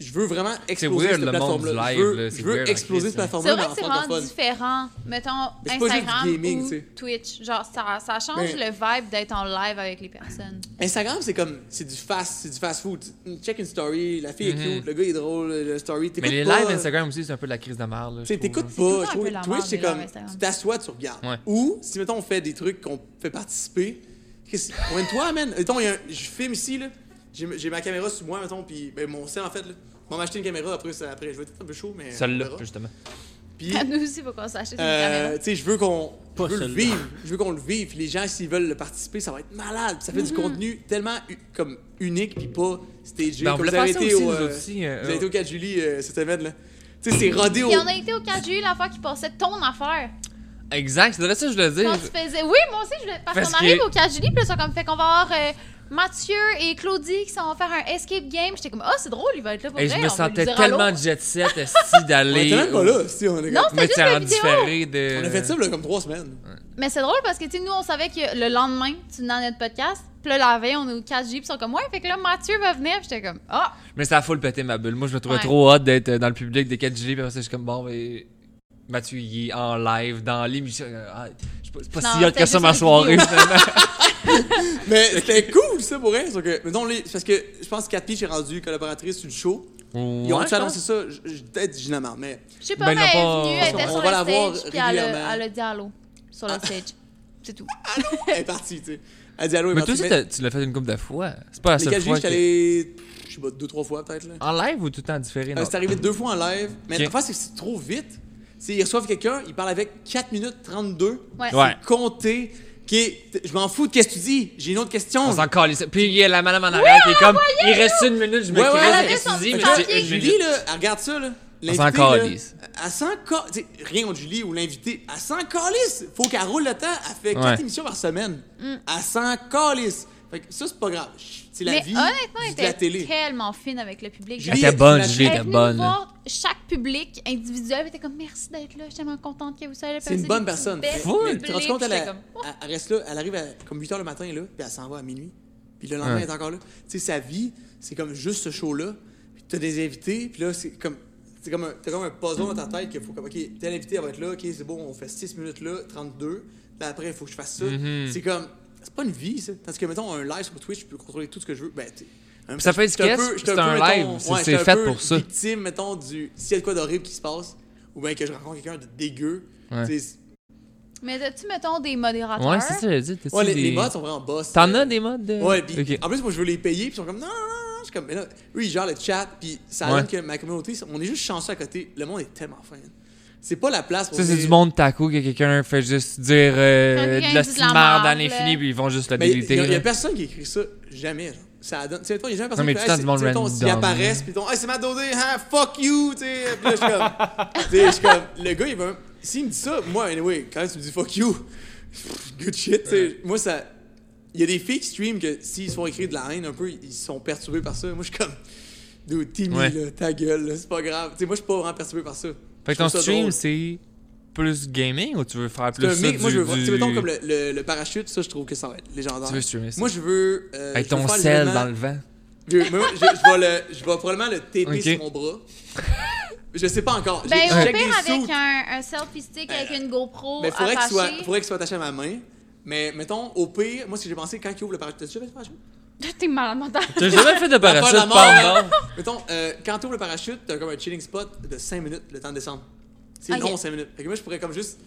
D: je veux vraiment exploser
C: weird,
D: cette
C: le monde du
D: plateforme-là. Je
C: live,
D: veux,
C: là,
D: je
C: c'est
D: veux
C: weird en
D: exploser
C: crise,
D: cette
C: hein.
B: C'est
D: plateforme-là
B: vrai
D: en
B: que c'est vraiment
D: francophone.
B: différent, mettons,
D: Mais c'est pas juste du
B: Instagram
D: gaming,
B: ou
D: tu sais.
B: Twitch. Genre, ça, ça change
D: Mais-
B: le vibe d'être en live avec les personnes.
D: Instagram, c'est comme, c'est du fast, c'est du fast food. Tu- Check une story, la fille est
C: Mhm.
D: cute, le gars il est drôle, le story.
C: Mais
D: t'écoutes
C: les
D: pas,
C: lives Instagram aussi, c'est un peu de la crise de marre.
D: Tu sais, t'écoutes
B: C'est toujours
D: pas.
B: un
D: je
B: peu
D: trouve.
B: la
D: Twitch,
B: merde,
D: c'est
B: les lives
D: comme,
B: Instagram.
D: tu t'assois, tu regardes.
C: Ouais.
D: Ou, si mettons, on fait des trucs qu'on fait participer, qu'est-ce que. toi, man. Mettons, il y a un- je filme ici, là. J'ai j'ai ma caméra sur moi, mettons, puis ben, mon sel, en fait, là. On va m'acheter une caméra après, ça- après. Je vais être un peu chaud, mais.
C: Celle-là,
D: on verra.
C: justement.
D: Puis,
B: Nous aussi, faut qu'on s'achète une
D: euh,
B: caméra.
D: tu sais, je veux qu'on je
E: Pas
D: veux le
E: celle-là.
D: vive. Je veux qu'on le vive. Puis Les gens, s'ils veulent le participer, ça va être malade. Ça fait
B: Mm-hmm.
D: du contenu tellement u- comme unique puis pas stagé.
C: Ben, on
D: comme
C: voulait
D: vous avez
C: faire ça
D: été
C: aussi,
D: au,
C: nous
D: euh,
C: autres aussi, euh,
D: vous avez été au 4 juillet euh, cette semaine là. Tu sais, c'est rodé au.
B: Puis on a été au 4 juillet la fois qui passait ton affaire.
C: Exact, c'est vrai ça que je voulais dire.
B: Quand tu faisais... Oui, moi aussi, je voulais- parce,
C: Parce
B: qu'on arrive
C: que-
B: au 4 juillet, puis là, ça comme fait qu'on va avoir euh, Mathieu et Claudie qui sont faire un escape game. J'étais comme, ah, c'est drôle, il va être là pour
C: Et
B: vrai.
C: je
B: on
C: me
B: va
C: sentais
B: lui dire
C: tellement
B: allô.
C: jet set esti
D: On était
C: d'aller.
D: même
C: au-
D: pas là, si on est
B: Non,
D: comme-
B: c'était
C: Mais
B: juste
C: t'es
B: la
C: en
B: vidéo.
C: différé de.
D: On a fait ça il y a comme trois semaines.
B: Mais c'est drôle parce que, tu sais, nous, on savait que le lendemain, tu venais à notre podcast. Puis là, la veille, on est au 4 juillet, puis ils sont comme, ouais, fait que là, Mathieu va venir. Puis j'étais comme, ah,
C: Mais ça a full pété ma bulle. Moi, je me trouvais
B: Ouais.
C: trop hot d'être euh, dans le public des 4G. Puis après ça, je suis comme, bon, mais Mathieu, il est en live dans l'émission. Euh, ah, je suis pas- c'est pas
B: Non,
C: si hot que
B: c'était
C: ça
B: juste
C: ma
B: une
C: soirée,
B: vidéo.
C: finalement.
D: Mais c'était cool, ça, pour elle. Sauf que, mettons, les- c'est parce que je pense que Cat Peach est rendue collaboratrice sur le show. Ils ont
C: Ouais,
D: tout annoncé ça. je- je- Peut-être Gina Marne, mais.
B: Je sais pas,
C: Ben, il
B: mais
C: l'a
B: elle
C: pas-
B: est venue, elle était
D: On
B: sur
D: va
B: le
D: la voir
B: stage, puis elle
D: régulièrement. Ah.
B: a, elle a dit allô sur le stage. C'est tout.
D: Elle est partie, tu sais. Elle dit allô, elle est
C: Mais toi
D: partie.
C: aussi,
D: Mais
C: t'as- tu l'as fait une couple de fois. C'est pas la
D: Les
C: seule
D: 4
C: fois.
D: juillet, j'étais
C: que-
D: allé, je sais pas, deux, trois fois peut-être. là.
C: En live ou tout le temps en différé?
D: Euh,
C: non?
D: c'est arrivé deux fois en live, mais
C: Ok.
D: la fois, c'est que c'est trop vite. C'est, ils reçoivent quelqu'un, ils parlent avec 4 minutes 32.
B: Ouais.
C: Ouais.
D: Compté. OK, t- je m'en fous de qu'est-ce que tu dis. J'ai une autre question.
C: On s'en calisse. Puis il y a la madame en arrière qui est comme, il reste une minute, je me
D: Ouais, ouais, elle avait
C: crise.
B: son
C: Suzy,
B: petit
C: mais
B: papier.
C: c'est une
D: Julie,
C: minute.
D: là, elle regarde ça, là.
C: s'en
D: L'invité, là,
C: calisse.
D: Elle s'en calisse. Rien contre Julie ou l'invité. Elle s'en calisse. Faut qu'elle roule le temps. Elle fait 4
C: Ouais.
D: émissions par semaine.
B: Mm.
D: Elle s'en calisse. Fait que ça, c'est pas grave. Chut, C'est la
B: mais
D: vie
B: honnêtement, elle
D: de la
B: était
D: télé.
B: tellement fine avec le public.
D: Julie,
C: Elle
B: Genre,
C: était bonne,
D: Elle
C: Julie
B: elle est
C: était
B: venue
C: bonne.
B: nous voir chaque public individuel, elle était comme merci d'être là, je suis tellement contente que vous soyez là.
D: C'est une bonne personne.
C: Fou.
D: Mais tu te rends compte, elle,
B: elle
D: elle,
B: oh!
D: elle reste là, elle arrive à comme 8 h le matin, là, puis elle s'en va à minuit. Puis le lendemain,
C: Ouais.
D: elle est encore là. Tu sais, sa vie, c'est comme juste ce show-là. Puis t'as des invités, puis là, c'est comme. C'est comme un, t'as comme un puzzle dans ta tête qu'il faut comme, OK, tel invité, elle va être là, OK, c'est bon, on fait 6 minutes là, 32. Là, après, il faut que je fasse ça. C'est comme. C'est pas une vie, ça. Tandis que, mettons, un live sur Twitch, je peux contrôler tout ce que je veux. Ben, t'es- en même
C: Ça
D: temps,
C: fait
D: je-
C: du
D: j'étais un
C: casse,
D: peu- j'étais
C: c'est
D: un peu,
C: un
D: mettons,
C: live, c'est-
D: ouais,
C: c'est
D: j'étais un
C: fait
D: peu
C: pour ça.
D: victime, mettons, du. S'il y a de quoi d'horrible qui se passe, ou bien que je rencontre quelqu'un de dégueu,
C: Ouais.
D: tu sais,
B: Mais as-tu, mettons, des modérateurs?
C: Ouais, c'est ça, j'ai dit. t'as-tu
D: Ouais, les,
C: des-
D: les mods sont vraiment boss.
C: T'en
D: Euh,
C: as des modes? de-
D: Ouais, puis
C: Ok.
D: en plus, moi, je veux les payer, puis ils sont comme, non, non, non, non. je suis comme, mais là, eux, ils gèrent le chat, puis ça
C: Ouais.
D: donne que ma communauté, on est juste chanceux à côté. Le monde est tellement fin. C'est pas la place pour
C: Ça, c'est
D: dire-
C: du monde taco que quelqu'un fait juste dire euh,
B: Quand quelqu'un
C: de la
B: dit de
C: petite
B: la
C: merde à
B: merde,
C: l'infini,
B: là.
C: puis ils vont juste le
D: Mais il y,
C: déliter.
D: a- y a
C: là.
D: personne qui écrit ça, jamais. genre. ça donne. Tu sais, toi, il y a
C: Non,
D: jamais personne
C: mais
D: qui
C: tout
D: fait,
C: le temps
D: Hey,
C: du monde
D: c'est- tu sais, mettons, s'ils
C: random.
D: apparaissent, puis ils disent, hey, c'est ma dodée, hein, fuck you, tu sais. Puis là, je suis comme, tu sais, je suis comme, le gars, il va. S'il me dit ça, moi, anyway, quand tu me dis fuck you, good shit, tu sais. Moi, ça. Il y a des filles qui stream que s'ils se font écrire de la haine un peu, ils sont perturbés par ça. Moi, je suis comme, dude, Timmy,
C: Ouais.
D: là, ta gueule, là, c'est pas grave. Tu sais, moi, je suis pas vraiment perturbé par ça.
C: Fait que
D: Je trouve
C: ton
D: ça
C: stream,
D: drôle.
C: c'est plus gaming ou tu veux faire plus
D: C'est un
C: ça
D: mix. Moi,
C: du-
D: je veux voir. Tu
C: du-
D: sais, mettons, comme le, le- le parachute, ça, je trouve que ça va être légendaire.
C: Tu veux streamer ça?
D: Moi, je veux. euh,
C: Avec
D: je veux
C: ton
D: faire
C: sel
D: l'événement-
C: dans le vent.
D: Je, veux- moi, je, je vais le- je vais probablement le taper
C: Ok.
D: sur mon bras. je sais pas encore. J'ai-
B: Ben,
D: je
B: au
D: check
B: pire,
D: des
B: avec
D: suits.
B: un, un selfie stick avec une GoPro
D: Mais Euh, ben, faudrait qu'il
B: attachée.
D: soit, faudrait qu'il soit attaché à ma main. Mais mettons, au pire, moi, ce que j'ai pensé, quand il ouvre le parachute, t'as déjà fait le parachute?
B: T'es malade mental.
C: T'as jamais fait de
D: T'as peur de la
C: parachute,
D: mort, hein?
C: pardon?
D: Mettons, euh, quand tu ouvres le parachute, t'as comme un chilling spot de 5 minutes le temps de descendre. C'est
B: Ok.
D: long, 5 minutes. Fait que moi, je pourrais comme juste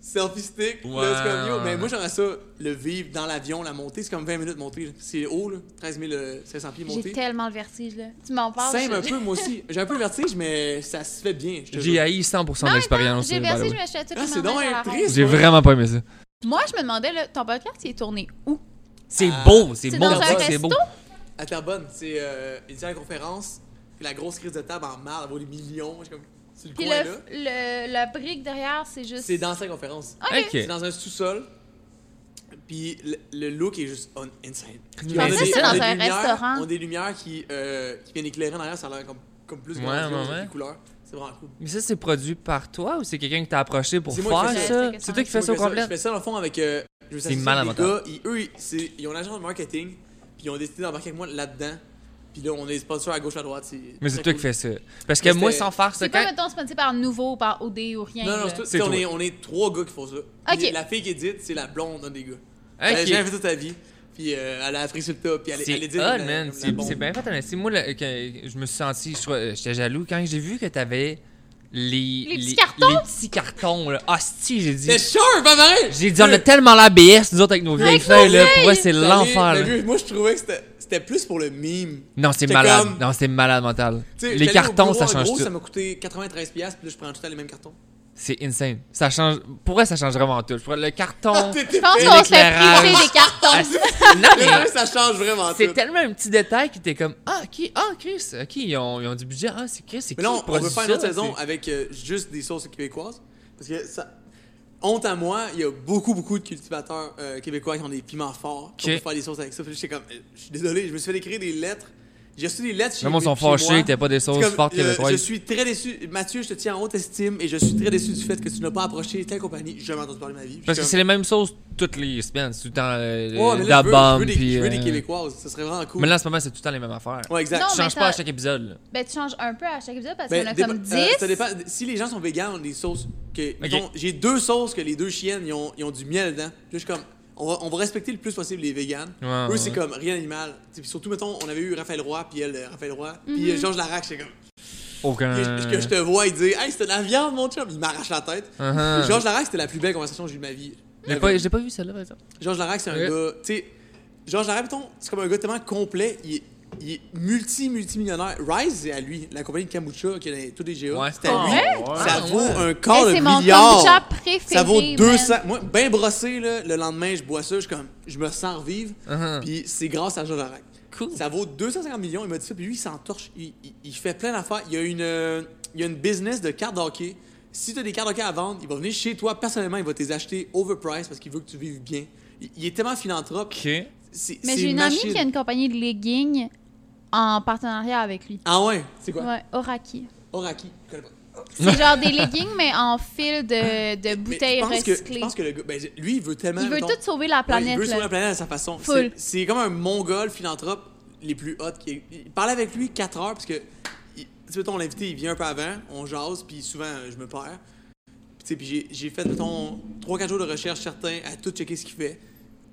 D: selfie stick.
C: Ouais,
D: là, c'est comme, yo,
C: ouais, ouais.
D: mais moi, j'aurais ça, le vivre dans l'avion, la montée. C'est comme 20 minutes de montée. là. C'est haut, là, 13 500 pieds de
B: J'ai
D: montée.
B: tellement le vertige, là. Tu m'en parles.
D: Same
B: je-
D: un peu, moi aussi. J'ai un peu le vertige, mais ça se fait bien. je te
C: J'ai
D: jure.
C: haï 100%
B: Non,
C: de
B: mais
C: l'expérience.
B: J'ai le
C: by the
B: vertige,
C: way.
B: mais je suis tout
D: Ah, c'est
B: le monde
D: donc
B: dans
D: un
B: la ronde.
D: triste.
C: J'ai vraiment pas aimé ça.
B: Moi, je me demandais, là, ton podcast, il est tourné où?
C: C'est beau, c'est
B: C'est
C: beau,
B: dans un
C: c'est
B: resto?
C: beau.
D: À Terrebonne, c'est euh, une dernière conférence. puis la grosse crise de table en marre, elle vaut des millions. Je suis comme, c'est le
B: Puis
D: coin, là.
B: le, le, la brique derrière, c'est juste...
D: C'est dans sa conférence.
C: Ok.
D: C'est dans un sous-sol. Puis le, le look est juste on insane.
C: Je
D: On a
C: pensais que
D: des-
C: c'était
D: on a
B: dans
D: des
B: un
D: lumières-
B: restaurant.
D: On a des lumières qui, euh, qui viennent éclairer en arrière, ça a l'air comme, comme plus
C: Ouais,
D: grandiose,
C: ouais,
D: avec
C: ouais.
D: des couleurs. C'est vraiment cool.
C: Mais ça, c'est produit par toi ou c'est quelqu'un que t'as approché pour
D: C'est
C: faire
D: moi qui fais
B: ça.
C: ça? C'est toi qui fais
D: Moi,
C: ça au
D: je fais
C: complet?
D: Je fais ça dans le fond avec. euh, je veux
C: C'est
D: s'associer
C: mal
D: avec des
C: inventable.
D: gars, ils, Eux, ils, c'est- ils ont un agent de marketing, puis ils ont décidé d'embarquer avec moi là-dedans. Puis là, on est sponsors à gauche, à droite.
C: Mais c'est
D: très
C: toi qui fais
D: cool.
C: ça. Parce que
D: Mais
C: moi,
D: c'était-
C: sans faire ça,
B: C'est pas,
C: quand.
B: mettons, sponsorisé par Nouveau, par OD ou rien.
D: Non,
B: là.
D: non, c'est toi-
C: C'est
D: tu sais, on
C: toi.
D: est, on est trois gars qui font ça.
B: Ok.
D: La fille qui édite, c'est la blonde d'un des gars. Elle a jamais
C: Ok.
D: fait toute ta vie. Puis euh, elle a appris sur le tas, puis elle, elle
C: C'est
D: édite.
C: odd,
D: comme la-
C: man.
D: comme la
C: C'est
D: bombe.
C: c'est bien fait, honnêtement. Moi, le- que- je me suis senti. je trouvais- J'étais jaloux quand j'ai vu que t'avais les.
B: Les petits cartons?
C: Les petits cartons, là. Hostie, j'ai dit.
D: C'est sharp, pas pareil!
C: J'ai dit, on a tellement la BS, nous autres, avec nos vieilles feuilles, là. Pour eux, c'est
D: J'allais-
C: l'enfer,
D: mais
C: là.
D: mieux, Moi, je trouvais que c'était- c'était plus pour le meme.
C: Non, c'est
D: J'étais
C: malade.
D: comme-
C: Non, c'est malade mental.
D: Tu sais,
C: Les
D: j'allais au
C: cartons,
D: bureau,
C: ça
D: en
C: change
D: gros,
C: tout.
D: Ça m'a coûté 93$, puis là, je prends tout le temps les mêmes cartons.
C: C'est insane. Ça change. Pour vrai, ça change vraiment tout. Je pourrais- Le carton.
D: Ah, T'es-
B: Je
D: t'es-
B: pense
C: Et
B: qu'on se fait
C: l'éclairage.
B: priver des
C: Ah,
B: cartons.
C: c'est- non, mais
D: Là, ça change vraiment tout.
C: c'est tellement un petit détail qui était comme Ah, qui Ah, Chris. Ok, ils ont, ils ont du budget. Ah, c'est Chris. C'est qui
D: Mais là, on,
C: qui
D: on
C: produit
D: veut faire une
C: ça?
D: autre saison
C: C'est-
D: avec euh, juste des sources québécoises. Parce que ça. Honte à moi, il y a beaucoup, beaucoup de cultivateurs euh, québécois qui ont des piments forts. Qui
C: Ok.
D: peuvent faire des sources avec ça. Puis j'étais comme, euh, je suis désolé, je me suis fait écrire des lettres. J'ai reçu des lettres chez
C: Vraiment, ils sont
D: chez moi.
C: fâchés. T'as pas des
D: C'est
C: sauces
D: comme,
C: fortes
D: euh,
C: québécoises.
D: Je suis très déçu. Mathieu, je te tiens en haute estime et je suis très déçu du fait que tu n'as pas approché telle compagnie. J'ai jamais entendu parler de ma vie. Puis
C: Parce que
D: j'étais
C: c'est les mêmes sauces toutes les semaines. C'est tout le temps euh,
D: comme, Ouais, mais
C: de
D: là,
C: la
D: je veux- je veux
C: bombe.
D: des-
C: puis,
D: Je veux des
C: euh,
D: québécoises. Ça serait vraiment cool.
C: Mais là, en ce moment, c'est tout le temps les mêmes affaires.
D: Ouais, exact.
B: Non,
C: Tu
B: mais
C: changes
B: ça-
C: pas à chaque épisode. là.
B: Ben, tu changes un peu à chaque épisode parce qu'on
D: Ben,
B: a
D: dépa-
B: comme 10.
D: euh, ça dépend. Si les gens sont végans, on a des sauces que. mettons, J'ai deux sauces que les deux chiennes, ils ont, ils ont du miel dedans. Puis là, je suis comme. On va, on va respecter le plus possible les véganes.
C: Ouais,
D: Eux,
C: ouais,
D: c'est
C: ouais.
D: comme rien d'animal. Tu sais, Puis surtout, mettons, on avait eu Raphaël Roy, puis elle, euh, Raphaël Roy, puis euh,
B: Mm-hmm.
D: Georges Larac, c'est comme.
C: Aucun.
D: que je- Que je te vois, il dit Hey, c'était de la viande, mon chum. Il m'arrache la tête.
C: Uh-huh.
D: Georges Larac, c'était la plus belle conversation que j'ai eue de ma vie.
C: J'ai
D: Euh,
C: pas, j'ai pas vu celle-là, par exemple.
D: Georges Larac, c'est un
C: Ouais.
D: gars. Tu sais, Georges Larac, mettons, c'est comme un gars tellement complet. Il est, il est multi, multimillionnaire. Rise, c'est à lui. La compagnie de Kambucha, qui a tous les GA.
C: Ouais.
D: C'est à lui. Ça
C: Ah,
D: vaut
C: ouais.
D: un quart
B: Hey,
D: de
B: Ben, Eh, c'est mon
D: milliard.
B: kombucha préféré,
D: ça vaut
B: man.
D: 200. Moi, bien brossé, là, le lendemain, je bois ça, je, suis comme, je me sens revivre.
C: Uh-huh.
D: Puis c'est grâce à Jean Larac.
C: Cool.
D: Ça vaut 250 millions, il m'a dit ça. Puis lui, il s'entorche. Il, il, il fait plein d'affaires. Il y a une, euh, il y a une business de cartes d'hockey. Si tu as des cartes d'hockey à vendre, il va venir chez toi. Personnellement, il va te les acheter overpriced parce qu'il veut que tu vives bien. Il, il est tellement philanthrope.
C: Ok.
D: C'est,
B: Mais
D: c'est
B: j'ai une amie
D: machine.
B: qui a une compagnie de leggings en partenariat avec lui.
D: Ah ouais? C'est quoi?
B: Ouais, Oraki.
D: Oraki. Je connais pas.
B: C'est genre des leggings, mais en fil de, de
D: Mais
B: bouteilles
D: je pense que- Je
B: recyclées.
D: pense que le gars, ben, lui, il veut tellement.
B: Il veut
D: mettons,
B: tout sauver la
D: Ouais, il
B: planète.
D: veut sauver
B: là.
D: la planète à sa façon.
B: Full.
D: C'est- C'est comme un mongol philanthrope les plus hot. Qui... Il parlait avec lui 4 heures parce que, il- tu sais, mettons, l'invité, il vient un peu avant, on jase, puis souvent, euh, je me perds. Puis, tu sais, puis j'ai- j'ai fait, mettons, 3-4 jours de recherche certains à tout checker ce qu'il fait.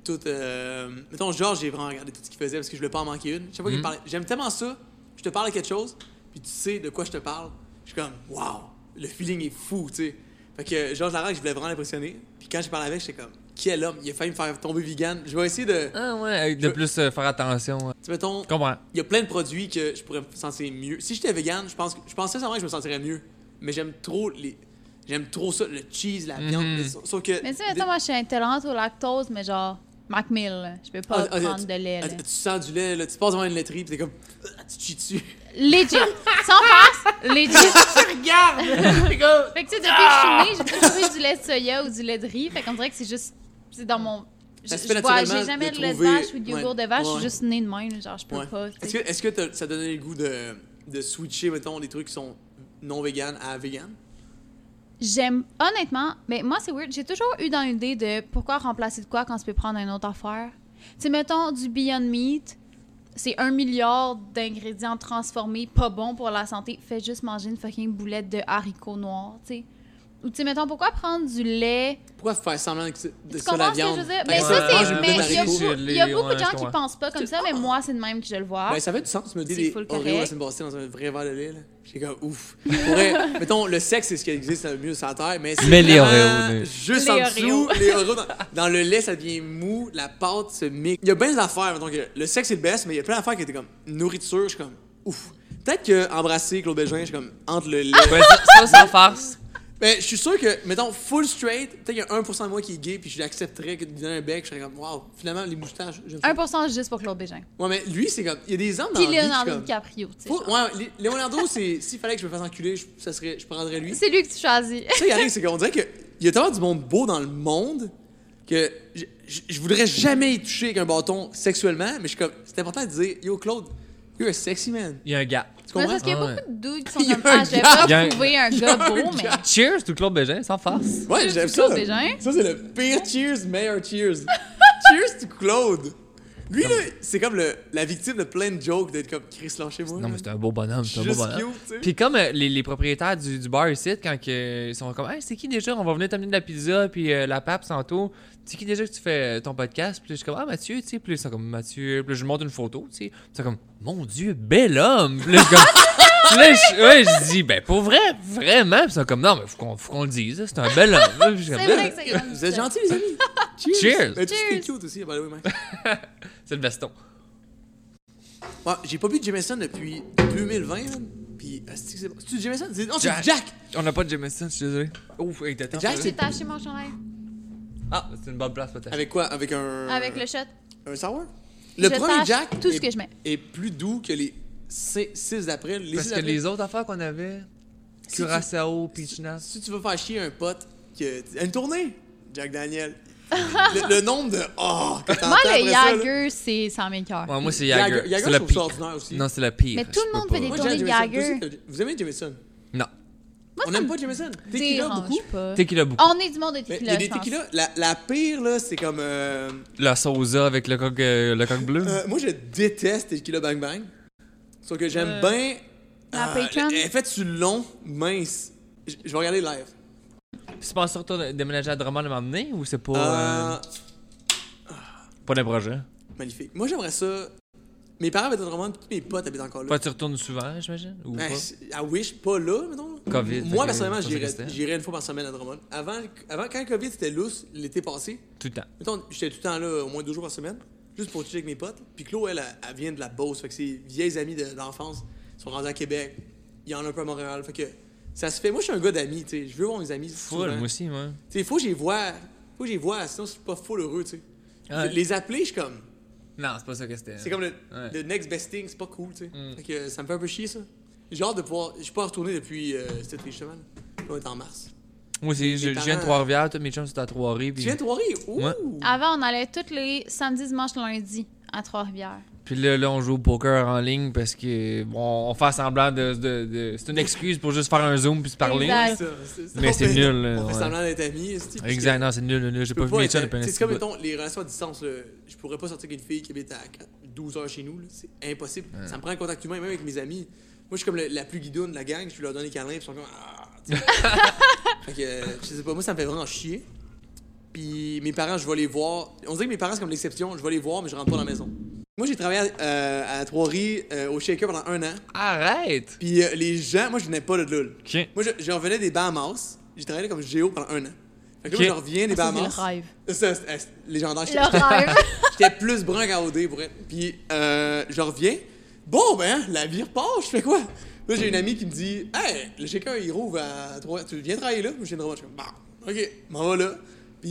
D: Tout, euh, mettons, Georges, j'ai vraiment regardé tout ce qu'il faisait parce que je voulais pas en manquer une. Chaque fois qu'il me parlait, j'aime tellement ça, je te parle de quelque chose, puis tu sais de quoi je te parle. Je suis comme, waouh, le feeling est fou, tu sais. Fait que Georges Larac, je voulais vraiment l'impressionner. Puis quand j'ai parlé avec, j'étais comme, quel homme, il a failli me faire tomber vegan. Je vais essayer de.
C: Ah ouais, de
D: Je-
C: plus euh, faire attention. ouais.
D: Tu sais, mettons,
C: Je comprends.
D: il y a plein de produits que je pourrais me sentir mieux. Si j'étais vegan, je pense que je pensais sincèrement que je me sentirais mieux. Mais j'aime trop les. J'aime trop ça, le cheese, la viande.
C: Mhm.
D: Sauf que.
B: Mais tu sais, mettons, moi, je suis intolérante au lactose, mais genre, Mac Mill, je peux pas
D: Ah, ah,
B: prendre
D: tu-
B: de lait.
D: ah,
B: là.
D: Tu sens du lait, là, tu passes devant une laiterie, puis t'es comme. Ah, Tu chies dessus.
B: Legit. Sans farce, legit.
E: Regarde! C'est comme-
B: Fait que tu sais, depuis
D: Ah!
B: que je suis née, j'ai toujours eu du lait de soya ou du lait de riz. Fait qu'on dirait que c'est juste. C'est dans mon. Je,
D: Ça se fait
B: je bois- j'ai
D: naturellement
B: jamais
D: de
B: de lait de
D: trouver-
B: vache ou de yogourt
D: ouais,
B: de vache. Je
D: ouais.
B: suis juste née de même. Genre, je peux
D: Ouais.
B: pas. tu
D: Est-ce
B: sais.
D: que, est-ce que t'as- ça donnait le goût de, de switcher, mettons, des trucs qui sont non vegan à vegan?
B: J'aime. Honnêtement, mais moi, c'est weird. J'ai toujours eu dans l'idée de pourquoi remplacer de quoi quand tu peux prendre une autre affaire. Tu sais, mettons du Beyond Meat. C'est un milliard d'ingrédients transformés, pas bons pour la santé. Fais juste manger une fucking boulette de haricots noirs, tu sais. Ou tu sais, mettons, pourquoi prendre du lait
D: Pourquoi faire semblant que c'est de
B: Tu
D: ça
B: comprends
D: la
B: ce que
D: viande?
B: je veux dire?
D: Fait
B: Mais
D: que
C: ouais,
B: ça,
D: mange
B: c'est.
C: ouais,
D: une
B: Mais
D: boule
B: il y a
D: d'haricots.
B: beaucoup,
C: haricots.
B: il y a beaucoup
C: Ouais,
B: de
C: je
B: gens qui
C: comprends.
B: pensent pas comme ça, mais moi, c'est de même que je le vois.
D: Ben, ça fait du sens. Tu me dis
B: Ah. C'est
D: des
B: full
D: Oreos
B: correct.
D: la semaine passée dans un vrai verre de lait. là. J'ai comme ouf. Pour vrai, mettons, le sexe, c'est ce qui existe le mieux sur la terre, mais c'est
C: Mais les
D: vraiment
C: Oreos, les-
D: juste
B: Les
D: en dessous.
B: Oreos.
D: les Oreos, dans, dans le lait, ça devient mou, la pâte se mixe. Il y a bien des affaires. Mettons, que le sexe, c'est le best, mais il y a plein d'affaires qui étaient comme nourriture. Je suis comme ouf. Peut-être que embrasser Claude Bégin, je suis comme entre le lait.
B: Ah.
C: Ouais, ça, ça, sans farce.
D: Mais je suis sûr que, mettons, full straight, peut-être qu'il y a 1% de moi qui est gay, puis je l'accepterais que de lui donner un bec. Je serais comme, waouh, finalement, les moustaches, j'aime ça.
B: 1% juste pour Claude Bégin.
D: Ouais, mais lui, c'est comme, il y a des hommes dans
B: Puis
D: la vie qui,
B: Leonardo
D: comme-
B: DiCaprio, tu sais.
D: Faut-
B: genre.
D: ouais, Lé- Leonardo, c'est s'il fallait que je me fasse enculer, je, ça serait, je prendrais lui. Tu
B: C'est lui que tu choisis.
D: sais, Yannick, c'est qu'on dirait qu'il y a tellement du monde beau dans le monde que je, je- je voudrais jamais y toucher avec un bâton sexuellement, mais je suis comme, c'est important de dire, yo Claude, you're a sexy man.
C: Il y a un gars.
D: Tu
B: Mais
D: comprends?
B: parce qu'il y a
C: Ah ouais.
B: beaucoup de dudes qui
D: Il y
B: sont
D: a
B: comme
D: un
B: Ah, je vais
D: gars.
B: pas
C: Il y a un-
B: trouver un
D: il y a
B: gars
D: un
B: beau, mais.
D: gars.
C: Cheers tout Claude Bégin, sans farce.
D: Ouais,
B: Cheers
D: j'aime
B: to
D: ça.
B: Claude Bégin.
D: Ça, c'est le pire cheers, meilleur cheers. cheers to Claude. Lui, là, c'est comme le, la victime de plein de jokes d'être comme Chris, lâchez-moi.
C: Non,
D: là.
C: mais c'est un beau bonhomme, c'est un beau
D: Mm. Juste
C: bonhomme.
D: cute, tu sais.
C: Puis comme euh, les, les propriétaires du, du bar ici, quand que, ils sont comme Hey, c'est qui déjà On va venir t'amener de la pizza, puis euh, la pape, tantôt. C'est qui déjà que tu fais euh, ton podcast Puis là, je suis comme Ah, Mathieu, tu sais. Puis là, ils sont comme Mathieu. Puis là, je lui montre une photo, tu sais. Ils sont comme Mon Dieu, bel homme Puis là, je suis comme. Puis là, je, ouais, je dis Ben, pour vrai, vraiment. Puis ils sont comme Non, mais faut qu'on faut qu'on le dise, là, c'est un bel homme. Puis je suis
B: C'est
C: comme,
B: vrai que c'est comme
D: Vous êtes
B: ça.
D: gentils, les amis.
C: Cheers.
D: Mais tu
B: Cheers.
D: es cute aussi, by the way, Max.
C: C'est le veston.
D: Ouais, j'ai pas bu de Jameson depuis 2020, man. Puis, asti que c'est bon. C'est-tu du Jameson? C'est- Non, c'est
C: Jack.
D: du Jack!
C: On n'a pas de Jameson, je suis désolé. Ouf, hey, t'attends.
D: Jack,
B: J'ai taché mon chandail
C: Ah, c'est une bonne place, peut-être.
D: Avec quoi? Avec un.
B: avec le shot.
D: Un sour? Le
B: Je
D: premier
B: tâche
D: Jack.
B: tout ce
D: est-
B: que je mets.
D: Est plus doux que les 6 d'après. Les
C: Parce
D: six
C: que
D: d'après,
C: les autres affaires qu'on avait,
D: Si tu-
C: Curaçao, Peachinas.
D: Si tu veux faire chier un pote, que... à une tournée, Jack Daniel. le, le nombre de. Oh, que t'entends
B: Moi,
D: après
B: le
D: ça, là.
B: Jagger, c'est 100 000 cœurs.
C: Ouais, moi, c'est
D: Jagger,
C: Jagger. C'est
D: Jagger, je
C: le
D: trouve ça
C: pire.
D: ordinaire aussi.
C: Non, c'est le pire.
B: Mais tout le
C: Je
B: monde fait
C: peux pas.
B: des-
D: Moi, j'aime
B: Tournée
D: Jameson.
B: Jagger.
D: Toi aussi, t'as- Vous aimez Jameson?
C: Non.
D: On n'aime pas Jameson. Tequila,
B: Dérange
D: beaucoup.
B: pas.
C: Tequila beaucoup.
B: On est du monde de
D: Mais il y
B: tequila,
D: a
B: je
D: des
B: pense.
D: tequilas. La, la pire, là, c'est comme. euh,
C: La sosa avec le coq, euh, le coq bleu.
D: Euh, moi, je déteste Tequila Bang Bang. Sauf que j'aime
B: Euh,
D: bien.
B: la
D: euh,
B: bacon?
D: le- Effet tu long, mince. Je je vais regarder le live.
C: Tu penses surtout de- déménager à Drummond à m'emmener ou c'est pas. euh,
D: Euh,
C: Pas d'un projet.
D: magnifique. Moi, j'aimerais ça. Mes parents habitent à Drummond, puis tous mes potes habitent encore là.
C: Toi, tu retournes souvent, j'imagine Ou
D: Ben,
C: pas
D: c'est- à Wish, pas là, mettons.
C: Covid, fait
D: Moi,
C: que
D: personnellement,
C: je pensais que
D: j'irais
C: c'était.
D: j'irais une fois par semaine à Drummond. Avant, avant quand le Covid était lousse, l'été passé,
C: Tout le temps.
D: mettons, j'étais tout le temps là, au moins deux jours par semaine, juste pour chiller avec mes potes. Puis Chloé, elle, elle, elle vient de la Beauce, fait que ses vieilles amies de- d'enfance sont rendues à Québec. Il y en a un peu à Montréal, fait que ça se fait. Moi, je suis un gars d'amis, tu sais. Je veux voir mes amis.
C: Full,
D: souvent.
C: moi aussi, moi.
D: Tu sais, faut que j'y vois. Faut que j'y vois, sinon, je suis pas full heureux, tu sais.
C: Ouais.
D: Les appeler, je suis comme.
C: Non, c'est pas ça que c'était.
D: C'est comme le,
C: Ouais. Mm.
D: le next best thing, c'est pas cool, tu sais. Fait que ça me fait un peu chier, ça. J'ai hâte de pouvoir. Je suis pas retourné depuis euh, cet été, justement. là. Là, on est en mars.
C: Moi aussi, je,
D: Mes
C: je viens de
D: parents-
C: Trois-Rivières, tous mes chums sont à Trois-Rivières.
D: Tu
C: Puis,
D: viens de Trois-Rivières? Ouh!
C: Ouais.
B: Avant, on allait tous les samedis, dimanches, lundis à Trois-Rivières.
C: puis là, là, on joue au poker en ligne parce que. Bon, on fait semblant de. de- de- C'est une excuse pour juste faire un zoom puis se parler.
B: Exact.
D: Ça, c'est- ça,
C: Mais
D: on
C: c'est
D: fait-
C: nul, là,
D: On fait
C: ouais.
D: semblant d'être amis. esti, parce que
C: Exact, non, c'est nul, nul, nul. J'ai
D: je
C: pas
D: peux
C: vu mes
D: pas
C: chums
D: être-
C: depuis un
D: C'est comme,
C: petit bout.
D: mettons, les relations à distance, là, je pourrais pas sortir avec une fille qui habite à 12 heures chez nous, là. C'est impossible. Ça me prend un contact humain, même avec mes amis. Moi, je suis comme le- la plus guidoune de la gang, je leur donne des câlins, puis ils sont comme. Ah! tu sais. fait que, euh, je sais pas, moi, ça me fait vraiment chier. Puis mes parents, je vais les voir. On dirait que mes parents, c'est comme l'exception. Je vais les voir, mais je rentre pas dans la maison. Moi, j'ai travaillé à, euh, à Trois-Rives euh, au Shaker pendant un an.
C: Arrête
D: Puis euh, les gens, moi, je venais pas de là. là.
C: Ok.
D: Moi, je, je revenais des Bahamas. J'ai travaillé comme géo pendant un an. Fait que
C: Ok.
D: là, moi, je reviens des
B: Ah, ça,
D: Bahamas.
B: c'est le rêve.
D: Ça, c'est- euh, c'est légendaire. J'étais-
B: Le rêve.
D: J'étais plus brun qu'à OD, pour être. Puis, euh, je reviens. Bon, ben, la vie repart, je fais quoi? Là, j'ai une amie qui me dit, Hey, le chacun, il rouvre à 3. Tu viens travailler là? Moi, je viens de revoir. Je suis comme, Bon, OK, bah, m'en va là. Puis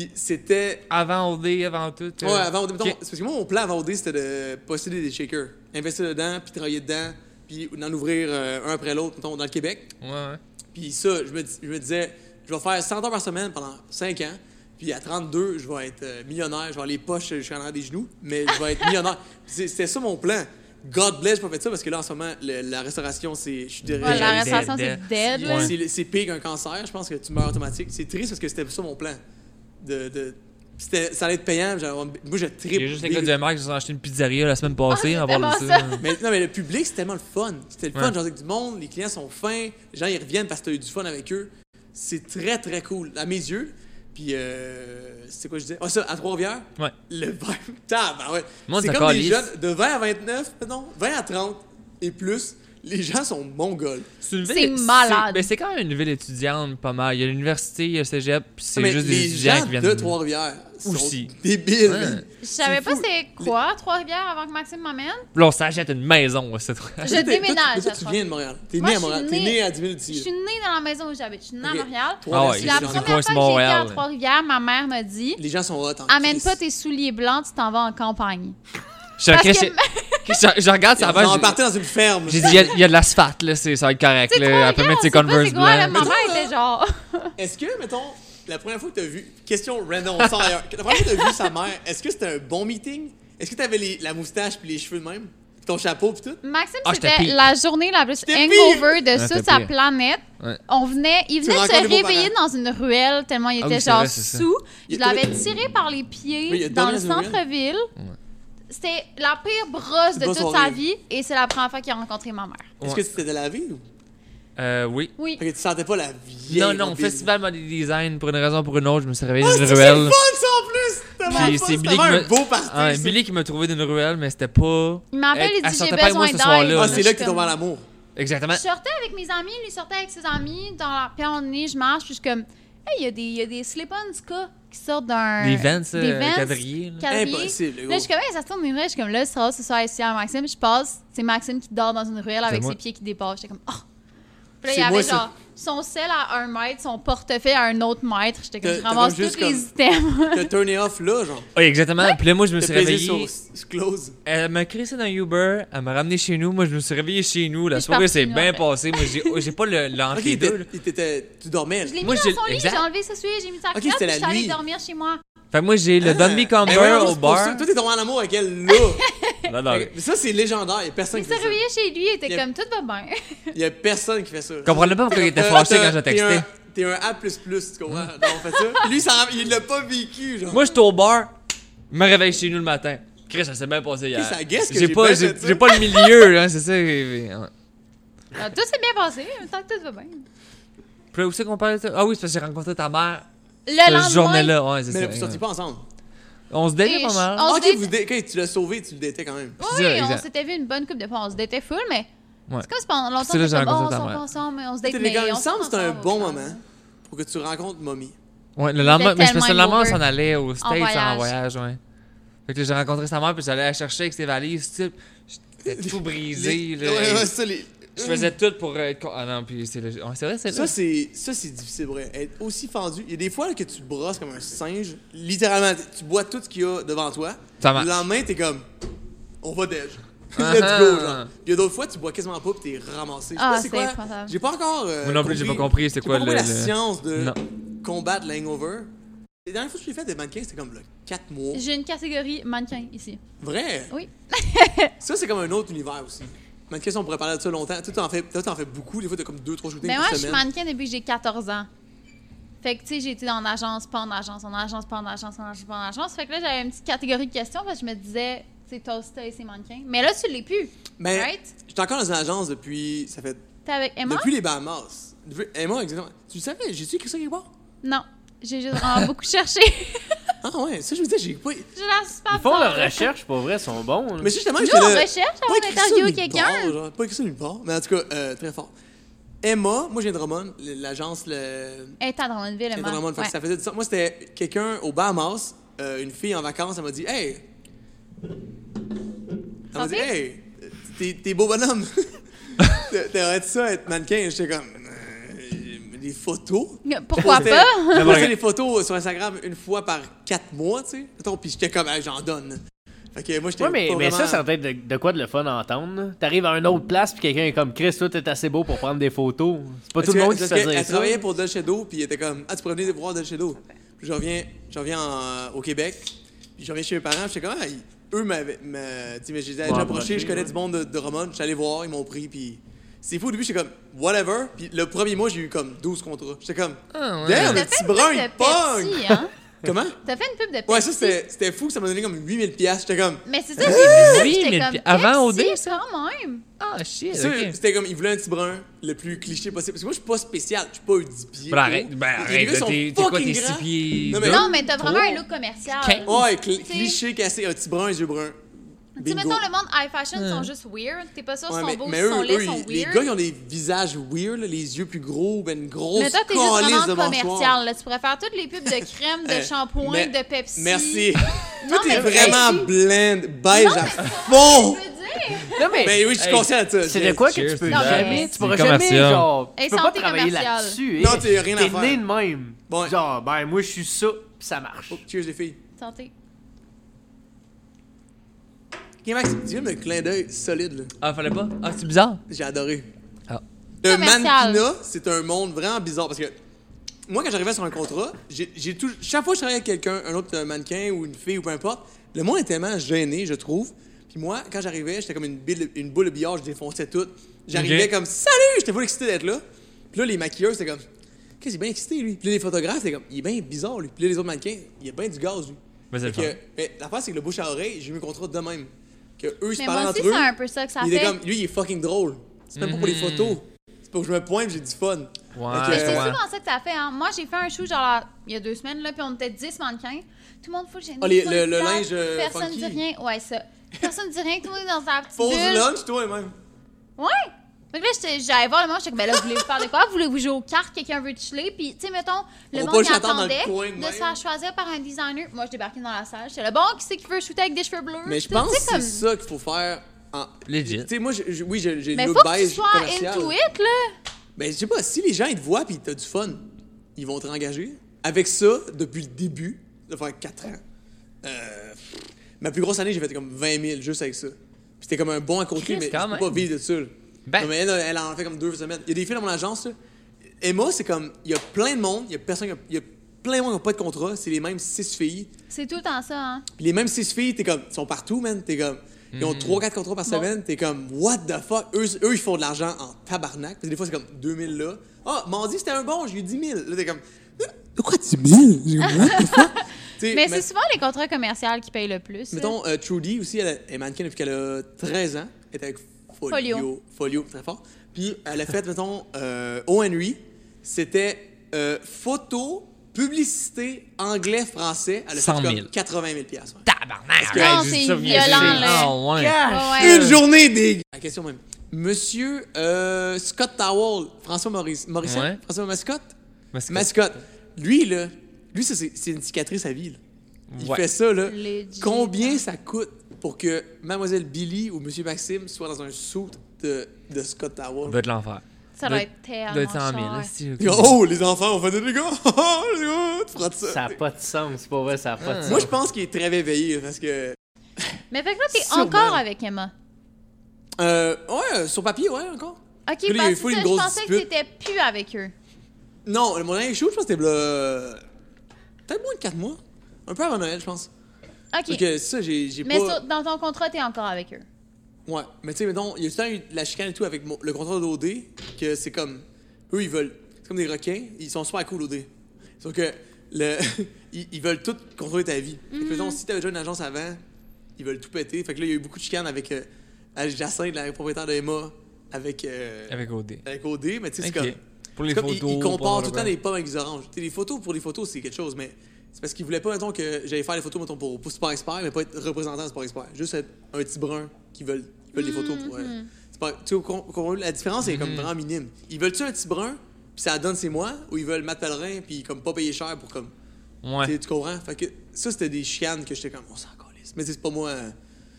D: Puis c'était.
C: Avant OD, avant tout. euh,
D: Ouais, avant OD. mettons,
C: ok.
D: c'est Parce que moi, mon plan avant OD, c'était de posséder des shakers, investir dedans, puis travailler dedans, puis d'en ouvrir euh, un après l'autre, mettons, dans le Québec.
C: Ouais, ouais.
D: Puis ça, je me, dis- je me disais, je vais faire 100 heures par semaine pendant 5 ans. Puis à 32, je vais être euh, millionnaire. Je vais avoir les poches jusqu'en arrière des genoux, mais je vais être millionnaire. C'est- C'était ça mon plan. God bless, j'ai pas fait ça parce que là, en ce moment, le- la restauration, c'est. Je suis
B: Ouais,
D: derrière.
B: la
C: Dead,
B: restauration, c'est
C: dead.
B: dead, là.
C: Ouais.
D: C'est, c'est pire qu'un cancer. Je pense que tu meurs automatique. C'est triste parce que c'était ça mon plan. De, de- c'était- ça allait être payant. mais j'allais avoir- moi, je tripe.
C: Il y a juste les gars du MR qui se sont achetés une pizzeria la semaine passée.
B: Ah,
C: on va voir
B: c'est
C: le-
D: mais, non, mais le public, c'est tellement le fun. C'était le fun.
C: Ouais.
D: Genre, avec du monde, les clients sont fins. Les gens, ils reviennent parce que t'as eu du fun avec eux. C'est très, très cool. À mes yeux. Puis, euh, c'est quoi je disais? Ah, ça, à Trois-Rivières,
C: Ouais.
D: le verre. Tabarouette.
C: Moi,
D: c'est
C: ça
D: comme les
C: calisse.
D: jeunes de 20 à 29, non, 20 à 30 et plus. Les gens sont mongols.
C: C'est une
B: C'est
C: ville-
B: malade.
C: c'est- Mais c'est quand même une ville étudiante, pas mal. Il y a l'université, il y a le cégep, puis
D: Ah, Mais
C: c'est juste
D: les
C: des étudiants
D: gens
C: qui viennent.
D: de Trois-Rivières sont
C: Aussi.
D: débiles.
C: Ouais.
B: Je savais
D: C'est
B: pas
D: fou.
B: c'est quoi, Trois-Rivières, avant que Maxime m'amène.
C: Là, on s'achète une maison, ouais, c'est trop.
B: Je
D: Toi, t'es- toi, tu-
B: déménage
D: toi,
B: à
D: tu viens de Montréal. T'es
B: Moi,
D: né à
B: je suis
D: Montréal. T'es
B: née-
D: né à 2000
B: Je suis née dans la maison où j'habite. Je suis née à
D: Ok.
B: Montréal.
D: Ah ouais,
B: Puis la
D: c'est
B: première
D: dans le
B: fois
C: coin,
B: que
C: c'est
B: j'ai été à
C: Montréal.
B: Trois-Rivières, ma mère m'a dit
D: Les gens sont hot. en
B: Amène
D: crise.
B: pas tes souliers blancs, tu t'en vas en campagne.
C: Je,
B: Parce
C: je-
B: que-
C: je- je regarde ça
D: On en
C: avant.
D: partait dans une ferme.
C: J'ai dit, il y a- il y a de l'asphalte, là, c'est- ça va être correct.
B: C'est
C: Là.
B: Trois-Rivières,
C: Elle peut mettre ses
B: c'est pas
C: Converse
B: c'est quoi, là, Ma
C: blancs.
B: mère
D: Mais
B: était genre.
D: Est-ce que, mettons, la première fois que t'as vu. Question random, sans ailleurs. La première fois que t'as vu sa mère, est-ce que c'était un bon meeting? Est-ce que t'avais les- la moustache puis les cheveux de même? Puis Ton chapeau puis tout?
B: Maxime,
C: Ah, j'étais
B: c'était
C: pire.
B: la journée la plus
D: J'étais
B: hangover de
C: Ah,
B: toute
C: j'étais
B: sa
C: pire.
B: planète.
C: Ouais.
B: On venait, il venait de
D: rencontres
B: se
D: les
B: réveiller dans une ruelle tellement il
C: Ah
B: était
C: oui, c'est
B: genre
C: vrai, c'est ça.
B: sous. Je
D: Il a
B: l'avais
D: tourné-
B: tiré par les
D: Oui, il a
B: pieds
D: tourné
B: dans le
D: dans une ruelle.
B: centre-ville. C'était la pire brosse de
D: Une brosse
B: toute sa
D: horrible.
B: vie et c'est la première fois qu'il a rencontré ma mère.
D: Est-ce que c'était de la vie ou?
C: Euh, oui.
B: Oui.
D: Fait que tu sentais pas la vieille.
C: Non, non,
D: robine.
C: festival mode design, pour une raison ou pour une autre, je me suis réveillé
D: Ah,
C: dans
B: Oh,
C: une
D: c'est que c'est le
C: ruelle.
D: fun, ça, en plus! C'était vraiment
C: Puis
D: fun,
C: c'est
D: c'était
C: Billy, qui
D: vraiment un
C: me-
D: beau party.
C: Ah,
D: ça.
C: Billy qui m'a trouvé d'une ruelle, mais c'était pas.
B: Il m'appelle,
C: Elle-
B: il
C: elle
B: dit
C: sortait
B: j'ai
C: pas avec
B: besoin
C: moi ce
B: d'aide.
C: soir-là,
D: Ah,
C: là.
D: c'est là
B: Je
D: que
B: suis
D: t'es tombé en
B: comme-
D: amour.
C: Exactement.
B: Je sortais avec mes amis, lui sortait avec ses amis dans la puis à un moment donné, je marche, puis je suis comme Hey, il y a des, il y a des slip-ons du cas qui sortent d'un.
C: Des Vans, euh,
B: Vans,
C: quadrillés, là.
B: quadrillés.
D: Impossible,
B: Là, je suis comme, Hey, ça se tourne une ruelle. Je suis comme, là, ce sera ce soir ici à Maxime. Je passe, c'est Maxime qui dort dans une ruelle avec
C: moi.
B: ses pieds qui dépassent. J'étais comme, oh! Puis là,
D: C'est
B: il y avait
D: moi, ça.
B: genre son sel à un mètre, son portefeuille à un autre mètre. J'étais comme,
D: T'as-
B: je
D: t'as
B: ramasse
D: comme
B: tous
D: juste
B: les
D: comme-
B: items.
D: T'as turné off là, genre.
C: Oui, exactement. Puis là, moi, je me
D: T'as
C: suis
D: pesé
C: réveillé.
D: sur sur close.
C: Elle m'a créé ça dans Uber, elle m'a ramené chez nous. Moi, je me suis réveillé chez nous. La
B: Puis je suis
C: soirée s'est
B: partie,
C: bien
B: ouais.
C: passée. Moi, j'ai oh, j'ai pas le-
D: Ok,
C: l'entrée
D: il
C: d'eux.
D: était-
C: là.
D: il était- tu dormais.
B: Je l'ai mis
C: Moi,
B: dans
C: j'ai-
B: son lit,
C: exact.
B: j'ai enlevé ce soulier, j'ai mis sa
D: Ok,
B: culotte,
D: c'était
B: puis je
D: la
B: suis allée
D: nuit.
B: dormir chez moi.
C: Fait que moi, j'ai le Don Me
D: Eh ouais,
C: Comber
D: non,
C: au
D: c'est pour ça.
C: bar.
D: Toi, t'es tombé en amour avec elle là.
C: Non, non,
D: Mais ça, c'est légendaire. Il y a personne
B: Il
D: qui
B: s'est
D: fait ça.
B: réveillé chez lui, il était
D: Yep.
B: comme, tout va bien.
D: Il y a personne qui fait ça.
C: Je comprenais pas pourquoi il était
D: Euh,
C: fâché
D: t'as-
C: quand j'ai
D: t'es un-
C: texté. Hein?
D: T'es un A, tu comprends? on fait ça. Lui, ça- il l'a pas vécu, genre.
C: Moi, j'étais au bar, je me réveille chez nous le matin. Chris, ça s'est bien passé hier.
D: Chris, ça guesse que
C: J'ai
D: j'ai
C: pas,
D: bien
C: j'ai
D: fait ça.
C: j'ai pas le milieu, là, c'est ça. et- et- ouais.
B: Alors, tout s'est bien passé, tant que tout va bien.
C: Puis là, où c'est qu'on parle de ça? Ah oui, c'est parce que j'ai rencontré ta mère
B: Le
C: cette
B: lendemain,
C: journée-là. Ouais, c'est
D: mais là, vous
C: ça.
D: sortiez pas ensemble.
C: On se
B: Et
C: date pas
B: je- oh,
C: mal.
B: On
D: Ah,
B: se
D: ok,
B: date-
D: vous dé- quand tu l'as sauvé, tu le détais quand même.
B: oui,
C: C'est ça,
B: on
C: exact.
B: s'était vu une bonne coupe de fois, on se datait full, mais
C: Ouais.
B: c'est comme si pendant longtemps,
C: C'est là que
B: on
C: j'ai
B: était comme, oh, on
C: rencontré ta
B: sort pas
C: mère.
B: ensemble, mais on se date,
D: T'es
B: mais
D: les gars, il
B: on
D: me
B: se
D: semble que
B: sort
D: c'est un
B: ensemble,
D: bon
B: je pense.
D: moment pour que tu rencontres Mommy.
C: Ouais, le lendemain, mais c'est parce que le
B: tellement
C: lendemain, on s'en
B: hangover.
C: allait aux States en voyage.
B: voyage.
C: ouais. Fait que là, j'ai rencontré sa mère, puis j'allais la chercher avec ses valises, type. J'étais tout brisé,
D: Les-
C: là.
D: Ouais, ouais, ça, les-
C: Je faisais tout pour être. con- Ah non, puis c'est le... ouais, c'est vrai, c'est
D: Ça,
C: là.
D: c'est ça, c'est difficile, vrai. Être aussi fendu. Il y a des fois là, que tu brosses comme un singe. Littéralement, tu bois tout ce qu'il y a devant toi.
C: Ça marche.
D: Le lendemain, t'es comme, on va déj. Let's
C: Ah
D: go,
C: ah.
D: genre. Puis il y a d'autres fois, tu bois quasiment pas, puis t'es ramassé. Je sais
B: Ah,
D: pas
B: c'est
D: quoi.
B: épouvantable.
D: J'ai pas encore. euh,
C: Moi non plus, j'ai pas compris c'est
D: j'ai
C: quoi
D: pas compris
C: le-
D: la
C: le-
D: science de
C: Non.
D: combattre l'hangover. Les dernières fois que j'ai fait des mannequins, c'était comme le 4 mois.
B: J'ai une catégorie mannequin ici.
D: Vrai?
B: Oui.
D: Ça, c'est comme un autre univers aussi. Mannequins, on pourrait parler de ça longtemps. Toi, t'en fais, toi, t'en fais beaucoup. Des fois, t'as comme 2-3 shootings
B: Ben
D: par
B: moi, je suis
D: semaine.
B: mannequin depuis que j'ai 14 ans. Fait que, tu sais, j'ai été en agence, pas en agence, en agence, pas en agence, en agence, pas en agence. Fait que là, j'avais une petite catégorie de questions parce que je me disais, c'est Tosta et c'est mannequin. Mais là, tu l'es plus.
D: Mais
B: Right?
D: j'étais encore dans une agence depuis. Ça fait
B: T'es avec Emma?
D: Depuis les Bahamas. Depuis- Emma, exactement. Tu le savais, j'ai-tu écrit ça quelque part?
B: Non. J'ai juste vraiment beaucoup cherché.
D: Ah ouais, ça je me disais, j'ai pas. Mais
B: je la super
E: Ils font
B: bizarre.
E: leur recherche, pour vrai, ils sont bons. là.
D: ça, justement,
B: Nous,
D: j'étais
B: on
D: là,
B: recherche,
D: pas
B: on
D: écrit ça
B: interviewe
D: nulle
B: quelqu'un.
D: part, genre, Pas écrit ça nulle part. Mais en tout cas, euh, très fort. Emma, moi je viens de Drummond, l- l'agence, le.
B: Elle était dans une ville,
D: Elle
B: Emma.
D: était Drummond, fait que
B: Ouais.
D: ça faisait du sens. Moi c'était quelqu'un aux Bahamas, euh, une fille en vacances, elle m'a dit, hey! Elle m'a dit,
B: Santé?
D: hey! T'es, t'es beau bonhomme! T'aurais-tu ça, être mannequin? J'étais comme. euh, des photos.
B: Pourquoi
D: Postais-
B: pas?
D: Je
C: bon,
D: postais
C: regarde.
D: des photos sur Instagram une fois par quatre mois, tu sais. Mettons, puis j'étais comme, Ah, j'en donne. Fait que moi, j'étais
E: Ouais, mais,
D: pas
E: mais ça,
D: vraiment-
E: ça doit être de, de quoi de le fun à entendre. là. T'arrives à une autre place, puis quelqu'un est comme Chris, toi, t'es assez beau pour prendre des photos. C'est pas
D: Parce
E: tout le
D: que-
E: monde qui se
D: parce
E: fait
D: que
E: dire
D: Elle
E: ça.
D: travaillait pour Del Shadow, puis elle était comme Ah, tu pourrais venir voir Del Shadow. Puis je reviens, je reviens en- euh, au Québec, puis je reviens chez mes parents, puis j'étais comme Ah, ils- eux m'avaient. m'a- Tu sais, mais j'ai déjà
E: Ouais,
D: approché, je connais du monde de, de Drummond, je suis allé voir, ils m'ont pris, puis. C'est fou, au début, j'étais comme whatever, puis le premier mois, j'ai eu comme 12 contrats. J'étais comme
C: Ah, ouais.
D: Damn,
B: T'as
D: le
B: fait
D: petit
B: une pub
D: brun,
B: de
D: il
B: Pepsi,
D: punk
B: hein?
D: Comment
B: T'as fait une pub de Pepsi.
D: Ouais, ça, c'était c'était fou, ça m'a donné comme 8000$, j'étais comme.
B: Mais c'est ça, j'ai vu ça,
C: Oui,
B: j'étais
C: mais
B: comme
C: puis avant, au
B: Pepsi,
C: dé, ça?
B: quand même.
C: Ah, shit,
D: Ça,
C: ok.
D: C'était comme, ils voulaient un petit brun le plus cliché possible. Parce que moi, je suis pas spécial, je suis pas un 10 pieds.
C: Ben,
D: haut.
C: arrête, ben,
D: Les
C: arrête,
D: gars sont
C: t'es t'es quoi,
D: fucking
C: t'es six
D: grands.
C: pieds
D: Non, mais-
C: deux?
B: Non, mais t'as vraiment
C: Trois?
B: un look commercial.
C: Quinze?
D: Ouais, cl-
B: Tu sais.
D: cliché cassé, un petit brun, un yeux bruns.
B: Tu sais,
D: Bingo.
B: mettons, le monde high fashion
C: Hein.
B: sont juste weird. T'es pas sûr
D: Ouais,
B: si
D: mais,
B: sont beaux,
D: mais
B: si
D: eux,
B: sont laids,
D: eux,
B: sont
D: ils- les
B: weird.
D: gars, ils ont des visages weird, là, les yeux plus gros, ben une grosse
B: mais toi, t'es juste
D: câlisse
B: vraiment
D: de mâchoire.
B: commercial. Là. Tu pourrais faire toutes les pubs de crème, de
D: Eh,
B: shampoing,
D: mais-
B: de Pepsi.
D: Merci.
B: Non,
D: Toi, t'es
B: mais
D: vraiment
B: merci.
D: blend, beige à
B: Je
D: fond.
B: veux dire.
E: Non, mais
D: Ben oui, je suis
C: Hey,
D: conscient de ça.
E: c'est
D: J'ai-
E: de quoi que
C: cheers,
E: tu peux
B: non, mais-
E: jamais. Tu pourras
C: C'est
E: jamais,
C: commercial.
E: genre.
B: Hey,
E: Tu peux pas
B: santé
E: travailler
B: commerciale.
E: là-dessus.
D: Non,
E: hein.
D: t'as rien à
E: T'es
D: faire.
E: né de même.
D: Bon.
E: Genre, ben moi, je suis ça, pis ça marche.
D: Oh, Cheers, les filles.
B: Santé.
D: Ok, Max, tu viens de me clin d'œil solide, là.
C: Ah, fallait pas? Ah, c'est bizarre.
D: J'ai adoré.
C: Ah.
D: Le
B: Commercial.
D: mannequinat, c'est un monde vraiment bizarre parce que moi, quand j'arrivais sur un contrat, j'ai j'ai tout, chaque fois que je travaillais avec quelqu'un, un autre mannequin ou une fille ou peu importe, le monde est tellement gêné, je trouve. Puis moi, quand j'arrivais, j'étais comme une, bille- une boule de billard, je défonçais tout. J'arrivais
C: Ok.
D: comme Salut, j'étais full excité d'être là. Puis là, les maquilleurs, c'était comme Qu'est-ce qu'il est bien excité, lui. Puis là, les photographes, c'était comme Il est bien bizarre, lui. Puis là, les autres mannequins, il a bien du gaz, lui.
C: Mais c'est
D: Fait
C: le
D: que-
C: fun.
D: mais l'affaire, c'est que le bouche à oreille, j'ai eu un contrat de même. Que eux, ils se
B: Mais
D: parlaient
B: moi aussi,
D: entre eux.
B: c'est un peu ça que ça
D: Il était
B: fait.
D: comme, lui, il est fucking drôle. C'est même pas pour les photos. C'est pour que je me pointe, j'ai du fun.
C: Mhm. Ouais,
D: Fait
B: Mais
D: que- euh,
B: c'est
C: ouais.
B: souvent ça que ça fait. Hein. Moi, j'ai fait un show genre là, il y a deux semaines, là, puis on était 10 mannequins. Tout le monde faut que j'ai
D: Ah, les- le- le linge, euh,
B: Personne
D: funky.
B: dit rien. Ouais, ça. Personne dit rien. Tout le monde est dans sa petite
D: Pause
B: bulle.
D: lunch, toi, même.
B: Ouais! Fait que là, j'étais- j'allais voir le monde, j'étais comme, ben là, vous voulez vous faire de quoi? Vous voulez vous jouer aux cartes? Quelqu'un veut chiller? Puis, tu sais, mettons, le
D: On va
B: monde
D: pas
B: qui
D: s'attendre dans le
B: attendait
D: coin de
B: de
D: même.
B: se faire choisir par un designer. Moi, je débarquais dans la salle, j'étais là, bon, qui c'est qui veut shooter avec des cheveux bleus?
D: Mais
B: Tu
D: je
B: sais,
D: pense
B: tu
D: que
B: sais,
D: c'est
B: comme-
D: ça qu'il faut faire. En...
C: Legit.
D: Tu sais, moi, je- je- oui, j'ai j'ai
B: Mais
D: le
B: faut que tu
D: beige
B: sois
D: commercial.
B: into it, là!
D: Mais Ben, je sais pas, si les gens, ils te voient puis t'as du fun, ils vont te rengager. Avec ça, depuis le début, ça fait 4 ans. Euh, pff, ma plus grosse année, j'ai fait comme 20 000 juste avec ça. Puis c'était comme un bon à côté,
C: Chris,
D: mais je
C: quand
D: peux
C: même.
D: pas vivre de ça. là.
C: Ben.
D: Non, mais elle, elle en fait comme deux semaines. Il y a des filles dans mon agence, là. Emma, c'est comme, il y a plein de monde, il y a personne, qui a- il y a plein de monde qui n'a pas de contrat, c'est les mêmes six filles.
B: C'est tout le temps ça, hein?
D: Puis les mêmes six filles, t'es comme, sont partout, man. T'es comme, ils ont trois, quatre contrats par semaine. T'es comme, what the fuck? Eux, eux, ils font de l'argent en tabarnak. Parce que des fois, c'est comme 2000 là. Ah, mardi, c'était un bon, j'ai eu 10 000. Là, t'es comme, de quoi 10 000? J'ai eu, what the fuck? T'sais,
B: Mais
D: mais-
B: c'est souvent les contrats commerciaux qui payent le plus. là.
D: Mettons, euh, Trudy aussi, elle est mannequin depuis qu'elle a 13 ans. Elle est avec Folio.
B: Folio.
D: Folio. très fort. Puis elle a fait, mettons, euh, O. Henry. C'était euh, photo, publicité, anglais, français. Elle a
C: 100
D: fait
C: 000.
D: comme 80 000 ouais.
C: Tabarnak!
B: que-
C: arrête,
B: Non,
C: j'ai
B: c'est
C: ça, mais
B: violent,
C: Ah, c'est-
B: là.
C: Ah, ouais.
B: Ouais, ouais.
D: Une journée, des Euh, La question même. Monsieur euh, Scott Towell, François Maurice, Morissette,
C: Ouais.
D: François Mascotte?
C: Mascotte.
D: Mascotte. Lui, là, lui, ça, c'est c'est une cicatrice à vie. là. Il
C: Ouais.
D: fait ça, là.
B: Legit.
D: Combien ça coûte pour que Mademoiselle Billy ou Monsieur Maxime soient dans un suit de, de Scott Towell?
C: Ça doit être l'enfer.
B: Ça doit être tellement
C: doit être 100 000,
B: cher.
C: là, si, ok.
D: Ils disent, Oh, les enfants, on fait des dégâts! Oh, tu prends de ça.
E: Ça a pas de sens, pour vrai, ça a pas de sens.
D: Moi, je pense qu'il est très réveillé parce que.
B: Mais fait que là, t'es
D: Sûrement.
B: encore avec Emma.
D: Euh, ouais, sur papier, ouais, encore.
B: OK,
D: Puis là, il
B: parce
D: faut
B: que
D: une
B: ça, je
D: grosse
B: pensais que
D: dispute.
B: t'étais plus avec eux.
D: Non, le mon dernier show, je pense que c'était v'là- peut-être moins de 4 mois. Un peu avant Noël, je pense.
B: OK.
D: Parce que ça, j'ai j'ai pas.
B: Mais sur- dans ton contrat, t'es encore avec eux.
D: Ouais. Mais tu sais, mettons, il y a tout le temps eu de la chicane et tout avec mon- le contrat d'OD, que c'est comme. Eux, ils veulent. C'est comme des requins, ils sont super cool, OD. Sauf que. Le, ils, ils veulent tout contrôler ta vie. Fait que,
B: Mm.
D: mettons, si t'avais déjà une agence avant, ils veulent tout péter. Fait que là, il y a eu beaucoup de chicanes avec, euh, avec Jacinthe, la propriétaire de Emma, avec. euh,
C: Avec OD.
D: avec OD, mais tu
C: Ok.
D: sais, c'est comme.
C: Pour les
D: c'est comme, ils-
C: photos,
D: Ils,
C: pour
D: comparent tout le temps
C: whatever.
D: les pommes avec les oranges. Tu sais, les photos pour les photos, c'est quelque chose, mais c'est parce qu'ils voulaient pas, mettons, que j'allais faire les photos, mettons, pour, pour Sport Expert, mais pas être représentant de Sport Expert. Juste être un petit brun qui veulent, qui veulent des photos pour. euh, Sport- tu sais, qu'on- qu'on- la différence
C: Mm-hmm.
D: est comme vraiment minime. Ils veulent-tu un petit brun, puis ça donne c'est moi, ou ils veulent Matt Pellerin, puis comme pas payer cher pour comme. Tu
C: Ouais.
D: sais, tu comprends? Fait que ça, c'était des chicanes que j'étais comme, on s'en calisse. Mais tu sais, c'est pas moi. euh,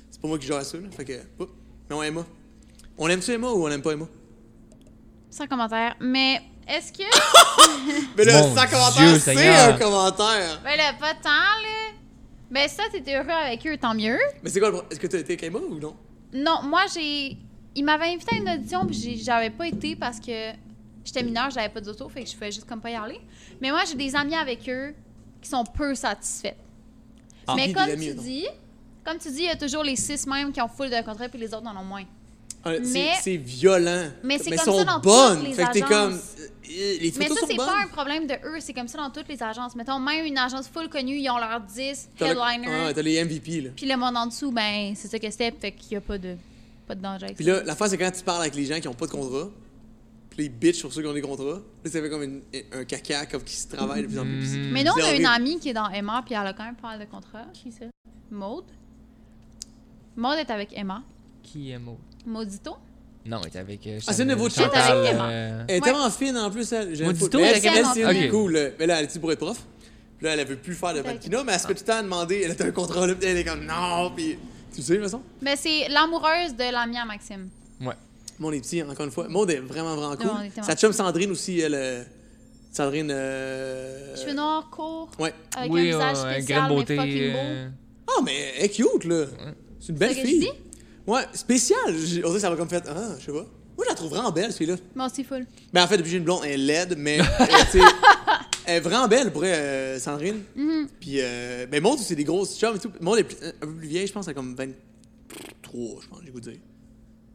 D: C'est pas moi qui gère ça, là. Fait que. oups. Mais on aime Emma. On aime-tu Emma ou on aime pas Emma?
B: Sans commentaire. Mais Est-ce que.
D: Mais là,
C: Mon
D: sans
C: Dieu,
D: commentaire, c'est
C: Seigneur.
D: un commentaire.
B: Ben là, pas tant, là. Ben ça, t'étais heureux avec eux, tant mieux.
D: Mais c'est quoi le pro- Est-ce que t'as été avec Emma ou non?
B: Non, moi, j'ai. Ils m'avaient invité à une audition, puis j'ai- j'avais pas été parce que j'étais mineure, j'avais pas d'auto, fait que je pouvais juste comme pas y aller. Mais moi, j'ai des amis avec eux qui sont peu satisfaits.
D: Ah.
B: Mais
D: Des
B: comme
D: amis,
B: tu
D: non.
B: dis, comme tu dis, il y a toujours les six mêmes qui ont full de contrats, puis les autres en ont moins.
D: Ah, c'est-
B: Mais-
D: C'est violent.
B: mais c'est
D: elles
B: comme ça
D: sont
B: dans toutes
D: bonnes.
B: les
D: fait que t'es comme.
B: agences.
D: euh, Les
B: Mais
D: photos
B: ça,
D: sont
B: c'est
D: bonnes.
B: pas un problème de eux, c'est comme ça dans toutes les agences. Mettons, même une agence full connue, ils ont leurs 10
D: T'as le-
B: headliners,
D: Ouais, t'as les MVP, là.
B: puis le monde en dessous, ben, c'est ça que c'était, fait qu'il y a pas de, pas de danger avec
D: Puis
B: ça.
D: là, la fin, c'est quand tu parles avec les gens qui ont pas de contrat, puis les bitches sur ceux qui ont des contrats, là, ça fait comme une- un caca comme qui se travaille de plus en plus. Puis c'est-
B: Mais nous, on
D: c'est
B: a une
D: horrible.
B: amie qui est dans Emma, puis elle a quand même pas mal de contrats. Qui ça? Maude. Maude est avec Emma.
C: Qui est Maud?
B: Maudito.
C: Non, elle était avec. euh,
D: Ah, c'est une de vos
C: Chantal,
D: chums, elle
B: était avec Emma.
C: euh,
D: Elle est
B: Ouais.
D: tellement fine en plus, elle. J'aime
C: Maudito,
D: pas- mais
C: elle
D: elle,
B: est
D: elle,
B: tellement
D: c'est
B: fine.
D: une
C: Ok.
D: cool. là. Mais là, elle est pour être prof. Puis là, elle avait plus faire de mannequinat, mais elle se fait tout le temps demander. Elle a un contrat là, puis elle est comme non, puis. Tu sais, de toute façon?
B: Mais Ben, c'est l'amoureuse de l'ami à Maxime.
C: Ouais.
D: Mon est petit, encore une fois. Maud est vraiment, vraiment cool.
B: Non, on est tellement
D: Sa chum Sandrine aussi, elle. euh, Sandrine. euh,
B: Cheveux noirs, courts,
D: Ouais.
B: avec
C: oui,
B: un visage
C: ouais, ouais,
B: spécial,
C: graine
B: mais fucking beau.
C: euh,
D: Ah, mais elle est cute, là. C'est une belle
B: C'est ce que
D: fille.
B: je dis?
D: Ouais, spéciale. J'ai- On dirait que ça m'a comme fait. Ah, je sais pas. Moi, je la trouve vraiment belle, celui-là.
B: Moi aussi, full.
D: Mais en fait, depuis que j'ai une blonde, elle est laide, mais. euh, tu sais, elle est vraiment belle pour euh, Sandrine.
B: Mm-hmm.
D: Puis, euh, ben, Maud, c'est des grosses chums et tout. Maud est plus- un peu plus vieille, je pense, elle a comme 23, je pense, j'ai goût de dire.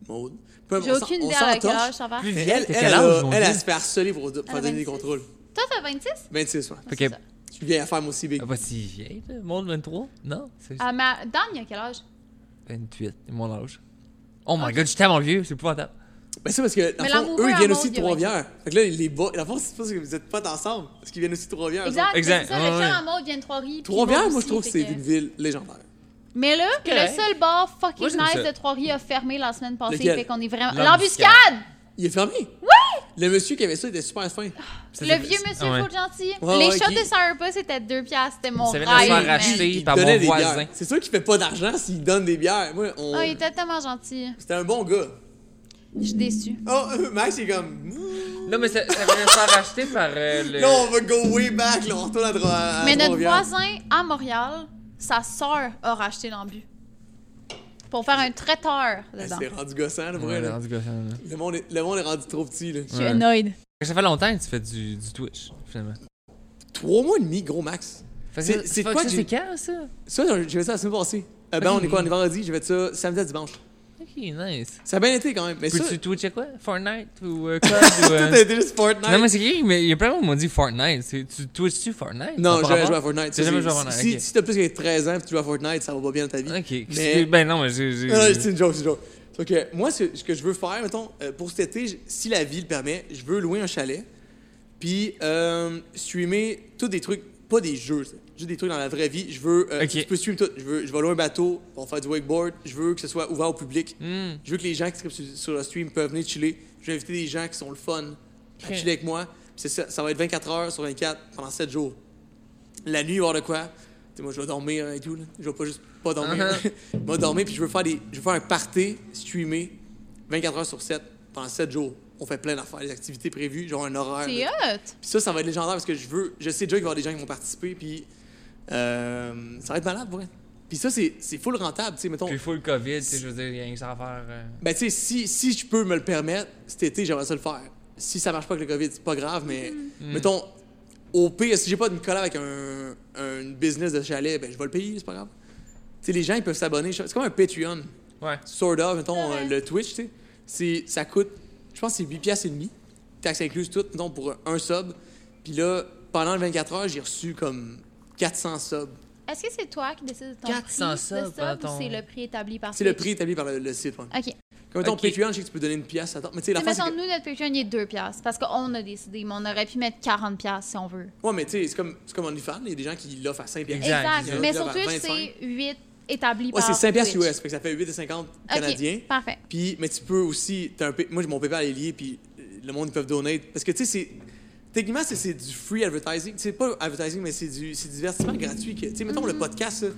D: Maud. Peu importe,
B: J'ai
D: on s'en-
B: aucune
D: on
B: idée à quel
D: s'entorche.
B: âge ça va.
C: Plus
D: Elle,
C: vieille,
D: elle,
C: t'as
D: elle,
C: quel
D: a-
C: âge, mon
D: elle, elle
C: Dieu?
D: se fait harceler pour, pour
B: a
D: donner
B: 26.
D: des contrôles.
B: Toi, t'as 26?
D: 26, ouais.
B: C'est ça.
D: Je suis vieille à faire, moi aussi, big.
C: Elle est pas si Ah, bah, vieille, là. Maud, 23? Non, c'est
B: Ah, ma... Dan, il a quel âge?
C: 28, c'est mon âge. Oh my god, je suis tellement vieux, c'est épouvantable.
D: Ben, c'est parce que, dans
B: Mais
D: le fond,
B: l'amoureux
D: eux, ils
B: à
D: viennent
B: Maud,
D: aussi de
B: il y a
D: Trois-Rivières. Fait que là, les boys, la force, c'est pas parce que vous êtes pas ensemble, parce qu'ils viennent aussi de Trois-Rivières. eux autres.
B: Exact.
C: Exact,
B: C'est ça, le
C: ouais,
B: chien
C: ouais.
B: à Maud vient de Trois-Rivières. puis
D: Trois-Rivières,
B: Maud
D: moi, je
B: aussi,
D: trouve que
B: fait
D: c'est
B: que-
D: une ville légendaire.
B: Mais là, le
C: correct.
B: seul bar
C: Moi,
B: fucking
C: j'aime
B: nice
C: ça.
B: de Trois-Rivières a fermé la semaine passée,
D: Lequel?
B: fait qu'on est vraiment...
C: L'embuscade.
B: L'embuscade!
D: Il est fermé. Oui! Le monsieur qui avait ça était super fin.
C: Ça,
B: Le
C: c'est-
B: vieux monsieur
C: ouais.
B: faut être gentil.
D: Ouais,
B: les
D: ouais,
B: shots
D: qui-
B: de Sarpa, c'était 2 piastres. C'était mon
C: Ça
B: rêve.
C: vient de se faire
B: man.
C: racheter.
D: Il
C: par mon
D: donnait des
C: voisin.
D: bières. C'est sûr qu'il fait pas d'argent s'il donne des bières. Moi, on...
B: Oh, il était tellement gentil.
D: C'était un bon gars.
B: Je suis déçue.
D: Oh, Max, il est comme... "Ouh,
C: Non, mais ça, ça vient de se faire racheter par euh, le.
D: Là, on va go way back. Là, on retourne à, Trois- à
B: Mais notre
D: Trois-Rivières.
B: voisin à Montréal, sa sœur a racheté l'embu. Pour faire un traiteur
D: Eh,
B: dedans.
D: C'est rendu gossant, là, pour
C: Ouais,
D: vrai, là.
C: en tout cas, ça, là.
D: Le monde, est, le monde est rendu trop petit, là.
B: Je suis
C: Ouais.
B: annoyed.
C: Ça fait longtemps que tu fais du, du Twitch, finalement.
D: Trois mois et demi, gros max.
C: Fait que
D: C'est-
C: ça-
D: c'est
C: fuck,
D: quoi
C: ça,
D: que
C: C'est
D: j'ai-
C: quand, ça?
D: Ça, j'ai j'ai fait ça la semaine passée. Euh, ben,
C: Ok.
D: on est quoi, on est vendredi? J'ai fait ça samedi à dimanche.
C: Ok, nice.
D: Ça a bien été, quand même. Mais ça,
C: Peux-tu
D: tout
C: twitcher quoi? Fortnite ou euh, COD ou... euh,
D: a été juste Fortnite.
C: Non, mais c'est qui? Mais il y a plein de monde qui m'ont dit Fortnite. C'est- Tu twitches-tu Fortnite? Ça
D: Non,
C: par
D: j'ai jamais
C: rapport?
D: joué à Fortnite.
C: T'as
D: Ça,
C: jamais
D: c'est-
C: joué à Fortnite,
D: Si,
C: ok.
D: si t'as plus que 13 ans et tu joues à Fortnite, ça va pas bien dans ta vie.
C: Ok.
D: Mais-
C: Ben non, mais j'ai... j'ai-
D: Non, non, c'est une joke, c'est une joke. Donc, euh, moi, ce, ce que je veux faire, mettons, euh, pour cet été, j- si la vie le permet, je veux louer un chalet, puis euh, streamer tous des trucs, pas des jeux, ça, juste des trucs dans la vraie vie. Je veux, euh,
C: Ok.
D: tu peux streamer tout. Je, veux, je vais louer un bateau, on va faire du wakeboard, je veux que ce soit ouvert au public.
C: Hmm.
D: Je veux que les gens qui sont sur, sur le stream peuvent venir chiller. Je vais inviter des gens qui sont le fun à
C: Ok.
D: chiller avec moi. Puis c'est ça, ça va être 24 heures sur 24 pendant 7 jours. La nuit, il va y avoir de quoi. Tu sais, moi, je vais dormir et tout. Là. Je vais pas juste pas dormir.
C: Uh-huh.
D: moi, dormir, puis je veux faire, des, je veux faire un party streamé 24 heures sur 7 pendant 7 jours. On fait plein d'affaires, des activités prévues, genre un horaire.
B: C'est
D: là.
B: hot.
D: Puis ça, ça va être légendaire parce que je veux, je sais déjà qu'il va y avoir des gens qui vont participer, puis euh, ça va être malade, pour vrai. Puis ça, c'est c'est full rentable, tu sais, mettons.
C: Puis full COVID, tu sais, je veux dire, il y a rien que ça à faire. euh.
D: Ben, tu sais, si, si je peux me le permettre, cet été, j'aimerais ça le faire. Si ça marche pas avec le COVID, c'est pas grave, mais
C: Mm.
D: mettons, au pire, si j'ai pas de collab avec un, un business de chalet, ben, je vais le payer, c'est pas grave. Tu sais, les gens, ils peuvent s'abonner. C'est comme un Patreon,
C: Ouais.
D: sort of, mettons,
B: Ouais.
D: euh, le Twitch, tu sais. C'est- Ça coûte, je pense, que c'est 8 piastres et demi, taxes incluses, tout, mettons, pour un sub. Puis là, pendant les 24 heures, j'ai reçu comme 400 subs.
B: Est-ce que c'est toi qui décides de ton
C: 400
B: prix
C: subs,
B: de sub
C: pardon.
B: ou c'est le prix établi par
D: C'est le prix
B: Twitch?
D: établi par le, le site. ouais.
B: OK.
D: Comme mettons,
C: Ok.
D: Patreon, je sais que tu peux donner une pièce à temps. Mais tu sais, la
B: T'sais,
D: face, c'est
B: mettons,
D: que-
B: nous, notre Patreon, il est 2 piastres parce qu'on a décidé, mais on aurait pu mettre 40 piastres si on veut.
D: Ouais, mais tu sais, c'est comme, c'est comme OnlyFans, il y a des gens qui l'offrent à 5 piastres.
C: Exact.
B: Exact.
C: exact.
B: Mais
D: Là,
B: sur
D: vers
B: Twitch,
D: 25.
B: c'est 8 établi
D: Ouais,
B: par
D: c'est 5 piastres
B: Twitch.
D: US, fait que ça fait 8,50 canadiens.
B: OK, parfait.
D: Puis, mais tu peux aussi, t'as un pay- moi, mon PayPal est lié, puis euh, le monde, ils peuvent donner. Parce que tu sais, c'est. Techniquement, c'est- c'est du free advertising. C'est pas advertising, mais c'est du, c'est du divertissement gratuit. que- Tu sais, mettons
B: Mm-hmm.
D: le podcast, là,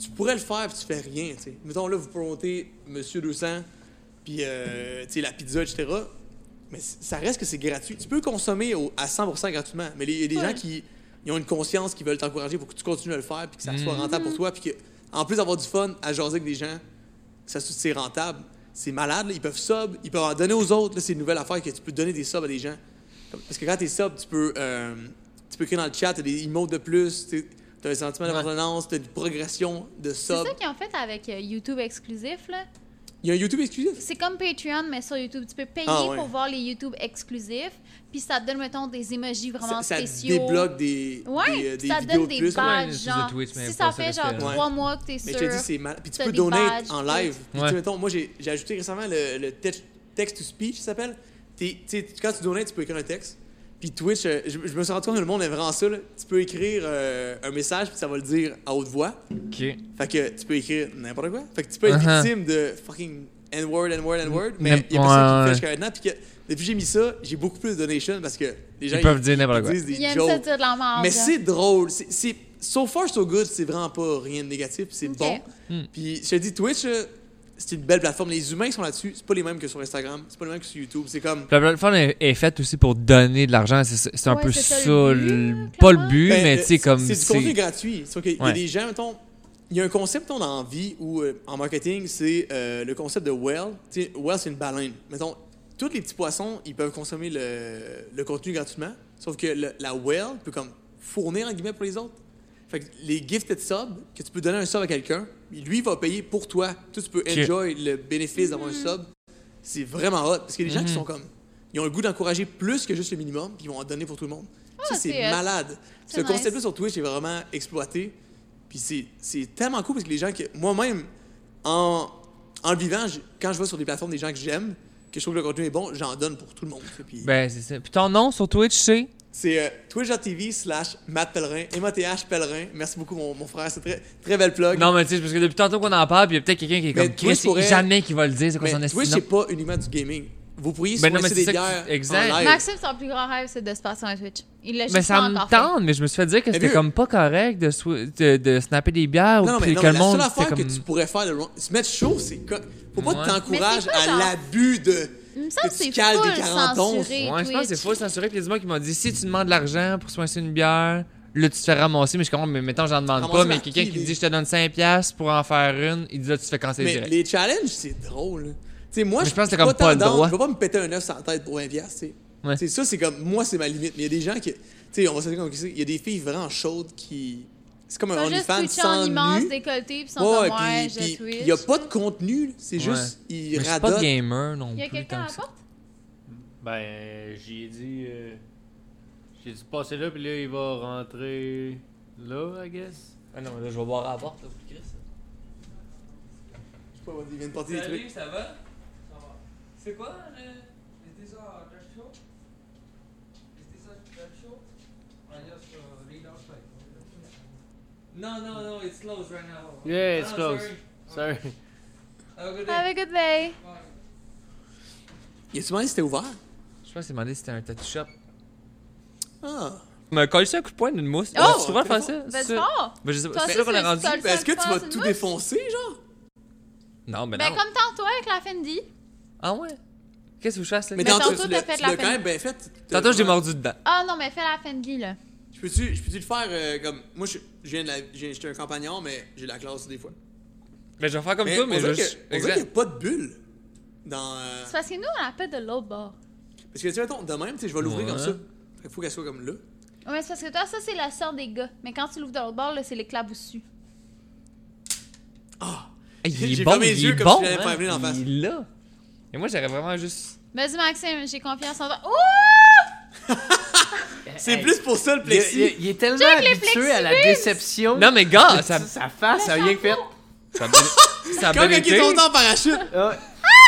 D: tu pourrais le faire, puis tu fais rien. tu sais. Mettons là, vous promotez Monsieur 200, puis euh, tu sais, la pizza, etc. Mais c- ça reste que c'est gratuit. Tu peux consommer au- à 100 gratuitement, mais il y a des
B: Ouais.
D: gens qui ils ont une conscience, qui veulent t'encourager pour que tu continues à le faire, puis que ça soit
B: Mm.
C: Mhm.
D: rentable pour toi, puis que, en plus d'avoir du fun à jaser avec des gens, que ça soit c'est rentable, c'est malade, là. ils peuvent sub, ils peuvent en donner aux autres, là, c'est une nouvelle affaire que tu peux donner des subs à des gens. Comme- Parce que quand t'es sub, tu peux, euh, tu peux écrire dans le chat, t'as des emotes de plus, t'es- t'as un sentiment d'appartenance, t'as une progression de
B: C'est
D: sub.
B: ça qu'ils ont fait avec euh, YouTube exclusif, là.
D: Il y a un YouTube exclusif.
B: C'est comme Patreon, mais sur YouTube. Tu peux payer
D: Ah, ouais.
B: pour voir les YouTube exclusifs, puis ça te donne, mettons, des emojis vraiment
D: Ça, ça
B: spéciaux.
D: débloque des,
B: E Ouais,
D: des, euh, des
B: ça
D: vidéos
B: donne des
D: plus.
C: ouais, une
B: badges,
C: espèce de
B: genre,
C: Twitch, mais
B: si ça
C: pas ça
B: fait genre
C: respect,
D: là.
B: trois mois que t'es
D: Mais
B: sûr,
D: je te dis, c'est mal. Puis tu
B: T'as
D: peux
B: des
D: donner
B: badges,
D: en
B: tout.
D: live. Puis, tu
C: Ouais.
D: sais, mettons, moi, j'ai j'ai ajouté récemment le, le te- text-to-speech, ça s'appelle. T'es- tu sais, Quand tu donnes, tu peux écrire un texte. Puis Twitch, euh, je, je me suis rendu compte que le monde est vraiment ça. là. Tu peux écrire euh, un message, puis ça va le dire à haute voix.
C: OK.
D: Fait que tu peux écrire n'importe quoi. Fait que tu peux être
C: Uh-huh.
D: victime de fucking N-word, N-word, N-word.
C: Mm,
D: Mais il y a personne qui
C: ouais,
D: le
C: ouais.
D: fait jusqu'à maintenant. Puis que depuis que j'ai mis ça, j'ai beaucoup plus de donations parce que les gens
C: Ils peuvent dire n'importe quoi.
D: disent des
B: Ils aiment ça
D: jokes.
B: dire de la merde.
D: Mais c'est drôle. C'est, c'est- so far, so good, c'est vraiment pas rien de négatif, puis c'est
B: Ok.
D: bon. Puis je te dis, Twitch, euh, c'est une belle plateforme. Les humains qui sont là-dessus, c'est pas les mêmes que sur Instagram, c'est pas les mêmes que sur YouTube. C'est comme.
C: La plateforme est, est faite aussi pour donner de l'argent. C'est c'est un
B: Ouais,
C: peu
B: c'est
C: ça,
B: ça le but,
C: le-
B: clairement.
C: pas le but,
D: Ben,
C: mais
D: euh,
C: tu sais, comme.
D: C'est du contenu gratuit. Sauf qu'il y a
C: Ouais.
D: des gens, mettons. Il y a un concept, mettons, dans la vie ou euh, en marketing, c'est euh, le concept de whale. Tu sais, whale, c'est une baleine. Mettons, tous les petits poissons, ils peuvent consommer le, le contenu gratuitement. Sauf que le- la whale peut comme fournir, en guillemets, pour les autres. Fait que les gifted subs, que tu peux donner un sub à quelqu'un, lui, il va payer pour toi. Toi, tu peux enjoy le bénéfice d'avoir un sub. C'est vraiment hot. Parce que les gens
C: Mm-hmm.
D: qui sont comme. Ils ont le goût d'encourager plus que juste le minimum, puis ils vont en donner pour tout le monde. ça, c'est
B: Ah, c'est hot.
D: malade.
B: C'est
D: Ce
B: nice.
D: concept-là sur Twitch est vraiment exploité. Puis c'est- c'est tellement cool parce que les gens que. Moi-même, en, en le vivant, je- quand je vois sur des plateformes des gens que j'aime, que je trouve que le contenu est bon, j'en donne pour tout le monde. Puis
C: Ben, c'est ça. Puis ton nom sur Twitch, c'est.
D: c'est euh, twitch.tv slash Matt Pellerin, M-A-T-H Pellerin. Merci beaucoup, mon, mon frère. C'est très, très belle plug.
C: Non, mais tu sais, parce que depuis tantôt qu'on en parle, puis il y a peut-être quelqu'un qui est
D: Mais
C: comme.
D: Twitch
C: Chris, c'est
D: pourrait-
C: jamais qu'il va le dire, c'est quoi
D: Mais
C: son
D: Twitch,
C: estime.
D: c'est pas uniquement du gaming. Vous pourriez se
C: Ben non,
D: lancer
C: mais
D: des
C: c'est ça que-
D: bières.
C: exact.
D: En live.
B: Maxime, son plus grand rêve, c'est de se passer un Twitch. Il l'a
C: Mais
B: juste
C: ça
B: pas
C: me
B: encore fait.
C: tente, mais je me suis fait dire que c'était
D: vu-
C: comme pas correct de, swi- de, de snapper des bières
D: Non, non,
C: ou
D: mais,
C: puis
D: non,
C: que
D: mais
C: le
D: la seule
C: monde.
D: affaire
C: c'était
D: que
C: comme-
D: tu pourrais faire, le wrong- se mettre chaud, c'est. co- Faut pas
C: Ouais.
D: que t'encourages
B: Mais c'est
D: à
B: quoi, genre?
D: l'abus de.
B: Il me semble
D: que
B: que
D: tu
B: c'est
D: cales des
B: full
D: 40 onces.
B: censuré,
C: Ouais, je pense que c'est
B: Twitch.
C: faux censuré. Puis il y a du monde qui m'a dit si tu demandes de l'argent pour soincer une bière, là, tu te fais ramasser. Mais je comprends, mais mettons, j'en demande
D: Ramasser
C: pas. Mais
D: par
C: quelqu'un
D: qui,
C: qui
D: les-
C: dit je te donne 5$ piastres pour en faire une, il dit là, tu te fais canceller
D: Mais
C: direct.
D: les challenges, c'est drôle. Tu sais, moi,
C: Mais
D: je
C: je pense que
D: suis
C: t'as comme pas le
D: tendance-
C: droit.
D: Je vais pas me péter un œuf sans tête pour un piastre, tu sais.
C: Ouais.
D: Tu sais, Ça, c'est comme. Moi, c'est ma limite. Mais il y a des gens qui. Tu sais, on va se dire comme que c'est. Il y a des filles vraiment chaudes qui. C'est comme
B: Ils
D: un
B: sont juste
D: OnlyFans
B: twitchés en
D: sans
B: immense
D: nu.
B: décolleté, puis ils sont
D: Ouais,
B: comme, ouais,
D: puis-
B: je
D: puis
B: Twitch.
D: il y a pas de contenu, là. c'est juste.
C: Ouais.
D: Ils
C: mais je suis pas
D: radotent.
C: gamer non
B: Il y a
C: plus.
B: quelqu'un à
C: tant
B: la
C: que ça.
B: porte?
E: Ben, j'ai dit. euh, j'ai dit de passer là, puis là, il va rentrer là, I guess.
C: Ah non, mais là, je vais boire à la porte. là, Chris.
D: Ils viennent porter des trucs.
C: ça va C'est quoi le. déjà show Ah, Non, non, non, it's closed right now.
E: Yeah, it's close. Ah, Sorry.
B: Have a good day.
D: Il a demandé si c'était ouvert.
C: Je pense qu'il demandé si c'était un tattoo shop.
D: Ah.
C: Mais coller ça un coup de poing d'une mousse.
B: Oh!
C: tu trouves faire ça?
B: Vas-y
C: Ça-
B: fort.
C: Ben, je sais
B: Toi
C: pas.
B: aussi,
C: C'est là qu'on
B: c'est
C: est rendu.
B: un style.
D: Ben, Est-ce que tu
B: Ça
D: vas
B: passe une
D: tout
B: mousse?
D: défoncer, genre?
C: Non, mais
B: Ben,
C: non.
B: comme tantôt avec la Fendi.
C: Ah ouais? Qu'est-ce que vous chassez?
D: Mais
C: là?
B: Mais
D: tantôt,
B: tantôt,
D: tu
B: t'as
D: l'as
B: fait
D: tu
B: la
D: l'as
B: fin.
D: quand même bien fait. Tu-
C: Tantôt, j'ai
D: vraiment-
C: mordu dedans.
B: Ah non, mais fais la Fendi, là.
D: Je peux-tu je peux-tu le faire euh, comme. Moi, je je viens de la. je viens- J'étais un compagnon, mais j'ai la classe des fois.
C: Mais je vais faire comme
D: Mais
C: toi,
D: on
C: mais
D: dirait
C: juste.
D: que- on dirait qu'il n'y
C: Exact.
D: a pas de bulle dans. euh,
B: C'est parce que nous, on la pète de l'autre bord.
D: Parce que tu sais, mettons, de même, tu sais, je vais l'ouvrir
C: Ouais.
D: comme ça. Il faut qu'elle soit comme là.
B: Ouais, mais c'est parce que toi, ça, c'est la sœur des gars. Mais quand tu l'ouvres de l'autre bord, là, c'est l'éclaboussure.
C: Hey, Il
D: J'ai
C: est bon,
D: fermé les
C: il
D: yeux
C: est
D: comme
C: bon.
D: si j'allais me faire venir en
C: hein.
D: face.
C: Il est là. Et moi, j'aurais vraiment juste.
B: Vas-y, Maxime, j'ai confiance en toi. Oh! Ouh!
D: C'est plus pour ça le
E: Il,
D: plexi.
E: il- il est tellement
B: Check les
E: habitué à la
B: flexibles.
E: déception.
C: Non, mais gars, ça.
E: sa, sa face, ça a rien fait.
C: Ça a bien- ça a
D: Comme
C: bien
D: quand il est
C: été.
D: tombé en parachute.
E: Ah.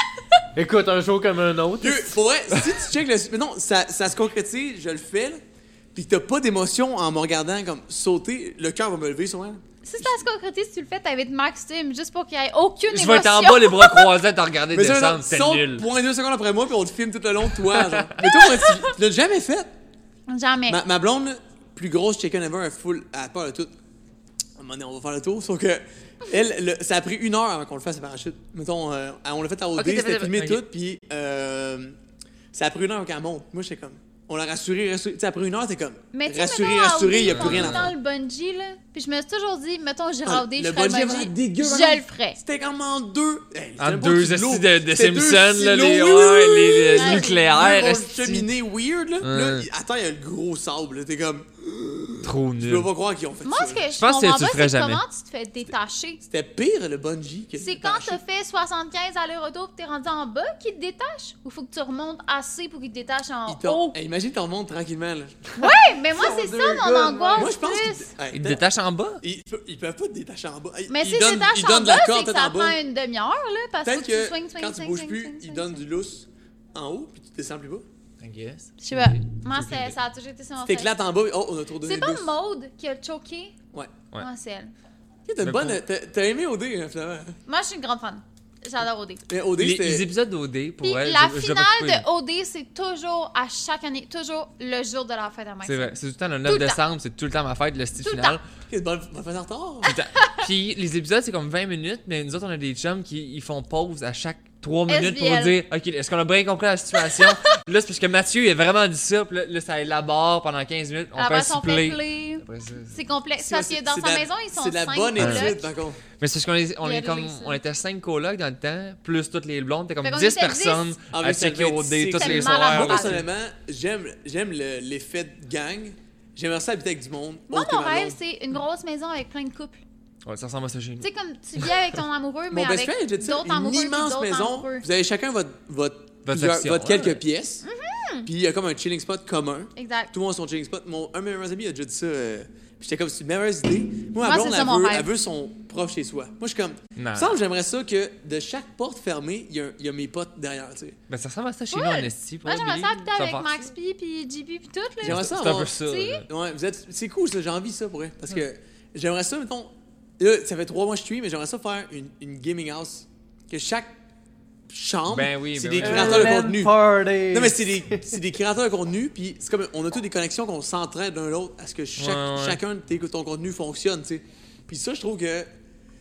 E: Écoute, un jour comme un autre. Euh,
D: Dieu, pour vrai, si tu check le. Mais non, ça, ça se concrétise, je le fais, là. Pis que t'as pas d'émotion en me regardant comme sauter, le cœur va me lever sur moi.
B: Si ça se concrétise, si tu le fais, t'invites Maxime juste pour qu'il n'y ait aucune
C: Je
B: émotion.
C: vais être en bas, les bras croisés, à te regarder
D: Mais ça,
C: descendre.
D: non,
C: C'est
D: saute
C: nul.
D: point deux secondes après moi, puis on te filme tout le long, toi, genre. Mais toi, moi, tu- tu l'as jamais fait.
B: Jamais.
D: Ma, ma blonde, là, plus grosse chicken ever, un full à part de tout. À un moment donné, on va faire le tour, sauf que elle, le- ça a pris une heure avant qu'on le fasse le parachute. Mettons, euh, on l'a fait à OD,
C: Ok, t'as fait-
D: c'était filmé
C: ok.
D: tout, puis euh, C'est après une heure qu'elle monte. Moi, j'étais comme. On l'a rassuré, rassuré. Tu sais, après une heure, t'es comme.
B: Mais tu sais,
D: rassuré,
B: mettons, à
D: rassuré, il n'y a
B: Wii,
D: plus rien à
B: on est dans
D: faire.
B: le bungee, là. Puis je me suis toujours dit, mettons, j'irai
D: Ah,
B: au dé,
D: le
B: je ferai
D: bungee
B: le
D: avant,
B: bungee.
D: dégueu,
B: Je
D: vraiment.
B: le ferais.
D: C'était comme en deux. Hey,
C: En
D: c'était pas
C: deux
D: du lot.
C: estis de, de
D: C'était deux
C: Simpsons, là,
D: silos,
C: les,
D: oui,
C: ouais,
D: oui, oui,
C: les, les
B: Ouais.
C: nucléaires,
D: Une grosse
C: esti.
D: cheminée weird, là.
C: Ouais.
D: Là, il- attends, il y a le gros sable, là. T'es comme.
C: Trop
D: Je
C: nul.
D: peux pas croire qu'ils ont fait
B: Moi,
D: ça.
B: ce
D: là.
B: que je
C: pense que
B: comprends
C: tu le
B: pas,
C: ferais
B: c'est
C: jamais.
B: comment tu te fais détacher.
D: C'était pire, le bungee. que-
B: C'est quand t'as fait 75 aller-retour pis t'es rendu en bas qu'il te détache? Ou faut que tu remontes assez pour qu'il te détache en
D: Il
B: haut?
D: tombe. Hey, imagine, t'en montes tranquillement, là.
B: Ouais, mais moi,
C: Oh,
B: c'est ça mon angoisse
D: Moi, je pense
B: plus.
D: qu'ils. Hey,
C: Ils te détachent en bas.
D: Ils, pe- ils peuvent pas te détacher en bas. Hey,
B: Mais
D: ils
B: si tu
D: donnent-
B: détaches
D: ils
B: en
D: donnent de la
B: bas, c'est
D: corde
B: que
D: peut-être
B: ça
D: en
B: prend
D: bas.
B: une demi-heure, là, parce que faut
D: Peut-être
B: que tu
D: que
B: swings, swings,
D: quand tu
B: swings,
D: bouges
B: swings,
D: plus,
B: swings,
D: ils
B: swings,
D: donnent
B: swings.
D: du lousse en haut, puis tu descends plus bas.
C: I guess.
B: Je sais pas. Moi, c'est- ça a toujours été ça mon
D: Tu t'éclates en bas, et oh, on a trop
B: fait.
D: donné
B: C'est
D: le
B: pas
D: lousse.
B: Maude qui a choqué?
D: Ouais.
C: Ouais.
B: Moi, c'est elle.
D: Tu sais, T'as une
C: Le
D: bonne.
C: con-
D: t'as- T'as aimé OD, hein, finalement.
B: Moi, je suis une grande fan. J'adore OD.
D: Mais OD,
C: Les, les
D: c'était.
C: épisodes d'OD, pour
B: Puis
C: vrai,
B: la
C: je- je l'ai pas
B: finale
C: coupé.
B: de OD, c'est toujours à chaque année, toujours le jour de la fête à Mike.
C: C'est vrai, c'est tout le temps le
B: Tout
C: 9
B: le temps.
C: décembre, c'est tout le temps ma fête, le style
B: Tout le
C: final.
D: Qu'est-ce bonne bonne fête en retard.
C: Puis t'as- Puis les épisodes, c'est comme 20 minutes, mais nous autres, on a des chums qui ils font pause à chaque 3 minutes pour
B: SBL.
C: dire Ok, est-ce qu'on a bien compris la situation Là, c'est parce que Mathieu, il a vraiment dit ça, puis là, là, ça élabore pendant 15 minutes, on fait un
B: Après son
C: souplé.
B: play.
C: Après ça, c'est-
B: C'est complexe.
D: C'est-
B: Parce
D: c'est-
B: que dans
D: c'est
B: sa
D: de la-
B: maison, ils sont
D: C'est de la
B: cinq
D: bonne
B: colocs.
D: étude, par contre.
C: Mais c'est parce qu'on est, on
B: Il a
C: est comme,
B: réussi.
C: on était 5 colocs dans le temps, plus toutes les blondes, t'es comme
B: Fait qu'on
C: 10
B: était 10.
C: personnes
D: Ah,
C: à
D: mais c'est
C: checker au dé
D: 26.
C: tous les
B: Tellement la
C: soirs.
D: Moi,
B: Ah,
C: là.
D: personnellement, j'aime j'aime le- l'effet de gang. J'aimerais ça habiter avec du monde.
B: Moi,
D: autre que
B: mon
D: ma
B: rêve,
D: blonde.
B: c'est une grosse maison avec plein de couples.
C: Ouais, ça ressemble à ça chez nous.
B: Tu sais, comme tu vis avec ton amoureux, mais
D: Mon best
B: avec
D: friend, j'ai dit ça,
B: d'autres
D: une
B: amoureux. puis
D: immense
B: d'autres
D: maison.
B: amoureux.
D: Vous avez chacun votre, votre, plusieurs-
C: section,
D: votre
C: ouais.
D: quelques pièces. Puis il y a comme un chilling spot commun.
B: Mm-hmm. Exact.
D: Tout le monde a son chilling spot. Mon, un de mes meilleurs amis a déjà dit ça. euh, puis j'étais comme, c'est une merveilleuse idée. Moi,
B: Moi,
D: ma blonde,
B: c'est ça,
D: elle,
B: mon
D: veut,
B: rêve.
D: elle veut son prof chez soi. Moi, je suis comme, il
C: Non.
D: me semble que j'aimerais ça que de chaque porte fermée, il y, a un- il y a mes potes derrière, tu sais.
C: Mais Ben, ça ressemble à ça chez
B: Cool.
C: nous en Esti. pour
B: Moi,
C: vrai,
B: j'aimerais ça
C: Billy.
B: habiter
C: va
B: avec
C: faire
B: Max
C: ça.
B: P, puis JB, puis tout. là.
D: J'aimerais
C: C'est
D: ça
C: un
D: avoir-
C: peu ça.
B: Tu sais,
C: là.
D: Ouais, vous êtes. C'est cool, ça, j'ai envie ça pour vrai. Parce que j'aimerais ça, mettons. Là, ça fait trois mois que je suis, mais j'aimerais ça faire une, une gaming house. Que chaque chambre,
C: Ben oui,
D: c'est
C: ben oui.
D: des créateurs
E: Euh,
D: de contenu.
E: Party.
D: Non, mais c'est des, c'est des créateurs de contenu, puis c'est comme on a tous des connexions qu'on s'entraide l'un l'autre à ce que chaque-
C: Ouais, ouais.
D: chacun de tes- ton contenu fonctionne, tu sais. Puis ça, je trouve que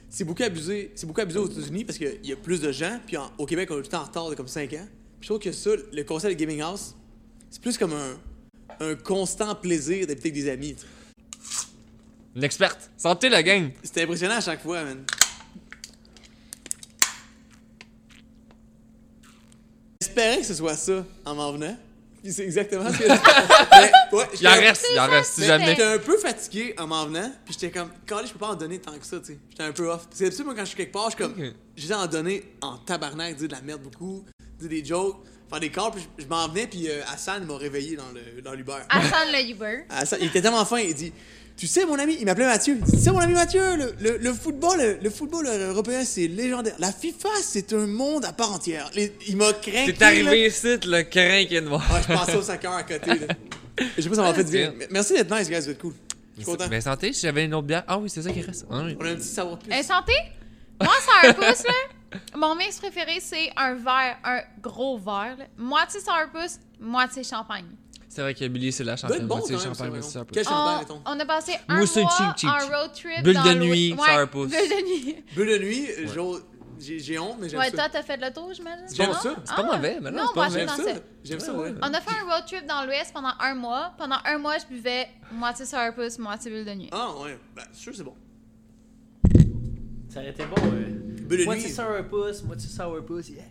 D: c'est beaucoup abusé, c'est beaucoup abusé aux États-Unis parce qu'il y a plus de gens, puis en- au Québec, on est tout le temps en retard de comme 5 ans. Puis je trouve que ça, le concept de Gaming House, c'est plus comme un, un constant plaisir d'habiter avec des amis. tu sais.
C: Une experte. Santé, la gang.
D: C'était impressionnant à chaque fois, man. J'espérais que ce soit ça en m'en venant. Puis c'est exactement ce que Ben, ouais,
C: Il en
D: j'étais-
C: reste, il en
B: ça,
C: reste, si
B: c'est
C: jamais.
D: J'étais un peu fatigué en m'en venant, puis j'étais comme, calé, je peux pas en donner tant que ça, tu sais. J'étais un peu off. C'est d'habitude, moi, quand je suis quelque part, je suis comme,
C: Ok.
D: j'étais en donner en tabarnak, dire de la merde beaucoup, dire des jokes, faire des corps, puis je, je m'en venais, puis euh, Hassan m'a réveillé dans le- dans l'Uber.
B: Hassan le Uber.
D: Hassan, Ah, il était tellement fin, il dit, tu sais, mon ami, il m'appelait Mathieu, il dit, tu sais, mon ami Mathieu, le, le- le football, le, le football européen, c'est légendaire. La FIFA, c'est un monde à part entière. Les- il m'a craint.
C: T'es arrivé ici, le crin qui est noir.
D: Ah, je pensais au soccer à côté, là. Je sais pas si ça m'a fait du bien.
C: c'est-
D: Mais Merci d'être nice, guys, vous êtes cool. Je suis content.
C: Mais santé, si j'avais une autre bière. Ah oui, c'est ça qui reste. Ah oui.
D: On a un petit savoir plus.
B: Euh, santé? Moi, sour pouce, là, mon mix préféré, c'est un verre, un gros verre. là. Moitié sour pouce, moitié champagne.
C: C'est vrai que Billy, c'est la
D: doit
C: champagne.
D: être bon
C: moitié
D: quand même,
C: champagne,
D: ça,
C: moitié
D: voyons.
C: champagne.
D: Quel champagne,
B: On,
D: mettons?
B: on a passé un
C: Mousse et
B: mois
C: cheap, cheap,
B: en
C: cheap.
B: road trip
C: Bulle
B: dans
C: de
B: le-
C: nuit,
B: ouais,
C: sour pouce.
B: Bulle de nuit.
D: Bulle de nuit, euh, j'ose- j'ai j'ai honte, mais j'aime
B: Ouais,
D: ça.
B: toi, t'as fait le tour, j'imagine. Ah.
D: J'aime
B: non?
D: ça,
C: c'est pas
D: Ah.
C: mauvais, mais non, c'est pas
B: moi,
C: mauvais.
D: J'aime
B: j'aime
D: ça,
B: ça.
D: j'aime ça, ouais.
B: On a fait un road trip dans l'Ouest pendant un mois. Pendant un mois, je buvais moitié sour pouce, moitié bulle de nuit.
D: Ah, ouais, ben, sûr, c'est bon.
E: Ça aurait été bon, ouais.
D: Bulle de
E: Moitié
D: nuit.
E: sourpuss, moitié sourpuss, yeah.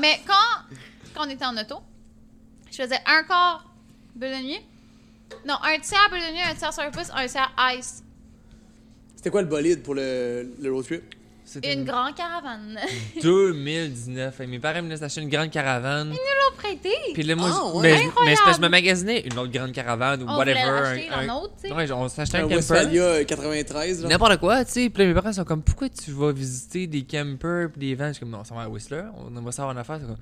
B: Mais quand, quand on était en auto, je faisais un quart bulle de nuit. Non, un tiers bulle de nuit, un tiers sour pouce, un tiers ice.
D: C'était quoi le bolide pour le, le road trip?
C: C'était
B: Une grande caravane.
D: Hmm.
C: 2019. Et mes parents me laissent acheter une grande
B: Ils
C: caravane.
B: l'ont prêté.
C: Puis là, moi,
D: Ah,
C: je-
D: ouais.
C: mais, je- mais c'est parce que je
B: Incroyable.
C: me magasinais une autre grande caravane ou
B: On
C: whatever.
B: voulait l'acheter en autre, tu sais.
C: Ouais, on s'achetait un
D: Un
C: camper.
D: Westphalia 93, genre.
C: N'importe quoi, tu sais. Puis là, mes parents sont comme, pourquoi tu vas visiter des campers pis des vans? Je suis comme, non, ça va à Whistler. On va savoir en affaire. C'est comme,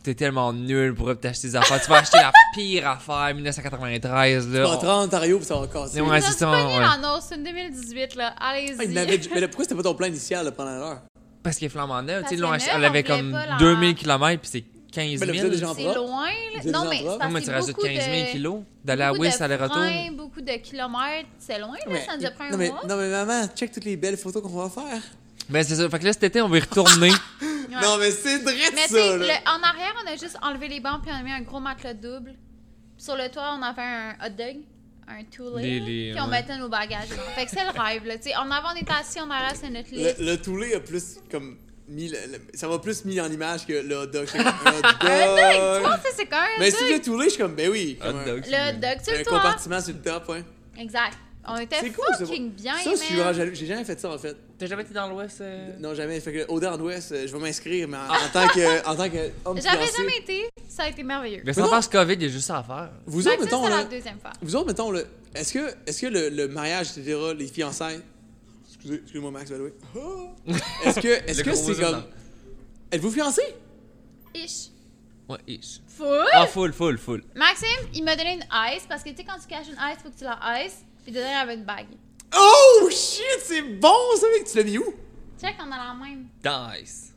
C: T'es tellement nul pour t'acheter des affaires. tu vas acheter la pire affaire, 1993, là.
D: Pas
C: On-
D: 30 Ontario, puis ça va casser.
C: Mais ouais.
B: Ils
D: Ah,
B: ont
C: c'est ça,
B: pogné
C: ouais.
B: en os, c'est une 2018, là. Allez-y.
D: il n'avait- Mais là, pourquoi c'était pas ton plan initial là, pendant l'heure?
C: Parce qu'il est flambant neuf.
B: Parce
C: Tu sais,
B: que
C: l'on
B: neuf,
C: acheté- elle
B: on voulait
C: avait comme
B: pas la-
C: 2000 km puis c'est 15 000.
D: Mais là, vous avez déjà en
B: C'est
D: propre?
B: loin,
D: Vous
B: là. Non,
D: êtes des
B: mais
D: endroits?
B: c'est parce
C: Non,
B: que
C: mais tu
B: c'est
C: rajoutes
B: beaucoup
C: 15 000
B: de-
C: kilos d'aller à
B: beaucoup
C: Wiss
B: de freins,
C: aller-retour.
B: beaucoup de kilomètres. C'est loin, là.
D: Ouais.
B: Ça nous a pris un
D: non, mais,
B: mois.
D: non, mais maman, check toutes les belles photos qu'on va faire.
C: Ben, c'est ça. Fait que là, cet été, on va y retourner.
B: Ouais.
D: Non, mais c'est vrai
B: Mais tu
D: ça,
B: sais,
D: là.
B: le- en arrière, on a juste enlevé les bancs puis on a mis un gros matelas double. Puis Sur le toit, on avait un hot dog, un toulet,
C: Les- les-
B: puis on
C: ouais.
B: mettait nos bagages. dedans. fait que c'est le rêve, là. Tu sais, en avant, on était assis, on allait sur notre lit.
D: Le, le toulé a plus comme mis le- le- ça m'a plus mis en image que le hot dog. C'est comme un hot dog.
B: Un hot dog! Tu penses que c'est quand même un
D: mais
B: hot
D: si
B: dog?
D: le toulé, je suis comme ben oui,
C: Hot
D: comme un,
C: dog,
B: Le
C: c'est-
B: hot dog sur
D: un
B: le toit.
D: compartiment sur le top, ouais.
B: Exact. On était
D: C'est cool, c'est
B: fucking bien,
D: Ça, je suis
B: man.
D: vraiment jaloux. J'ai jamais fait ça en fait.
C: T'as jamais été dans l'Ouest? euh?
D: Non, jamais. Fait que Odeur d'Ouest, euh, je vais m'inscrire, mais en, en tant que en tant que homme
B: J'avais
D: fiancé.
B: jamais été, ça a été merveilleux.
C: Mais sans
D: non.
C: faire ce COVID, il y a juste ça à faire.
D: Vous
B: Fait
D: autres,
B: que ça,
D: mettons,
B: c'est la
D: là,
B: deuxième fois.
D: vous autres, mettons, là, est-ce que, est-ce que le, le mariage, etc., les fiançailles. Excusez, excusez-moi, Max, by the way. Oh! Est-ce que, est-ce
C: Le
D: que
C: gros
D: c'est
C: zoom
D: comme.
C: dans-
D: Êtes-vous fiancé?
B: Ish.
C: Ouais, ish.
B: Full.
C: Ah, full, full, full.
B: Maxime, il m'a donné une ice parce que tu sais, quand tu caches une ice, faut que tu la ice. Puis dedans, il y avait une bague.
D: Oh shit, c'est bon ça, mec. Tu l'as mis où?
B: Check, on a la même.
C: Nice.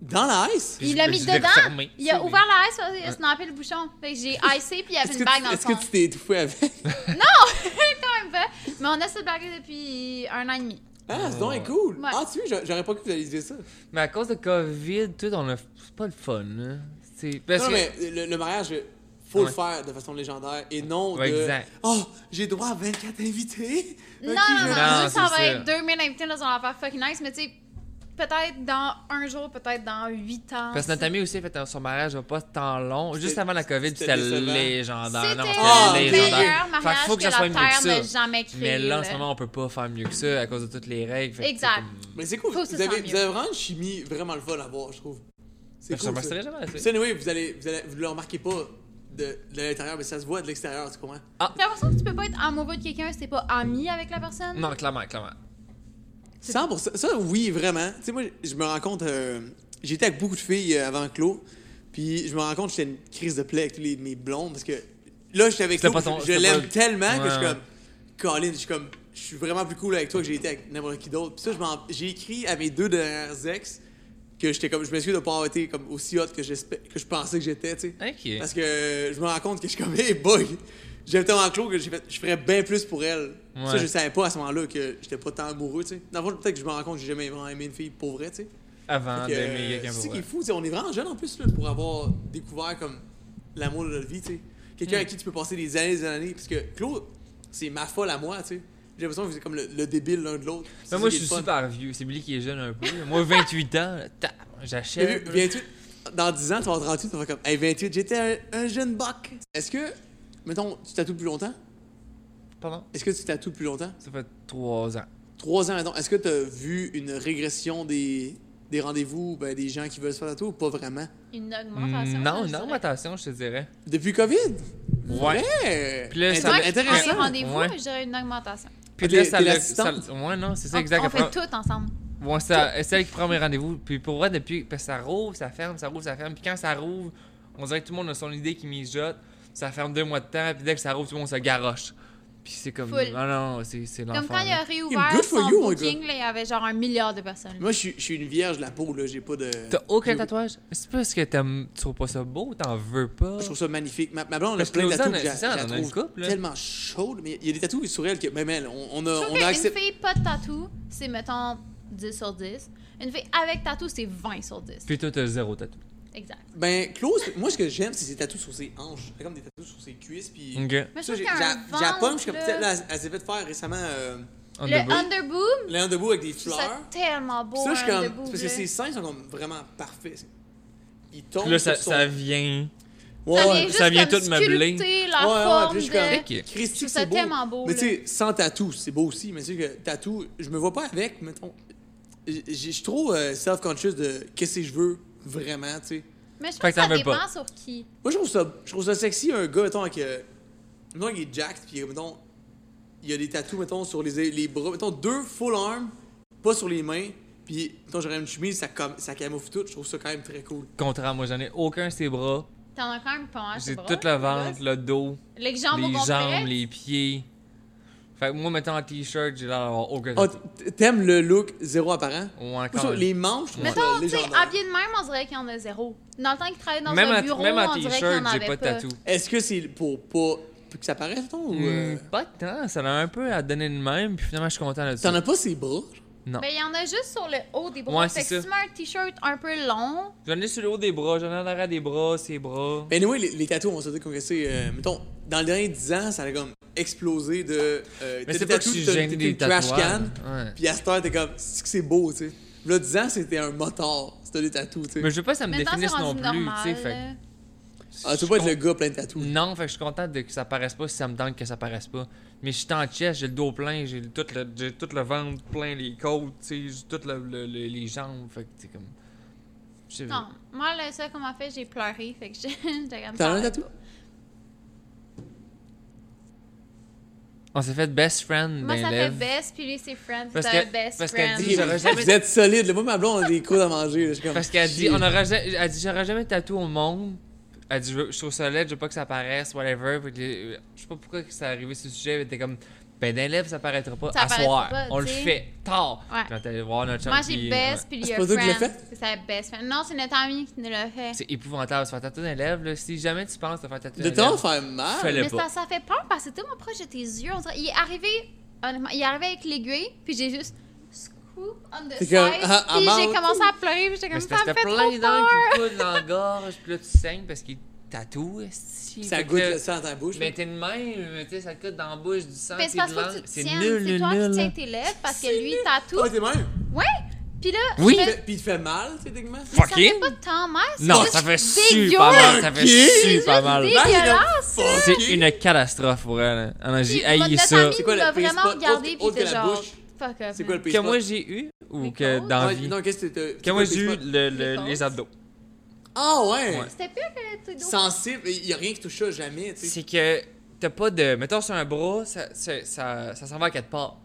D: Dans la ice?
C: Puis
B: il
C: je-
B: l'a mis
C: je l'ai
B: dedans.
C: refermé.
B: Il a
C: Oui.
B: ouvert la ice, il a snappé le bouchon. Fait que j'ai icé, puis il y avait
D: Est-ce
B: une
D: que,
B: bague
D: tu,
B: dans le
D: est-ce que
B: fond.
D: tu t'es étouffé avec?
B: Non, quand même pas. Mais on a cette bague depuis un an et demi.
D: Ah, c'est donc cool.
B: Ouais.
D: Ah, tu vois, j'a- j'aurais pas cru que vous alliez dire ça.
C: Mais à cause de COVID, tout, on a. C'est pas le fun, là. C'est. Parce
D: non,
C: que.
D: mais le, le mariage, faut le
C: Ouais.
D: faire de façon légendaire et non
C: Ouais,
D: de.
C: exact.
D: Oh, j'ai droit à 24 invités.
B: Non, non, non,
D: Ok, je-
C: Non,
B: nous, ça
C: c'est
B: va
C: ça.
B: être 2000 invités, là, on va faire fucking nice, mais tu sais, peut-être dans un jour, peut-être dans huit ans.
C: Parce que notre ami aussi a fait un- son mariage il y a pas tant long. Juste avant la COVID,
D: c'était
C: c'était
D: décevant.
C: légendaire. Non,
B: C'était
D: Ah,
C: c'était
B: le
D: ok.
B: meilleur
C: légendaire.
B: mariage
C: qu'il
B: que, la
C: soit mieux
B: Terre n'a
C: ça.
B: jamais créé.
C: Mais là, en ce
B: là.
C: moment, on peut pas faire mieux que ça à cause de toutes les règles. Fait que
B: Exact.
C: c'est comme-
D: Mais c'est cool.
B: Faut que
D: vous,
B: ça
D: avez,
B: sente
D: vous avez vraiment une chimie vraiment le fun à voir, je trouve. C'est
C: Je ne
D: cool. ça.
C: resterai jamais à
D: Puis
C: ça.
D: anyway, vous allez, vous allez, vous le remarquez pas de, de l'intérieur, mais ça se voit de l'extérieur, tu comprends?
B: J'ai l'impression que tu peux pas être amoureux de quelqu'un si t'es pas ami avec la personne.
C: Non, clairement, clairement.
D: 100%. Ça, oui, vraiment. Tu sais, moi, je me rends compte. euh, J'étais avec beaucoup de filles euh, avant Claude. Puis je me rends compte que j'étais une crise de plaie avec tous les, mes blondes. Parce que là, j'étais avec
C: C'était
D: Claude.
C: pas ton-
D: je
C: c'était
D: l'aime
C: pas-
D: tellement que je suis
C: Ouais.
D: comme. Colin, je suis comme. Je suis vraiment plus cool avec toi que j'ai été avec n'importe qui d'autre. Puis ça, je m'en- j'ai écrit à mes deux dernières ex que j'étais comme. Je m'excuse de pas avoir été comme aussi hot que, j'espé- que je pensais que j'étais, tu sais.
C: Ok.
D: Parce que je me rends compte que je suis comme, hey boy, j'aime tellement Claude que j'ai fait- je ferais bien plus pour elle.
C: Ouais.
D: Ça, je savais pas à ce moment-là que j'étais pas tant amoureux, tu sais. Dans le fond, peut-être que je me rends compte que j'ai jamais vraiment aimé une fille pour vrai, tu sais.
C: Avant
D: Fait que,
C: d'aimer
D: euh,
C: quelqu'un
D: C'est ça
C: pour
D: qui est
C: vrai.
D: fou, tu sais. On est vraiment jeune en plus là, pour avoir découvert comme l'amour de notre vie, tu sais. Quelqu'un
C: Hmm.
D: à qui tu peux passer des années et des années. Parce que Claude, c'est ma folle à moi, tu sais. J'ai l'impression que vous êtes comme le, le débile l'un de l'autre. C'est
C: Mais Ben, moi,
D: ça
C: je
D: qui est
C: suis
D: le fun.
C: super vieux. C'est Billy qui est jeune un peu. Moi, 28 ans, tap,
D: T'as vu,
C: j'achète.
D: 28, dans 10 ans, tu vas avoir 38, tu vas faire comme, hey, 28, j'étais un, un jeune buck. Est-ce que, mettons, tu tatoues plus longtemps?
C: Pardon?
D: Est-ce que tu tatoues depuis longtemps?
C: Ça fait 3 ans.
D: Trois ans, mettons. Est-ce que tu as vu une régression des, des rendez-vous, ben, des gens qui veulent se faire tatouer ou pas vraiment?
B: Une augmentation.
C: Mm, Non,
B: ça, je
C: une
B: dirais.
C: augmentation, je te dirais.
D: Depuis COVID?
C: Ouais.
D: Vrai!
C: Puis là, ça-
B: Moi,
D: Inté-
B: je prends les
D: intéressant.
B: rendez-vous,
C: ouais.
B: je dirais une augmentation.
C: Puis
D: T'es-
C: là, ça
D: t'es
C: l'a-
D: l'assistante?
C: ça- Ouais, non, c'est
B: On,
C: ça, exact.
B: on
C: Après-
B: Ah, fait tout ensemble.
C: Ouais, ça- c'est elle qui prend mes rendez-vous. Puis pour vrai, depuis, parce que ça rouvre, ça ferme, ça rouvre, ça ferme. Puis quand ça rouvre, on dirait que tout le monde a son idée qui mijote. Ça ferme deux mois de temps, puis dès que ça rouvre, tout le monde se garoche. Puis c'est comme.
B: Full.
C: Non, non, c'est c'est l'enfer.
B: Comme quand il
C: là.
B: a réouvert
D: Good for
B: son
D: you, mon
B: booking, là, il y avait genre un milliard de personnes.
D: Moi, je suis- je suis une vierge de la peau, là. J'ai pas de.
C: T'as aucun
D: j'ai-
C: tatouage? C'est parce que t'aimes- tu trouves pas ça beau, t'en veux pas.
D: Je trouve ça magnifique. Ma, ma blonde, elle a
C: Parce que
D: plein de
C: Lausanne,
D: tatouages.
C: c'est ça, on en a une couple, là.
D: tellement chaude. Mais il y a des tatouages sur elle que, même elle, on, on
B: Je
D: a,
B: trouve
D: on a
B: qu'une
D: accepté.
B: fille pas de tatou, c'est mettons 10 sur 10. Une fille avec tatou, c'est 20 sur 10.
C: Puis toi, t'as zéro tatou.
B: Exact.
D: Ben, Claude, moi, ce que j'aime, c'est ses tatouages sur ses hanches. Elle a comme des tatouages sur ses cuisses. Puis.
B: Mais
C: Ok.
B: je
D: Ça,
B: trouve
D: j'ai-
B: qu'il y a
D: j'a-
B: un
D: j'ai la pomme, je
B: ventre,
D: suis comme,
B: là.
D: peut-être, là, elle- elle s'est fait faire récemment. euh,
C: On
B: Le
C: a beau.
B: underboob,
D: Léon debout avec des
B: je trouve ça
D: fleurs.
B: tellement beau.
D: ça, je suis
B: un
D: comme.
B: underboob,
D: Parce que
B: là.
D: ses seins sont comme vraiment parfaits. Ils tombent.
C: Puis là, ça,
D: sur son-
C: ça vient.
D: Ouais,
B: Ça
D: ouais.
B: vient juste
C: ça vient
B: comme
C: tout meubler.
B: sculpter la
D: Ouais, ouais,
B: forme
D: puis je suis comme,
B: de...
C: Ok.
D: Christy,
B: Je trouve
D: c'est
B: ça
D: beau.
B: tellement beau,
D: Mais
B: là.
D: tu sais, sans tatou, c'est beau aussi. Mais tu sais que tatou, je me vois pas avec, mettons. J- Je suis trop euh, self-conscious de qu'est-ce que je veux vraiment, tu sais.
B: Mais je
C: Fait
B: pense que
C: que t'en
B: ça
C: veux pas.
B: dépend sur qui.
D: Moi, je trouve ça, je trouve ça sexy, un gars, mettons, avec. Euh, mettons, il est jacked, puis euh, mettons, il y a des tatous, mettons, sur les, les bras. Mettons, deux full arms, pas sur les mains. Puis, mettons, j'aurais une chemise, ça, cam- ça camoufle tout. Je trouve ça quand même très cool.
C: Contrairement, moi, j'en ai aucun, ses bras.
B: T'en as quand même pas mal.
C: J'ai
B: Ah, c'est
C: tout
B: vrai,
C: le
B: je pense.
C: ventre, le dos.
B: Les jambes au
C: les
B: complet.
C: jambes, les pieds. Fait que moi, mettant un t-shirt, j'ai l'air d'avoir aucun.
B: Oh,
D: Ah, t- t'aimes le look zéro apparent?
C: Ouais,
D: Moi,
C: quand
D: ça,
C: même.
D: les manches, euh, je trouve
B: Mettons,
D: ça
B: tu sais,
D: légendaire.
B: habillé de même, on dirait qu'il y en a zéro. Dans le temps qu'il travaillait dans
C: Même
B: un
C: en-
B: bureau,
C: même en
B: on dirait qu'il y en
C: t-shirt, j'ai
B: avait
C: pas de tatou.
D: Est-ce que c'est pour pas pour que ça paraisse, mettons? Ou, euh,
C: Hmm, Pas tant, ça l'a un peu à donner de même, puis finalement je suis content de ça.
D: T'en as pas ses bras?
C: Non.
B: Ben, il y en a juste sur le haut des bras.
C: Ouais,
B: fait
C: c'est
B: que si tu
C: ça.
B: mets un t-shirt un peu long,
C: J'en ai sur le haut des bras, j'en ai en arrière des bras, ses bras.
D: Mais anyway, les, les tatous, on s'est dit qu'on restait, euh, mettons, dans les derniers 10 ans, ça a comme explosé de. Euh,
C: Mais c'est pas que je suis gêné des
D: trash
C: tatouages.
D: can,
C: Ouais.
D: puis à cette heure, t'es comme, c'est que c'est beau, tu sais. Là, 10 ans, c'était un motard, c'était des tatous, tu
C: Mais
D: sais.
C: je veux pas que ça me
B: maintenant c'est
C: définisse non
B: rendu
C: plus, tu sais.
B: normal.
C: fait que-
B: là.
D: Ah, tu
C: je
D: veux pas être
C: con-
D: le gars plein de tatous.
C: Non, fait que je suis content de que ça paraisse pas si ça me tente que ça paraisse pas. Mais je suis en chest, j'ai le dos plein, j'ai le- tout le, j'ai tout le ventre plein, les côtes, tu sais, j'ai tout le, le- le- les jambes. Fait que c'est comme. je sais-
B: Non, moi, le seul qu'on m'a fait, j'ai pleuré. Fait que j'ai j'ai comme
D: T'as un
B: ça.
D: tatou?
C: On s'est fait best friend
B: Moi,
C: d'un
B: ça fait
C: lèvre.
B: best, puis lui, c'est friend.
C: Parce
B: C'est un
C: que-
B: best
C: parce qu'elle
B: friend.
C: dit, j'aurais jamais-
D: Vous êtes solide, là. Moi, ma blonde, on a des coudes à manger, là. Je suis comme,
C: Parce qu'elle dit,
D: shit.
C: on aura, ja- elle dit, j'aurais jamais de tatou au monde. Elle dit, je, veux- je trouve ça laid, je veux pas que ça paraisse, whatever. Puis les- je sais pas pourquoi que ça arrivé ce sujet, mais t'es comme, ben d'un lèvre, ça paraîtra pas.
B: Ça
C: à
B: paraîtra
C: soir,
B: pas,
C: on le
B: tu sais.
C: fait tard.
B: Ouais.
C: Quand t'allais voir notre chum,
B: Moi,
C: puis-
B: j'ai best,
C: ouais.
B: puis
D: Ah,
B: lui,
D: c'est
B: un
D: pas toi qui l'as
B: friend.
D: fait?
B: C'est sa best friend. Non, c'est notre ami qui nous l'a fait.
C: C'est épouvantable, se faire tatouer d'un lèvre, là. Si jamais tu penses te faire tatouer
D: De
C: d'un
D: temps
C: lèvre,
D: faire mal.
C: Fais-le.
B: Mais ça,
C: pas.
B: ça fait peur parce que c'était tellement proche de tes yeux. On dirait- Il est arrivé, honnêtement, il est arrivé avec l'aiguille, puis j'ai juste scoop on the
D: C'est
B: side.
D: comme, ah, ah,
B: puis j'ai
D: merde.
B: commencé à pleurer, puis j'étais comme
C: Mais
B: ça,
C: c'est parce
B: me
C: que
B: fait
C: t'as
B: trop
C: plein d'angles
B: peur.
C: qui coulent dans la gorge, puis là tu saignes parce qu'il tatoue, esti.
D: Ça
C: Fait
D: goûte
C: que-
D: le sang dans ta bouche.
C: Mais t'es de même, mais tu sais, ça te coûte dans la bouche du sang.
B: Mais c'est
C: puis
B: parce
C: de
B: que faut
C: l'angle.
B: que tu
C: C'est
B: te tiennes.
C: nul,
B: C'est
C: nul,
B: toi qui
C: nul.
B: tiens tes lèvres parce que lui, il tatoue.
D: Ah, t'es même.
B: Ouais! Puis là,
C: Oui.
B: je me-
D: Puis il te fait mal, tu sais, techniquement.
B: mais ça fait
C: Fucking.
B: pas tant mal. c'est
C: Non,
B: juste
C: ça fait
B: dégueu.
C: super mal. Ça fait
D: Ok.
C: super mal.
B: C'est dégueulasse.
D: Fuck.
C: C'est une catastrophe pour elle. hein. Elle a dit,
B: Puis mon-
C: haï
B: notre
C: ça.
B: ami
D: quoi,
B: nous
D: le
B: l'a
D: face
B: vraiment
D: pas-
B: regardé,
D: autre-
B: puis il
D: autre
B: était
D: que la
B: genre,
D: bouche?
B: fuck off.
D: C'est quoi
B: man.
D: le
C: Que
D: pays
C: moi j'ai eu ou
B: Les
C: que
B: côtes.
C: dans la
D: Ouais,
C: vie.
D: Non, qu'est-ce que t'as-
C: Que
D: t'as
C: moi
D: fait
C: j'ai eu
D: spot?
C: le- le-
B: Les côtes.
C: les abdos.
D: Ah ouais!
C: Ouais.
B: C'était pire que tes dos.
D: Sensible, il y a rien qui touche ça jamais, tu sais.
C: C'est que t'as pas de. Mettons sur un bras, ça, ça, ça, ça s'en va à quatre parts.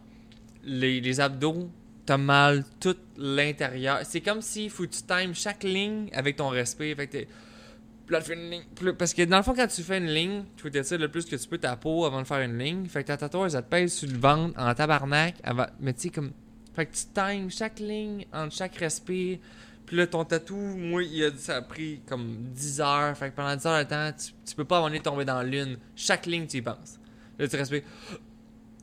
C: Les, les abdos, t'as mal tout l'intérieur. C'est comme si faut que tu times chaque ligne avec ton respect. Fait que t'es- Puis là, tu fais une ligne. Puis là- Parce que dans le fond, quand tu fais une ligne, tu faut t'étirer le plus que tu peux ta peau avant de faire une ligne. Fait que ta tatouage, ça te pèse sur le ventre en tabarnak. avant- Mais tu sais, comme. Fait que tu times chaque ligne entre chaque respire. Puis là, ton tatou, moi, il a, ça a pris comme 10 heures. Fait que pendant 10 heures de temps, tu, tu peux pas avoir tomber dans la lune. Chaque ligne, tu y penses. Là, tu respires.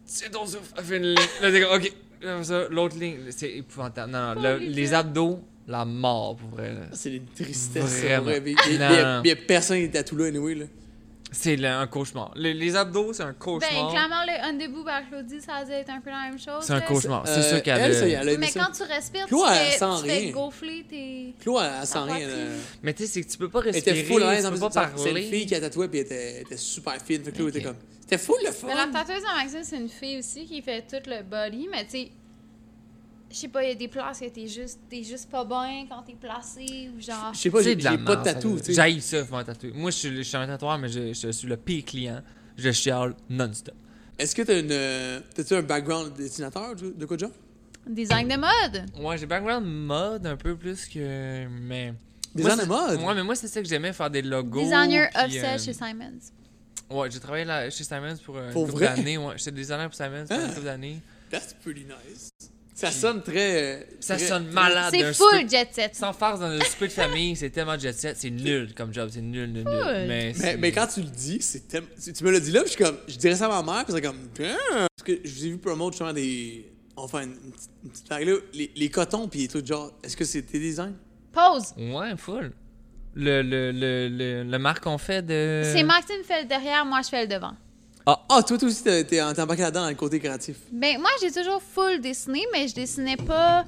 C: C'est ton souffle. Elle fait une ligne. Là, t'es comme, OK. Comme ça, L'autre ligne, c'est épouvantable. Non, non, le-
B: Holy
C: les
B: shit.
C: abdos, la mort, pour vrai. là.
D: Ah, C'est une tristesse, ça,
C: Vraiment.
D: pour vrai. Il y a- il y
C: Non.
D: a- il y a personne qui est tatou là, anyway, là.
C: C'est le- un cauchemar. Les, les abdos, c'est un
B: Ben,
C: cauchemar.
B: clairement, le on debout par Claudie, ça a dû être un peu la même chose.
C: c'est un
B: là.
C: cauchemar. C'est
D: Euh,
C: sûr qu'elle
D: elle,
C: a-
D: ça, elle a aimé
B: Mais
D: ça.
B: quand tu respires, tu
D: Chloé, elle
B: fais,
D: sent
B: tu fais
D: rien.
B: gonfler tes.
D: Chloe, elle sent
B: Ta
D: rien.
B: poitrine.
D: là.
C: Mais tu sais, c'est que tu peux pas
D: Elle
C: respirer,
D: était full à l'aise, en
C: tu peux
D: plus.
C: pas
D: c'est- C'est une
C: parler.
D: fille qui a tatoué, puis elle était, était super fine. Fait que Chloe
C: Ok.
D: était comme. C'était full le fun.
B: Mais la tatoueuse en Maxime, c'est une fille aussi qui fait tout le body, mais tu sais. Je sais pas, il y a des places que t'es juste, t'es juste pas bien quand t'es placé ou genre.
D: Je sais pas, j'ai
C: C'est de la
D: j'ai pas de
C: merde,
D: tatou,
C: ça.
D: tu sais.
C: J'haïs ça, faire un tatou. Moi, je suis, je suis un tatoueur, mais je, je suis le pire client. Je chiale non-stop.
D: Est-ce que t'as une. euh, T'as-tu un background de dessinateur, du- de quoi de genre
B: Design de mode!
C: Ouais, j'ai background mode un peu plus que. Mais. Moi,
D: Design de
C: c'est-
D: mode?
C: Ouais, mais moi, c'est ça que j'aimais, faire des logos.
B: Designer
C: puis,
B: offset
C: euh,
B: chez Simons.
C: Ouais, j'ai travaillé là, chez Simons pour euh, une
D: Pour
C: couple
D: vrai?
C: d'années. Ouais, j'étais designer pour Simons pour
D: Ah.
C: une couple d'années.
D: That's pretty nice. Ça sonne très. euh,
C: Ça
D: très-
C: sonne malade.
B: C'est
C: d'un
B: full
C: souper-
B: jet set.
C: Sans farce dans un souper de famille, c'est tellement jet set, c'est nul comme job, c'est nul, nul, nul.
B: Full.
C: Mais,
D: Mais,
C: c'est-
D: mais quand tu le dis, c'est tellement- tu, tu me l'as dit là, puis je suis comme, je dirais ça à ma mère, puis c'est comme, Damn! parce que je vous ai vu promouvoir justement des, enfin une, une petite- une petite blague là, les, les cotons puis les trucs genre, est-ce que c'est tes designs
B: Pause!
C: Ouais, full. Le, le, le, le, le marque qu'on fait de.
B: C'est Maxime qui fait le derrière, moi je fais le devant.
D: Ah, ah, toi, toi aussi t'es t'es en- t'es embarqué là-dedans dans le côté créatif.
B: Ben moi j'ai toujours full dessiné, mais je dessinais pas.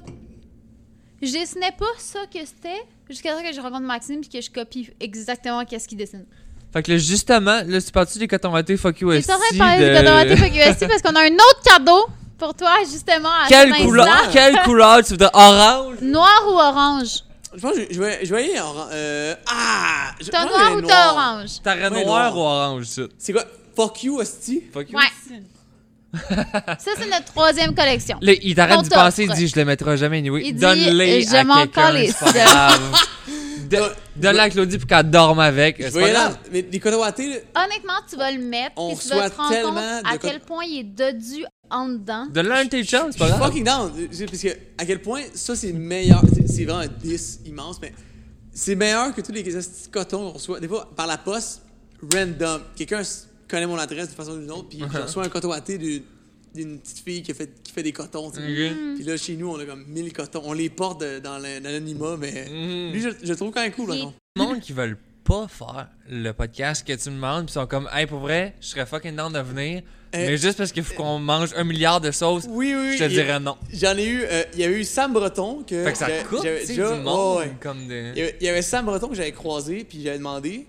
B: Je dessinais pas ça que c'était jusqu'à ce que je rencontre Maxime puis que je copie exactement qu'est-ce qu'il dessine.
C: Fait que là, justement, là, tu parles-tu des cotons ratés fuck you
B: Et
C: esti
B: ça aurait parlé de
C: de-
B: Dorothée Facuesti parce qu'on a un autre cadeau pour toi justement à
C: Quelle
B: cet instant.
C: couleur, quelle couleur tu voudrais Orange
B: Noir ou orange?
D: Je pense que je, je vais, je vais aller en, euh, ah, je-
B: T'as
D: moi,
B: noir
D: le
B: ou t'as
D: hein.
B: orange?
C: T'aurais
D: Ouais,
C: noir
D: noir.
C: ou orange, ça
D: C'est quoi Fuck you, hostie.
C: Fuck you.
B: Ouais. ça c'est notre troisième collection.
C: Là, il t'arrête
B: On
C: d'y penser, il
B: t'offre.
C: dit je le mettrai jamais anyway.
B: Il dit,
C: Donne-les
B: euh,
C: à
B: j'aime encore
C: quelqu'un,
B: les
C: c'est pas grave. De- Donne-la à Claudie pour qu'elle dorme avec.
D: Je
C: C'est
D: vais
C: pas
D: aller
C: grave.
D: en- mais les cotons wattés, là,
B: Honnêtement, tu vas le mettre
D: On
B: et tu vas
D: reçoit
B: te rendre compte
D: tellement de
B: à
D: co-
B: quel point il est dodu en dedans.
C: Donne-la à un de tes chums, c'est
D: je
C: pas
D: suis
C: grave.
D: fucking down, Je- je- parce que à quel point ça c'est meilleur, c'est- c'est vraiment un 10 immense, mais c'est meilleur que tous les hosties de cotons qu'on reçoit. Des fois, par la
C: Uh-huh.
D: poste, random, quelqu'un s- connaît mon adresse d'une façon ou d'une autre, puis je reçois un coton à thé du- une petite fille qui, a fait, qui fait des cotons. tu sais.
C: Ok.
D: Puis là, chez nous, on a comme 1000 cotons. On les porte de- dans la- dans l'anonymat, mais
C: Mhm.
D: lui, je, je le trouve quand même cool, là,
B: Il-
D: non?
C: monde qui veulent pas faire le podcast que tu me demandes, puis sont comme, hey, pour vrai, je serais fucking down de venir, mais juste parce qu'il faut qu'on mange un milliard de sauces,
D: Euh, Oui, oui, oui.
C: je te
D: il-
C: dirais non.
D: J'en ai eu. euh, Il y a eu Sam Breton que.
C: Fait que ça
D: j'avais-
C: coûte,
D: j'avais
C: tu sais, du
D: déjà-
C: monde,
D: euh, ouais, ouais.
C: comme des...
D: Il y avait- il y avait Sam Breton que j'avais croisé, puis j'avais demandé.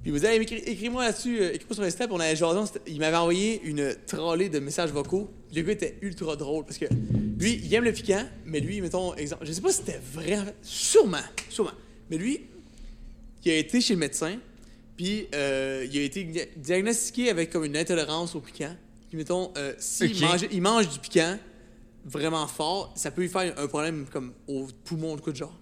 D: Puis il me disait, Hey, écris- écris-moi là-dessus, euh, écris-moi sur Insta, puis on avait jasé, on s'était- Il m'avait envoyé une trollée de messages vocaux. Le gars était ultra drôle parce que lui, il aime le piquant, mais lui, mettons, exemple, je sais pas si c'était vrai, en fait. sûrement, sûrement. Mais lui, il a été chez le médecin, puis euh, il a été gna- diagnostiqué avec comme une intolérance au piquant. Puis mettons, euh, s'il
C: Ok.
D: mangeait- il mange du piquant vraiment fort, ça peut lui faire un problème comme au poumon, de coup de genre.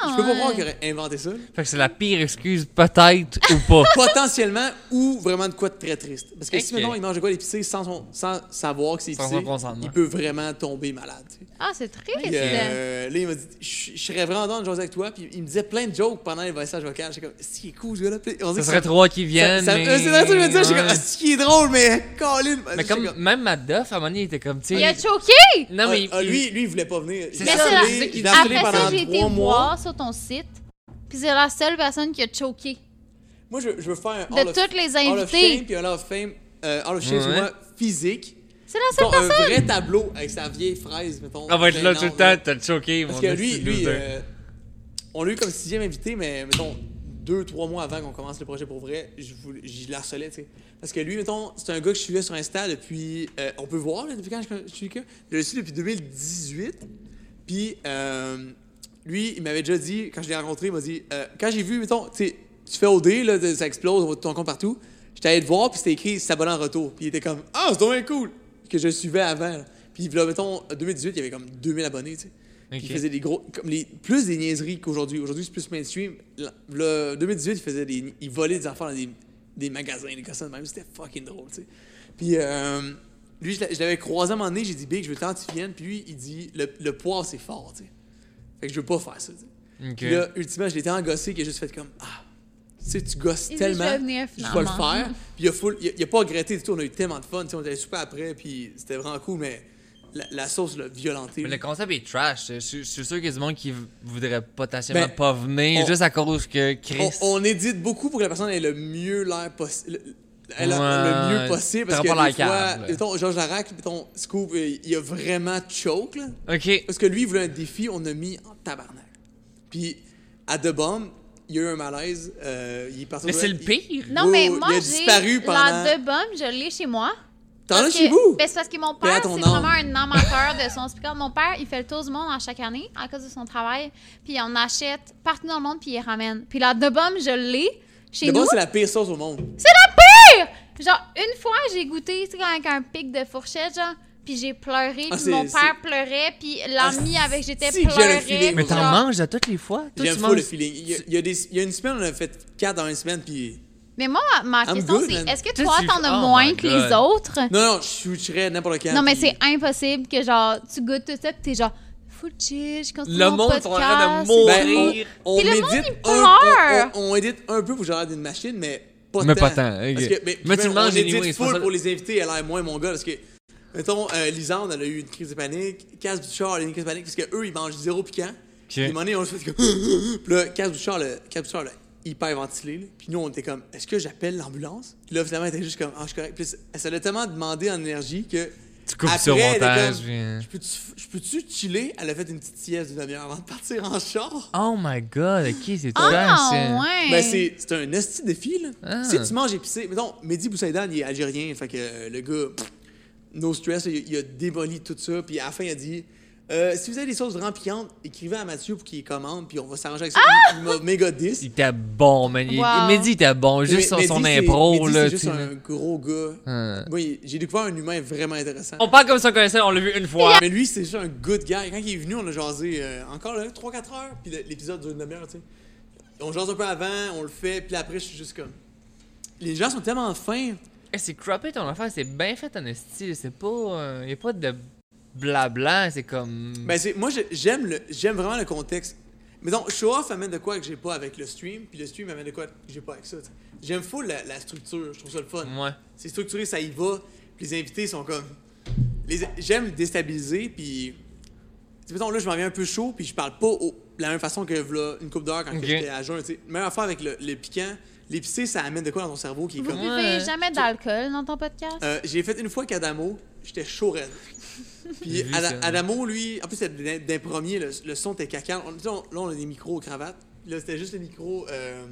D: Je peux pas
B: ouais.
D: croire qu'il aurait inventé ça.
C: Fait que c'est la pire excuse, peut-être ou pas.
D: Potentiellement ou vraiment de quoi de très triste. Parce que si,
C: Ok.
D: mettons, il mange de quoi d'épicé sans, son- sans savoir que c'est
C: Sans
D: épicé,
C: son consentement.
D: il peut vraiment tomber malade. tu sais.
B: Ah, c'est triste.
D: Puis, euh, là, il m'a dit Je je serais vraiment dans de jaser avec toi. Puis il me disait plein de jokes pendant les messages vocaux. J'étais comme C'est qui est cool, ce gars-là. Puis on dirait
C: ça
D: que
C: serait trois qui
D: ça-
C: viennent.
D: ça-
C: mais...
D: euh, C'est vrai, ça, je me disais, j'étais
C: Ouais.
D: comme ah, C'est qui est drôle, mais Colin.
C: Mais
D: j'étais
C: comme, même Matt Duff, à un moment donné, il était comme, tu
B: Il a
C: sais.
B: choqué!
C: Non,
D: Ah,
C: mais.
D: ah,
C: il-
D: lui, lui, il voulait pas venir. Je l'ai
C: Mais
B: c'est la-
D: harcelé,
C: c'est qu'il-
D: je l'ai harcelé
B: Après ça,
D: pendant
B: j'ai été
D: trois mois.
B: voir sur ton site, puis c'est la seule personne qui a choqué.
D: Moi, je, je veux faire un
B: De
D: Hall of-
B: toutes les
D: Hall of
B: invités.
D: Fame, puis un Hall of Fame, euh, Hall of Shame,
C: Ouais.
D: excuse-moi, physique.
B: C'est la seule
D: Mettons, un
B: personne!
D: vrai tableau avec sa vieille fraise, mettons.
C: On va être là tout le
D: gênante,
C: temps, t'as choqué, mon
D: ben Parce que lui,
C: petit
D: lui
C: loser.
D: euh, on l'a eu comme sixième invité, mais mettons, deux, trois mois avant qu'on commence le projet pour vrai, je, voulais- je l'harcelais, tu sais. Parce que lui, mettons, c'est un gars que je suivais sur Insta depuis. euh, on peut voir, là, depuis quand je, je suis que. Je le suis depuis 2018. Puis, euh, lui, il m'avait déjà dit, quand je l'ai rencontré, il m'a dit euh, Quand j'ai vu, mettons, tu sais, tu fais OD, là, de- ça explose, on voit ton compte partout. J'étais allé te voir, puis c'était écrit s'abonner en retour. Puis il était comme Ah, c'est dommage cool Que je suivais avant. là. Puis, là, mettons, en 2018, il y avait comme 2000 abonnés, tu sais. Puis
C: Ok.
D: Il faisait des gros. Comme les, plus des niaiseries qu'aujourd'hui. Aujourd'hui, c'est plus mainstream. Le 2018, il faisait des. Il volait des enfants dans des, des magasins, des cossins de même. C'était fucking drôle, tu sais. Puis, euh, lui, je l'a- je l'avais croisé à un moment donné. J'ai dit, Big, je veux tant que tu viennes. Puis lui, il dit, le, le poids, c'est fort, tu sais. Fait que je veux pas faire ça, tu sais.
C: Ok.
D: Puis là, ultimement, je l'ai tellement gossé qu'il a juste fait comme Ah, tu sais, tu gosses
B: Il dit,
D: tellement.
B: Je vais venir,
D: vais le
B: finalement.
D: faire. Puis il a, full- il a- il a pas regretté du tout. On a eu tellement de fun. Tu sais, on était super après. Puis c'était vraiment cool, mais la, la sauce l'a violenté.
C: Mais le concept est trash. Je suis je suis sûr qu'il y a du monde qui v- voudrait potentiellement
D: Ben,
C: pas venir
D: on-
C: juste à cause que
D: on,
C: Chris.
D: on édite beaucoup pour que la personne ait le mieux l'air possible. Elle
C: Ouais,
D: a le mieux possible parce que
C: t'auras pas
D: des
C: la
D: fois,
C: cave, là.
D: mettons, Georges Larac, mettons, Scoop, euh, il a vraiment choke, là.
C: Ok.
D: Parce que lui, il voulait un défi, on a mis en tabarnak. Puis, à The Bomb, il y a eu un malaise, euh, il est parti...
C: Mais c'est le
D: il-
C: pire.
B: Non,
D: Oui,
B: mais
D: oui,
B: moi,
D: Oh, il a
B: j'ai
D: disparu pendant-
B: la deux bombes, je l'ai chez moi.
D: T'en as
B: Parce
D: chez
B: que-
D: vous?
B: Ben, c'est parce que mon
D: Paix
B: père,
D: à
B: c'est
D: ton
B: vraiment
D: âme.
B: un amateur de son speaker. Mon père, il fait le tour du monde à chaque année à cause de son travail. Puis il en achète partout dans le monde, puis il ramène. Puis la deux bombes, je l'ai chez
D: The
B: nous.
D: Bomb, c'est la pire sauce au monde.
B: C'est la pire! Genre, une fois, j'ai goûté, tu sais, avec un pic de fourchette, genre, puis j'ai pleuré,
D: Ah,
B: puis
D: c'est-
B: mon
D: c'est-
B: père pleurait, puis l'ami
D: Ah,
B: avec j'étais
D: si que j'ai le
B: pleurait.
D: feeling.
C: Mais
B: puis
C: t'en
B: genre-
C: manges à toutes les fois. Toi,
D: J'aime
C: tu
D: pas le
C: manges-
D: feeling. Il y, a, il y a des, il y a une semaine, on a fait quatre dans une semaine, puis...
B: Mais moi, ma
D: I'm
B: question,
D: good, man.
B: c'est est-ce que
C: Tu
B: toi,
C: sais,
B: t'en as
C: oh
B: moins
C: my
B: que les
C: God.
B: autres?
D: Non, non, je switcherais n'importe quand.
B: Non, mais
D: puis-
B: c'est impossible que, genre, tu goûtes tout ça, puis t'es genre, full chill, je continue
C: Le
B: mon
C: monde, ils
B: podcast.
C: sont en train de
B: c'est
C: mourir.
D: Ben, on-
C: Rire.
D: on,
B: Puis le
D: édite
B: monde, il
D: un,
B: pleure.
D: on, on- on édite un peu pour genre d'une machine, mais pas
C: Mais
D: tant.
C: pas tant, ok.
D: Parce que, mais,
C: Mais tu
D: même,
C: le manges
D: on édite
C: anyway, c'est pour
D: full
C: ça.
D: pour les invités, elle a l'air moins mon gars, parce que, mettons, euh, Lisande, elle a eu une crise de panique, Cass Bouchard, elle a eu une crise de panique, parce qu'eux, ils mangent zéro piquant. Puis à un moment donné, on se fait comme... Puis là, Cass Bouchard, le, Cass Bouchard, là, hyper ventilé, là. Puis nous, on était comme, est-ce que j'appelle l'ambulance? Puis là, finalement, elle était juste comme, ah, je suis correct. Puis elle se l'a tellement demandé en énergie que...
C: Tu coupes ça au
D: après, elle était
C: montage,
D: comme,
C: puis-
D: Je peux-tu- je peux-tu chiller? Elle a fait une petite sieste d'une demi-heure avant de partir en char.
C: Oh my god, ok, c'est trash.
B: Ah,
C: hein.
B: ouais.
D: Ben, c'est c'est un esti défi, là.
C: Ah.
D: Si tu manges épicé, mettons, Mehdi Boussaidan, il est algérien, fait que euh, le gars, pff, no stress, il, il a démoli tout ça, puis à la fin, il a dit euh, Si vous avez des sauces vraiment piquantes, écrivez à Mathieu pour qu'il commande, puis on va s'arranger avec ça. Il, il m'a méga 10.
C: Il était bon, man. Il-
B: Wow.
C: Mehdi était bon. Juste son, son impro, là.
D: C'est juste
C: tu sais.
D: un gros gars.
C: Hein.
D: Oui, j'ai découvert un humain vraiment intéressant.
C: On parle comme si on connaissait, on l'a vu une fois.
D: Mais lui, c'est juste un good guy. Quand il est venu, on a jasé euh, encore là, 3-4 heures, puis le- l'épisode dure une demi-heure, tu sais. On jase un peu avant, on le fait, puis après, je suis juste comme. Les gens sont tellement fins.
C: Eh, C'est croppé ton affaire, c'est bien fait en style. C'est pas. euh, y a pas de blabla, c'est comme.
D: Ben, c'est, moi, je- j'aime, le, j'aime vraiment le contexte. Mais donc, show off amène de quoi que j'ai pas avec le stream, puis le stream amène de quoi que j'ai pas avec ça. tu sais. J'aime full la, la structure, je trouve ça le fun.
C: Ouais.
D: C'est structuré, ça y va. Puis les invités sont comme. les- J'aime déstabiliser, puis. Tu sais, mettons, là, je m'en viens un peu chaud, puis je parle pas au- de la même façon que v'là une coupe d'heure quand que
C: Ok.
D: j'étais à jeun. tu sais. Même affaire avec le, le piquant, l'épicé, ça amène de quoi dans ton cerveau qui est
B: Vous
D: comme.
B: buvez
C: Ouais.
B: jamais d'alcool dans ton podcast?
D: Euh, j'ai fait une fois qu'Adamo, j'étais chaud raide. Puis
C: J'ai vu
D: Ada-
C: ça.
D: Adamo, lui, en plus, c'était d'un- d'un premier, le, le son était caca. On, tu sais, on- là, on a des micros aux cravates. Là, c'était juste le micro euh,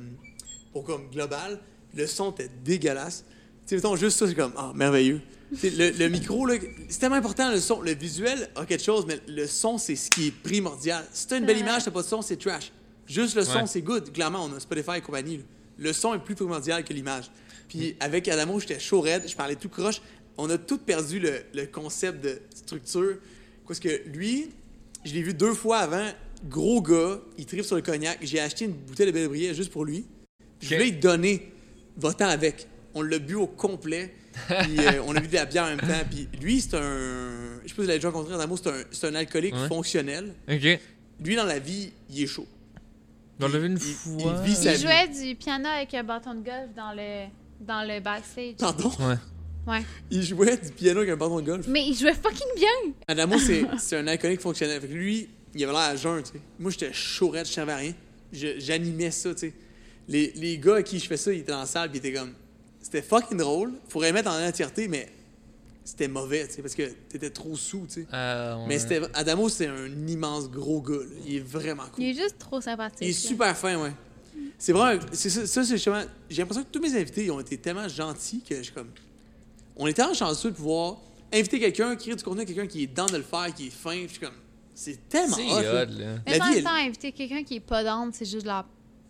D: pour comme global. Le son était dégueulasse. Tu sais, mettons, juste ça, c'est comme, ah, merveilleux. Tu sais, Le, le micro, là, c'est tellement important, le son. Le visuel a quelque chose, mais le son, c'est ce qui est primordial. Si t'as une belle
B: Ouais.
D: image, t'as pas de son, c'est trash. Juste le son,
C: Ouais.
D: c'est good. Clairement, on a Spotify et compagnie. là. Le son est plus primordial que l'image. Puis avec Adamo, j'étais chaud raide, je parlais tout croche. On a tout perdu le, le concept de structure. Parce que lui, je l'ai vu deux fois avant. Gros gars, il tripe sur le cognac. J'ai acheté une bouteille de Bellebrière juste pour lui. Puis Je
C: Ok.
D: voulais lui donner. Va-t'en avec. On l'a bu au complet. Puis euh, on a bu de la bière en même temps. Puis lui, c'est un. Je sais pas si vous l'avez déjà rencontré, Adamo, c'est un, c'est un alcoolique
C: Ouais.
D: fonctionnel.
C: Ok.
D: Lui, dans la vie, il est chaud.
C: On l'a vu une
D: il-
C: fois.
D: il vit sa-
B: Il
D: salut.
B: jouait du piano avec un bâton de golf dans le, dans le backstage.
D: Pardon?
C: Ouais.
B: Ouais.
D: Il jouait du piano avec un bâton de golf.
B: Mais il jouait fucking bien!
D: Adamo, c'est c'est un alcoolique fonctionnel. Fait que lui, il avait l'air à jeun, tu sais. Moi, j'étais chaurette, je savais rien. Je- J'animais ça, tu sais. Les, les gars à qui je fais ça, ils étaient dans la salle, puis ils étaient comme... C'était fucking drôle. Faudrait mettre en entièreté, mais c'était mauvais, tu sais, parce que t'étais trop sous, tu sais.
C: Euh, ouais.
D: Mais c'était... Adamo, c'est un immense gros gars, là. Il est vraiment cool.
B: Il est juste trop sympathique.
D: Il est
B: là.
D: super fin, ouais. C'est vraiment. c'est ça, ça, c'est justement. J'ai l'impression que tous mes invités ils ont été tellement gentils que je suis comme. On est tellement chanceux de pouvoir inviter quelqu'un, créer du contenu à quelqu'un qui est dans de le faire, qui est fin. puis Je suis comme. C'est tellement
C: C'est
D: hot, là.
C: hot, là.
B: Mais
D: La
B: en
D: vie,
B: même
D: elle-
B: temps, inviter quelqu'un qui est pas down, c'est juste la.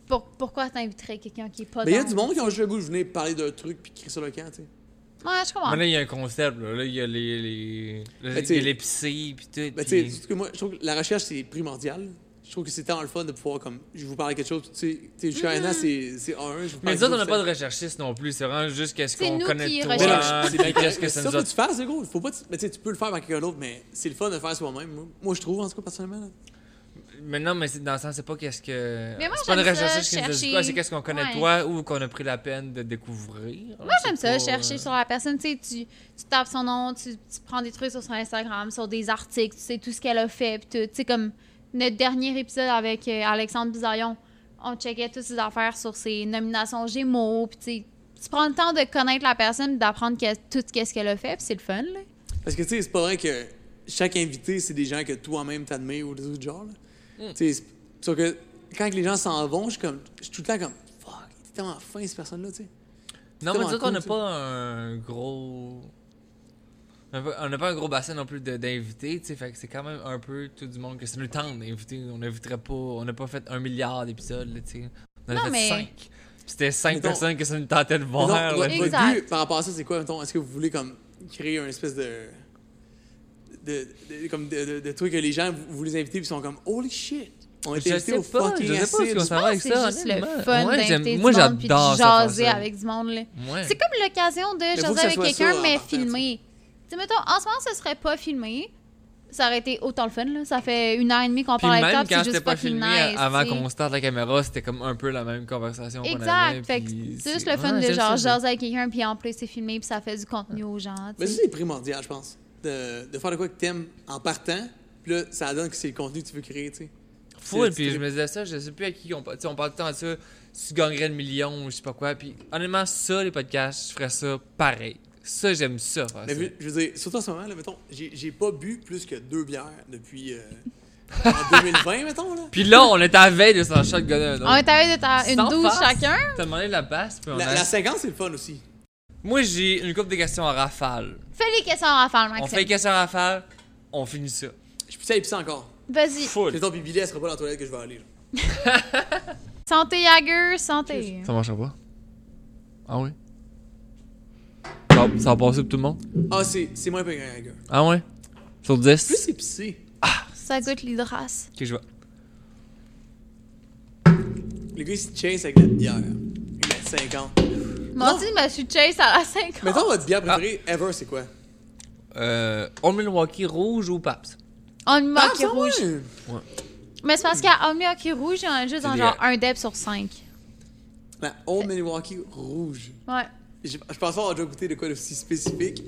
B: Pour- pourquoi t'inviterais quelqu'un qui est pas
D: Mais il y a
B: down?
D: du monde qui a juste le goût de venir parler d'un truc puis crier sur le camp, tu sais.
B: Ouais, je comprends.
C: Mais là, il y a un concept, là. Là, il y a les. les... là,
D: Ben,
C: il y
D: t'sais-
C: a l'épicé, puis tout.
D: Ben, tu sais,
C: puis-
D: surtout que moi, je trouve que la recherche, c'est primordial. Je trouve que c'est tellement le fun de pouvoir, comme, je vous parle de quelque chose, tu sais, tu sais, jusqu'à maintenant, c'est c'est un, je vous
C: Mais
D: parle
C: nous autres, on n'a pas de recherchiste non plus. C'est vraiment juste qu'est-ce
B: C'est
C: qu'on
B: nous
C: connaît
B: qui
C: de
D: Mais non,
C: toi.
D: c'est
C: puis
D: bien
C: Qu'est-ce que
D: correct.
C: ça
D: Mais
C: nous
D: ça
C: a.
D: faut que tu fasses, gros. Faut pas, mais tu sais, tu peux le faire avec quelqu'un d'autre, mais c'est le fun de le faire soi-même. Moi, Moi, je trouve, en tout cas, personnellement. là.
C: Mais non, mais c'est dans le sens, c'est pas qu'est-ce que.
B: Mais moi,
C: c'est pas
B: j'aime ça,
C: recherchiste qui nous dit
B: chercher.
C: quoi, c'est qu'est-ce qu'on connaît
B: Ouais.
C: de toi ou qu'on a pris la peine de découvrir.
B: Moi, j'aime ça,
C: euh.
B: chercher sur la personne. Tu sais, tu, tu tapes son nom, tu, tu prends des trucs sur son Instagram, sur des articles, tu sais tout ce qu'elle a fait. Puis tout. Tu sais, comme notre dernier épisode avec euh, Alexandre Bisaillon, on checkait toutes ses affaires sur ses nominations Gémeaux. Puis tu sais, tu prends le temps de connaître la personne, puis d'apprendre que- tout ce qu'elle a fait, puis c'est le fun. Là.
D: Parce que, tu sais, c'est pas vrai que chaque invité, c'est des gens que toi-même t'admets ou des autres genres.
C: Hmm.
D: là. Tu sais, c'est- sauf que quand les gens s'en vont, je suis comme, je suis tout le temps comme, fuck, il était tellement fin, cette personne-là, tu sais.
C: Non, mais
D: tellement
C: disons qu'on n'a
D: cool,
C: pas un gros. un peu- On n'a pas un gros bassin non plus de- d'invités, tu sais. Fait que c'est quand même un peu tout du monde que ça nous tente d'inviter. On n'inviterait pas. On n'a pas fait un milliard d'épisodes, là, tu sais. On en
B: Non,
C: a fait
B: mais-
C: cinq. Puis C'était cinq
D: Mettons-
C: personnes que ça nous tentait de voir.
D: Mettons,
C: là.
D: votre- votre
B: Exact.
D: but par rapport à ça, c'est quoi, mettons? Est-ce que vous voulez, comme, créer un espèce de. de, de- comme de, de- de truc que les gens, vous, vous les invitez, puis ils sont comme, holy shit! On a été
C: Je
D: invités
C: sais
D: au
C: pas,
D: fucking
C: je sais pas ce
D: acide.
C: qu'on s'en va avec
B: C'est
C: ça.
B: juste le
C: honnêtement.
B: fun
C: Ouais, j'aime-
B: d'inviter
C: Moi,
B: du monde, puis
C: j'adore
B: de
C: ça, faire
B: jaser
C: ça.
B: avec du monde. là.
C: Ouais.
B: C'est comme l'occasion de
D: faut que
B: jaser
D: ça
B: avec
D: soit ça,
B: quelqu'un,
D: en
B: mais
D: partant,
B: filmé. Tu sais, mettons, en ce moment, ce serait pas filmé. Ça aurait été autant le fun, là. Ça fait une heure et demie qu'on
C: Puis
B: parle avec toi,
C: même
B: puis
C: quand
B: c'est
C: c'était
B: juste
C: pas
B: fucking
C: filmé
B: nice.
C: avant
B: tu sais.
C: qu'on starte la caméra, c'était comme un peu la même conversation qu'on avait.
B: Exact. Fait que
C: puis
B: c'est juste le fun
C: ouais,
B: de
C: j'aime
B: genre
C: ça.
B: jaser avec quelqu'un, puis en plus, c'est filmé, puis ça fait du contenu aux gens. tu
D: Mais ça,
B: sais.
D: c'est primordial, je pense. De, de faire de quoi que t'aimes en partant, puis là, ça donne que c'est le contenu que tu veux créer, tu sais.
C: Full,
D: C'est-
C: puis
D: c'est-
C: je me disais ça, je sais plus à qui on parle. On parle tout le temps de ça, si tu gagnerais le million ou je sais pas quoi. Puis honnêtement, ça, les podcasts, je ferais ça pareil. Ça, j'aime ça. faire
D: Mais
C: ça.
D: vu- je veux dire, surtout en ce moment, là, mettons, j'ai j'ai pas bu plus que deux bières depuis euh, en 2020, mettons, là.
C: Puis là, on est à la veille de s'en shotgunner un autre.
B: On est arrivé de ta- une
C: Sans
B: douche
C: farce,
B: chacun.
C: T'as demandé la basse, puis on
D: La,
C: a-
D: la 50, c'est le fun aussi.
C: Moi, j'ai une couple de questions en rafale.
B: Fais les questions à Raphaël,
C: On fait les
B: Maxime.
C: questions en rafale, on finit ça.
D: Je peux aller pisser encore.
B: Vas-y.
C: Full.
D: Mettons, puis Billy, elle sera pas dans la toilette que je vais aller. là.
B: Santé, Jagger, santé.
C: Ça marchera pas. Ah oui? Ça, ça a passé pour tout le monde?
D: Ah, c'est c'est moins payant, les gars.
C: Ah ouais? Sur
D: Plus
C: 10?
D: c'est pissé.
B: Ça goûte l'hydrasse.
C: Ok, je vois.
D: Le gars, il se chase avec la bière. Il a 50.
B: Mon Dieu, mais je suis chase à la 50.
D: Mettons, votre bière préférée ever, c'est quoi?
C: Euh, Old Milwaukee rouge ou Paps?
B: On me
D: Ah,
B: manque
D: ça,
B: rouge.
D: ouais.
B: Mais c'est parce qu'à Omiyaki Rouge, il y en a juste
C: C'est
B: en
C: des-
B: genre un dep sur cinq.
D: La Old Milwaukee rouge.
B: Ouais.
D: Il Je, je pense avoir déjà goûté de quoi d'aussi spécifique.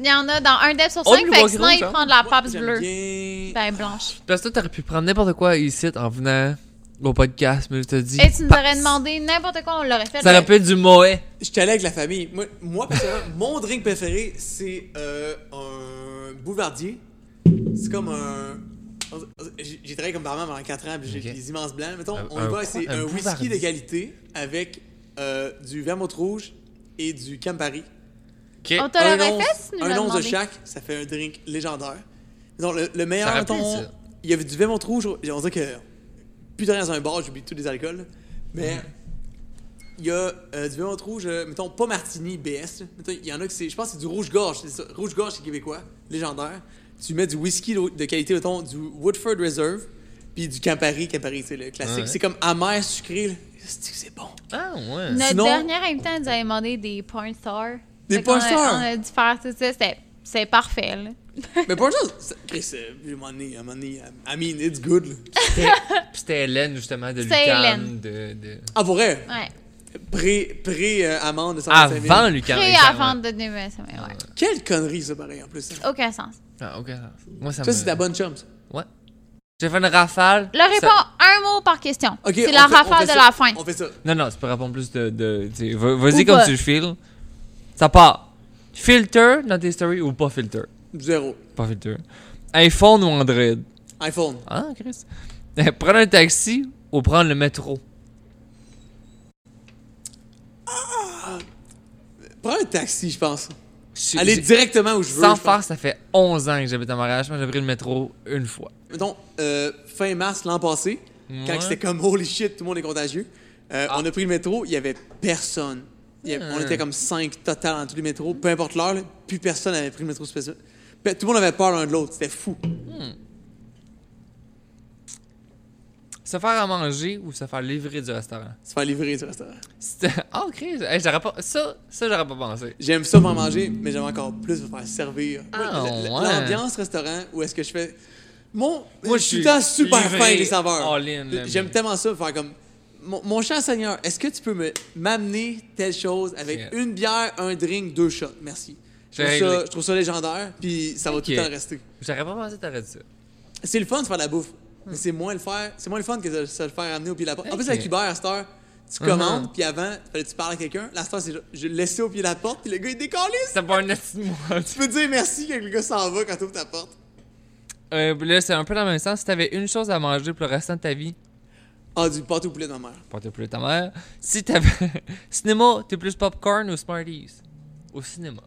B: Il y en a dans un dep sur
C: On
B: cinq,
C: nous
B: fait
C: voit
B: que sinon,
C: gros,
B: ils
D: hein.
C: ça.
B: prennent de la papse
D: J'aime
B: bleue.
D: bien-
B: Ben, blanche.
C: Parce que toi, t'aurais pu prendre n'importe quoi ici en venant au podcast, mais je te dis.
B: Et Eh, tu nous
C: passe.
B: aurais demandé n'importe quoi, on l'aurait fait.
C: Ça
B: là.
C: aurait pu être du Moët.
D: J'étais allé avec la famille. Moi, moi personnellement, mon drink préféré, c'est euh, un boulevardier. C'est comme un. J'ai j'ai travaillé comme barman pendant 4 ans, puis j'ai
C: Ok.
D: des immenses blancs. Mettons,
C: Un-
D: on
C: un
D: y va,
C: quoi?
D: c'est
C: Un
D: un, whisky
C: boulevardier?
D: de qualité avec euh, du vermouth rouge et du Campari.
C: Ok.
B: On te
D: Un
B: l'aurait
D: once-
B: fait si tu nous
D: Un
B: l'as
D: once de
B: demandé.
D: chaque, ça fait un drink légendaire. Mettons, le, le meilleur,
C: Ça rappelle
D: mettons,
C: ça.
D: il y avait du vermouth rouge. On dirait que plus tard dans un bar, j'oublie tous les alcools. là. Mais il y a euh, du vermouth rouge, euh, mettons, pas martini, BS. là. Mettons, Il y en a que c'est, je pense que c'est du rouge-gorge. c'est ça. Rouge-gorge, c'est québécois, légendaire. Tu mets du whisky de de qualité, mettons, du Woodford Reserve, puis du Campari, Campari, c'est le classique.
C: Ouais.
D: C'est comme amer, sucré. là. C'est c'est bon.
C: Ah, ouais.
B: Notre
D: Sinon-
B: dernière invitée, elle nous avait demandé des porn stars.
D: Des
B: Fait qu'on a-
D: porn stars?
B: On a dû faire tout ça, c'était- c'est parfait. là.
D: Mais pour ça, ça- Chris, euh, à un moment donné, à un moment donné, I mean, it's good. là.
C: C'était- Puis c'était Hélène, justement, de
B: C'était
C: Lucan. De, de...
D: Ah, pour vrai?
B: Ouais.
D: Pré-amende de 125 000.
C: Avant Lucan.
B: Prêt à
C: exactement.
B: vendre de demain, ça, mais ouais.
D: Quelle connerie, ça, pareil, en plus. hein.
B: Aucun sens.
C: Ah, ok. Moi, ça
D: Ça,
C: me-
D: c'est ta bonne chum, ça.
C: Ouais. J'ai fait une rafale.
B: Leur
C: Ça-
B: répond un mot par question.
D: Ok,
B: c'est
D: on
B: la
D: fait- on
B: rafale
D: fait
B: de
D: ça.
B: la fin.
D: On fait ça.
C: Non, non, tu peux répondre plus de. de tu sais, va- Vas-y
B: Ou
C: comme
B: pas.
C: tu le files. Ça part. Filter dans tes stories ou pas filter?
D: Zéro.
C: Pas filter. iPhone ou Android?
D: iPhone.
C: Ah, Chris. prendre un taxi ou prendre le métro?
D: Prends un taxi, je pense.
C: Je-
D: Aller
C: j'ai-
D: directement où je veux.
C: Sans
D: je pense.
C: faire, ça fait 11 ans que j'habite à Montréal. Je pense que j'ai pris le métro une fois.
D: Mettons, euh, fin mars l'an passé,
C: Ouais. Ah.
D: quand c'était comme holy shit, tout le monde est contagieux, euh, on a pris le métro, il y avait personne. Il y avait- On
C: Hmm.
D: était comme cinq total dans tous les métros, peu importe l'heure, là, plus personne n'avait pris le métro spécial. Pe- Tout le monde avait peur l'un de l'autre, c'était fou.
C: Se faire à manger ou se faire livrer du restaurant?
D: Se faire livrer du restaurant.
C: C'était- Ah, Chris. Hey, j'aurais pas... Ça, ça j'aurais pas pensé.
D: J'aime ça faire manger, mais j'aime encore plus me faire servir.
C: Ah,
D: Moi, l- l-
C: ouais.
D: L'ambiance restaurant où est-ce que je fais. Mon,
C: Moi,
D: moi,
C: je
D: je
C: suis
D: suis tout le temps super
C: livré,
D: fin des saveurs.
C: all in, là,
D: J'aime
C: mais-
D: tellement ça, faire comme. Mon, mon cher Seigneur, est-ce que tu peux me- m'amener telle chose avec
C: Shit.
D: une bière, un drink, deux shots Merci. Je
C: C'est
D: trouve, ça,
C: réglé.
D: je trouve ça légendaire, puis ça va
C: Ok.
D: tout le temps rester.
C: J'aurais pas pensé que t'aurais dit ça.
D: C'est le fun de faire la bouffe, mais c'est moins le faire. C'est moins le fun que de se le faire amener au pied de la porte. En
C: Ok.
D: plus, avec Uber, à cette heure, tu
C: Mhm.
D: commandes, puis avant, fallait que tu parles à quelqu'un. La star, c'est genre, je le laissais au pied de la porte, puis le gars, il décolle.
C: C'était pas un esti de moi.
D: Tu peux dire merci quand le gars s'en va quand t'ouvres ta porte.
C: Euh, là, c'est un peu dans le même sens. Si t'avais une chose à manger pour le restant de ta vie,
D: Ah, du pâté au poulet de ma mère.
C: pas plus ta mère. Si t'avais. cinéma, t'es plus popcorn ou Smarties Au cinéma.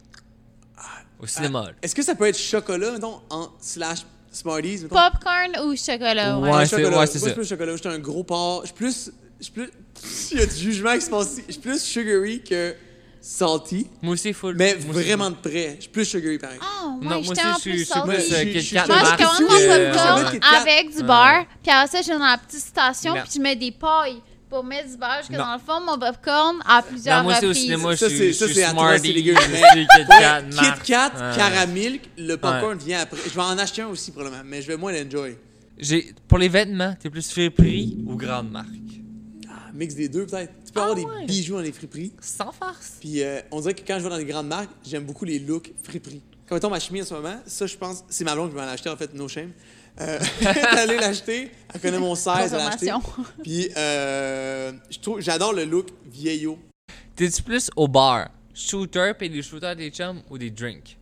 C: Au cinéma. là.
D: Est-ce que ça peut être chocolat, mettons, en slash Smarties? mettons?
B: Popcorn ou chocolat, ouais.
C: Ouais,
D: En
C: c'est-
D: chocolat.
C: ouais, c'est
D: Moi, je
C: ça.
D: suis plus chocolat. Je suis un gros porc. Je suis plus. Je suis plus. Il y a du jugement qui se passe ici. Je suis plus sugary que salty,
C: Moi aussi, full.
D: mais
C: Moi aussi,
D: vraiment de près. Je suis plus sugary, pareil.
B: Ah, ouais,
C: Non, moi
B: j'étais en
C: aussi, je
B: plus
C: suis- je suis
D: salty.
C: plus
D: Moi,
C: euh,
D: je- je-
C: Kit
D: je-
C: Kat
D: moi,
B: Moi,
D: je
C: Marc,
B: je commande
D: Marc,
B: mon
D: euh,
B: popcorn
D: Marc, Kit Kat.
B: avec du
C: Ouais.
B: beurre, puis après ça, j'ai dans la petite station,
C: Non.
B: puis je mets des pailles pour mettre du beurre, jusque
C: Non.
B: dans le fond de mon popcorn à plusieurs
C: Non, moi aussi, au
B: reprises.
C: cinéma, je
D: Ça,
C: suis
D: c'est-
C: je
D: ça,
C: suis
D: c'est atroce, c'est
C: Smarties.
D: dégueu,
C: je
D: mais-
C: suis Kit Kat,
D: Ouais,
C: Marc.
D: Kit Kat,
C: Ouais.
D: caramilk, le popcorn vient après. Je vais en acheter un aussi probablement, mais je vais moins l'enjoy.
C: J'ai- Pour les vêtements, t'es plus friperie ou grande marque
D: Un Mix des deux peut-être. Tu peux
C: Ah,
D: avoir
C: ouais.
D: des bijoux dans les friperies.
C: Sans farce.
D: Puis euh, on dirait que quand je vais dans les grandes marques, j'aime beaucoup les looks friperies. Comme mettons ma chemise en ce moment, ça je pense, c'est ma blonde qui m'a l'acheter en fait, no shame. Euh, elle est allée l'acheter, elle connaît mon 16, elle l'a acheté.
B: Consommation.
D: Puis euh, je trouve, j'adore le look vieillot.
C: T'es-tu plus au bar Shooter, puis les shooters des chums ou des drinks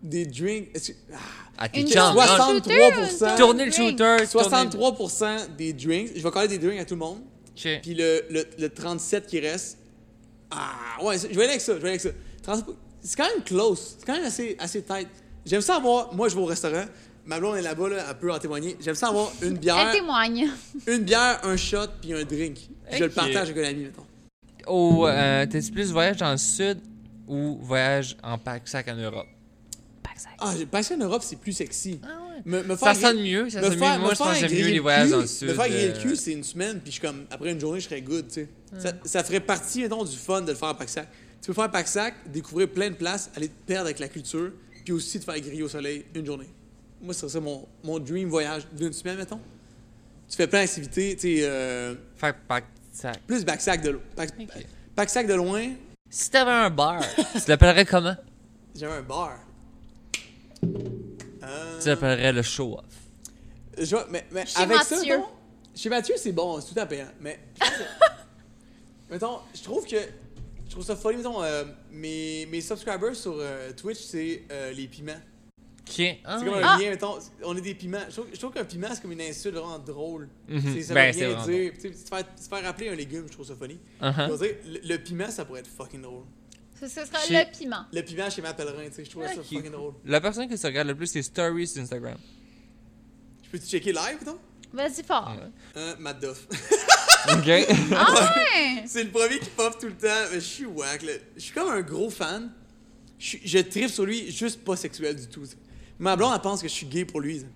D: Des drinks, est-ce que- ah,
C: À tes
B: Une
C: chums.
B: journée
C: non?
B: de
D: 63%.
B: shooter ou une journée de
C: Tourner le
B: drink?
C: shooter. tourner-
D: 63% des drinks, je vais coller des drinks à tout le monde.
C: Ok.
D: Puis le, le, le 37 qui reste, ah ouais, ça- je vais aller avec ça, je vais aller avec ça. 30 C'est quand même close, c'est quand même assez, assez tight. J'aime ça avoir, moi je vais au restaurant, ma blonde est là-bas, là, elle peut en témoigner. J'aime ça avoir une
B: Elle
D: bière,
B: témoigne.
D: une bière, un shot puis un drink. Je le
C: Ok.
D: partage avec un ami, mettons.
C: Ou euh, t'es-tu plus voyage dans le sud ou voyage en pack-sac en Europe?
D: Ah, j'ai- parce qu'en Europe, c'est plus sexy. Me- me
C: Ça
D: faire
C: sonne
D: gri-
C: mieux, ça
D: me
C: sonne mieux.
D: faire-
C: Moi,
D: me
C: je pense que
D: faire
C: j'aime
D: griller
C: mieux les
D: le
C: voyages
D: cul-
C: dans le sud.
D: Me faire griller le
C: euh,
D: cul, c'est une semaine, puis je suis comme, après une journée, je serais good, tu sais. Ça, ça ferait partie, mettons, du fun de le faire à Paxac. Tu peux faire à Paxac, découvrir plein de places, aller te perdre avec la culture, puis aussi te faire griller au soleil une journée. Moi, ce serait ça mon, mon dream voyage d'une semaine, mettons. Tu fais plein d'activités, tu sais, euh,
C: Faire pack-sac.
D: plus Paxac de l'eau. Pax- Paxac de loin,
C: Si t'avais un bar, tu l'appellerais comment?
D: J'avais un bar. Euh,
C: Tu l'appellerais le show-off.
D: je vois- mais, mais
B: Chez
D: avec
B: Mathieu.
D: ça, mettons, chez Mathieu, c'est bon, c'est tout à payant. Mais, mettons, je trouve que, je trouve ça folie, mettons, euh, mes, mes subscribers sur euh, Twitch, c'est euh, les piments.
C: OK. Ah,
D: C'est comme un
B: Ah.
D: lien, mettons, on est des piments. Je trouve, je trouve qu'un piment, c'est comme une insulte vraiment drôle.
C: Mhm.
D: C'est ça
C: Ben,
D: veut
C: c'est
D: rien
C: vraiment
D: dire. Tu sais, se faire, se faire appeler un légume, je trouve ça funny.
C: uh-huh.
D: Je veux dire, le, le piment, ça pourrait être fucking drôle.
B: Ce ce sera
C: Chez-
B: le piment.
D: Le piment chez ma pèlerin, tu sais, je trouve ça
C: Ok.
D: fucking drôle.
C: La personne qui se regarde le plus, c'est Stories sur Instagram.
D: Je peux-tu checker live, mettons?
B: Vas-y fort.
C: Ouais.
D: Euh, Matt Duff.
C: OK.
B: Ah ouais!
D: C'est le premier qui pop tout le temps. Mais Je suis wack. là. Je suis comme un gros fan. Je, suis- je tripe sur lui, juste pas sexuel du tout. Ma blonde, elle pense que je suis gay pour lui. ça.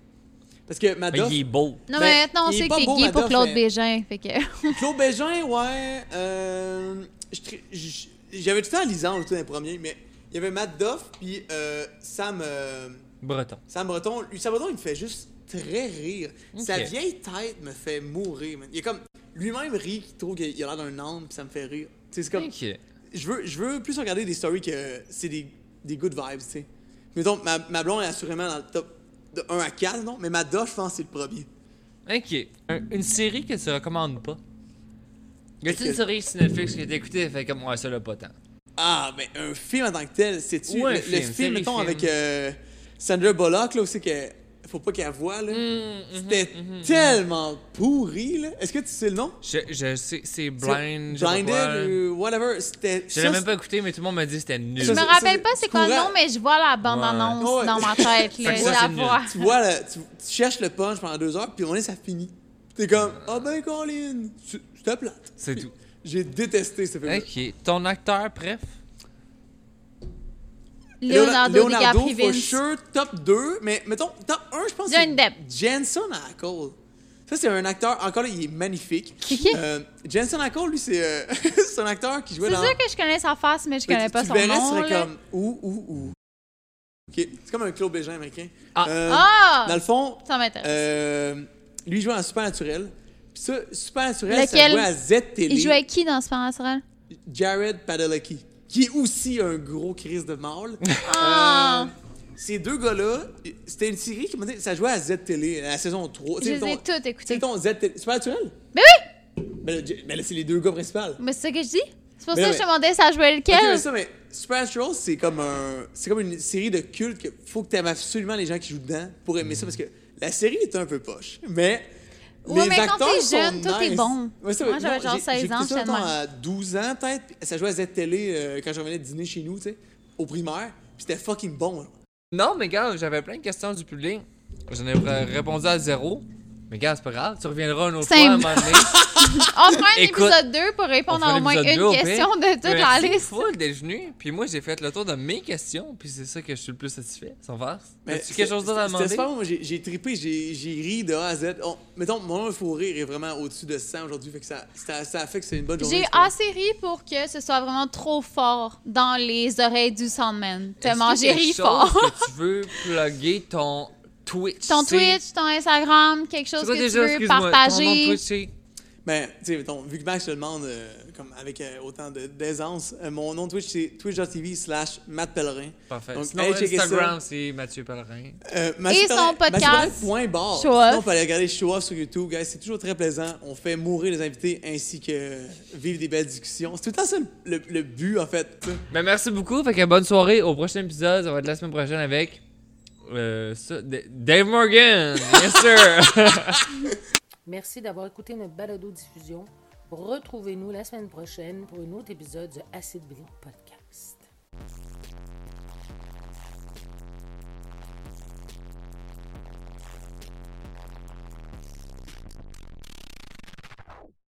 D: Parce que ma
C: Mais
D: dof,
C: Ah, il est beau.
B: Non,
D: Ben,
B: mais maintenant, on
D: il est
B: sait que
D: pas
B: t'es
D: beau,
B: gay pour
D: Madoff,
B: Claude
D: mais-
B: Bégin. Fait que.
D: Claude Bégin, ouais. euh, je tri- je- J'avais tout le temps Lisant autour d'un premier, mais il y avait Matt Doff, puis euh, Sam, euh,
C: Breton.
D: Sam Breton. Lui, Sam Breton, il me fait juste très rire. Sa
C: Ok.
D: vieille tête me fait mourir, man. Il est comme. Lui-même rit, qu'il trouve qu'il a l'air d'un âne, puis ça me fait rire. Tu sais, c'est comme.
C: OK.
D: je veux, je veux plus regarder des stories que c'est des, des good vibes, tu sais. Mettons, ma, ma blonde est assurément dans le top de 1 à 4, non? Mais ma doche, je pense, que c'est le premier.
C: OK. Un- une série que tu recommandes pas. Y a-t-il une
D: Est-ce
C: série sur Netflix que t'as écoutée fait comme, ouais, ça l'a pas tant.
D: Ah, mais un film en tant que tel, c'est-tu?
C: Ouais,
D: le,
C: un film,
D: le film,
C: série,
D: mettons,
C: film.
D: avec euh, Sandra Bullock, là, aussi, que faut pas qu'elle voit,
C: Mm,
D: là.
C: mm-hmm,
D: C'était tellement pourri, là. Est-ce que tu sais le nom?
C: Je, je sais, c'est Blind. je sais pas
D: Blinded,
C: quoi.
D: ou whatever. C'était.
C: Je
D: ça,
C: l'ai même pas écouté, mais tout le monde m'a dit que c'était nul.
B: Je me
D: ça,
B: rappelle
D: c'est-
B: pas c'est
D: tu
B: quoi le
D: pourrais-
B: nom, mais je vois la bande-annonce
D: Ouais.
B: dans ma tête.
C: Fait
B: Là,
C: que
B: je
C: ça,
B: la
C: c'est nul.
B: vois.
D: tu vois, là, tu, tu cherches le punch pendant deux heures, puis on est, ça finit. T'es comme, ah ben, Colin, tu- c'était plate.
C: C'est
D: Puis
C: tout.
D: J'ai détesté ce film.
C: OK. Ton acteur, bref.
B: Leonardo,
D: Leonardo
B: DiCaprio.
D: for
B: Vince.
D: sure, top 2, mais mettons, top 1, je pense que
B: Johnny
D: c'est
B: Depp.
D: Jenson Ackles. Ça, c'est un acteur, encore là, il est magnifique.
B: C'est qui?
D: Euh, Jenson Ackles, lui, c'est euh, c'est un acteur qui jouait
B: C'est
D: dans...
B: sûr que je connais sa face, mais je
D: Mais
B: connais
D: tu-
B: pas
D: tu
B: son
D: verrais,
B: nom.
D: ce serait
B: là.
D: comme ou, ou, ou. OK, c'est comme un Claude Bégin américain.
C: Ah.
D: Euh,
B: Ah!
D: Dans le fond,
B: Ça m'intéresse.
D: euh, lui, il jouait en Supernaturel. Puis ça, Supernaturel, ça
B: Lequel?
D: jouait à Z-Télé.
B: Il jouait avec qui dans ce Supernatural?
D: Jared Padalecki, qui est aussi un gros crise de mâle.
B: Ah.
D: Euh, ces deux gars-là, c'était une série qui m'a dit, ça jouait à Z-Télé, la saison 3.
B: Je les ai toutes
D: C'est
B: écoutées.
D: ton Z-Télé. C'est pas naturel?
B: Mais oui!
D: Mais là, Ben, j- mais là, c'est les deux gars principaux.
B: Mais c'est ça que je dis. C'est pour
D: Mais
B: ça que
D: non,
B: je te
D: mais-
B: demandais ça jouait lequel.
D: Ok, mais ça, mais Supernatural, c'est comme un, c'est comme une série de culte que faut que t'aimes absolument les gens qui jouent dedans pour aimer ça parce que la série est un peu poche, mais
B: Ouais,
D: les
B: mais quand
D: acteurs
B: t'es
D: sont
B: jeune, tout est
D: nice.
B: bon.
D: Ouais, ça,
B: Moi,
D: ouais,
B: j'avais
D: non,
B: genre
D: j'ai-
B: 16
D: j'ai
B: ans,
D: écouté ça,
B: j'étais de
D: mettons,
B: même.
D: à 12 ans peut-être, puis ça jouait à Z-Télé euh, quand je revenais dîner chez nous, tu sais, au primaire, puis c'était fucking bon. là.
C: Non, mais gars, j'avais plein de questions du public. J'en ai r- répondu à zéro. Mais gars, c'est pas grave. Tu reviendras une autre fois à
B: Same.
C: un moment donné.
B: On fera un
C: Écoute,
B: épisode 2 pour répondre à au moins une question de toute la liste.
C: full d'être venu. Puis moi, j'ai fait le tour de mes questions. Puis c'est ça que je suis le plus satisfait. Sans farce.
D: Mais
C: As-tu quelque chose d'autre à
D: c'était-
C: demander?
D: c'était super bon, moi, j'ai j'ai trippé, j'ai j'ai ri de A à Z. On- mettons, mon nom fou rire est vraiment au-dessus de 100 aujourd'hui, fait que ça, ça, ça fait que c'est une bonne journée.
B: J'ai
D: je trouve.
B: assez ri pour que ce soit vraiment trop fort dans les oreilles du Sandman. Tellement
C: Est-ce qu'il y
B: j'ai
C: a
B: ri
C: quelque
B: fort.
C: chose que tu veux plugger ton Twitch.
B: Ton
C: c'est-
B: Twitch, ton Instagram, quelque
C: C'est
B: chose
C: quoi
B: que
C: déjà,
B: tu veux
C: excuse-moi, Ton nom de
B: partager.
C: Twitch, c'est-
D: Ben, tu sais, mettons, vu que Max te demande, euh, comme avec euh, autant de- d'aisance, euh, mon nom de Twitch, c'est twitch.tv slash Matt Pellerin.
C: Parfait.
D: Donc,
C: Sinon,
D: allez checker ça.
C: Instagram, c'est Mathieu Pellerin.
D: Euh,
B: Et son podcast,
D: Point barre.
B: Show Off.
D: Sinon, on peut aller regarder Show Off sur YouTube, guys. C'est toujours très plaisant. On fait mourir les invités ainsi que vivre des belles discussions. C'est tout le temps ça le, le- le but, en fait. tu sais.
C: Ben, merci beaucoup. Fait que bonne soirée. Au prochain épisode, ça va être la semaine prochaine avec. Euh, ça, D- Dave Morgan! Yes, sir!
A: Merci d'avoir écouté notre balado-diffusion. Retrouvez-nous la semaine prochaine pour un autre épisode de Acid Blue Podcast.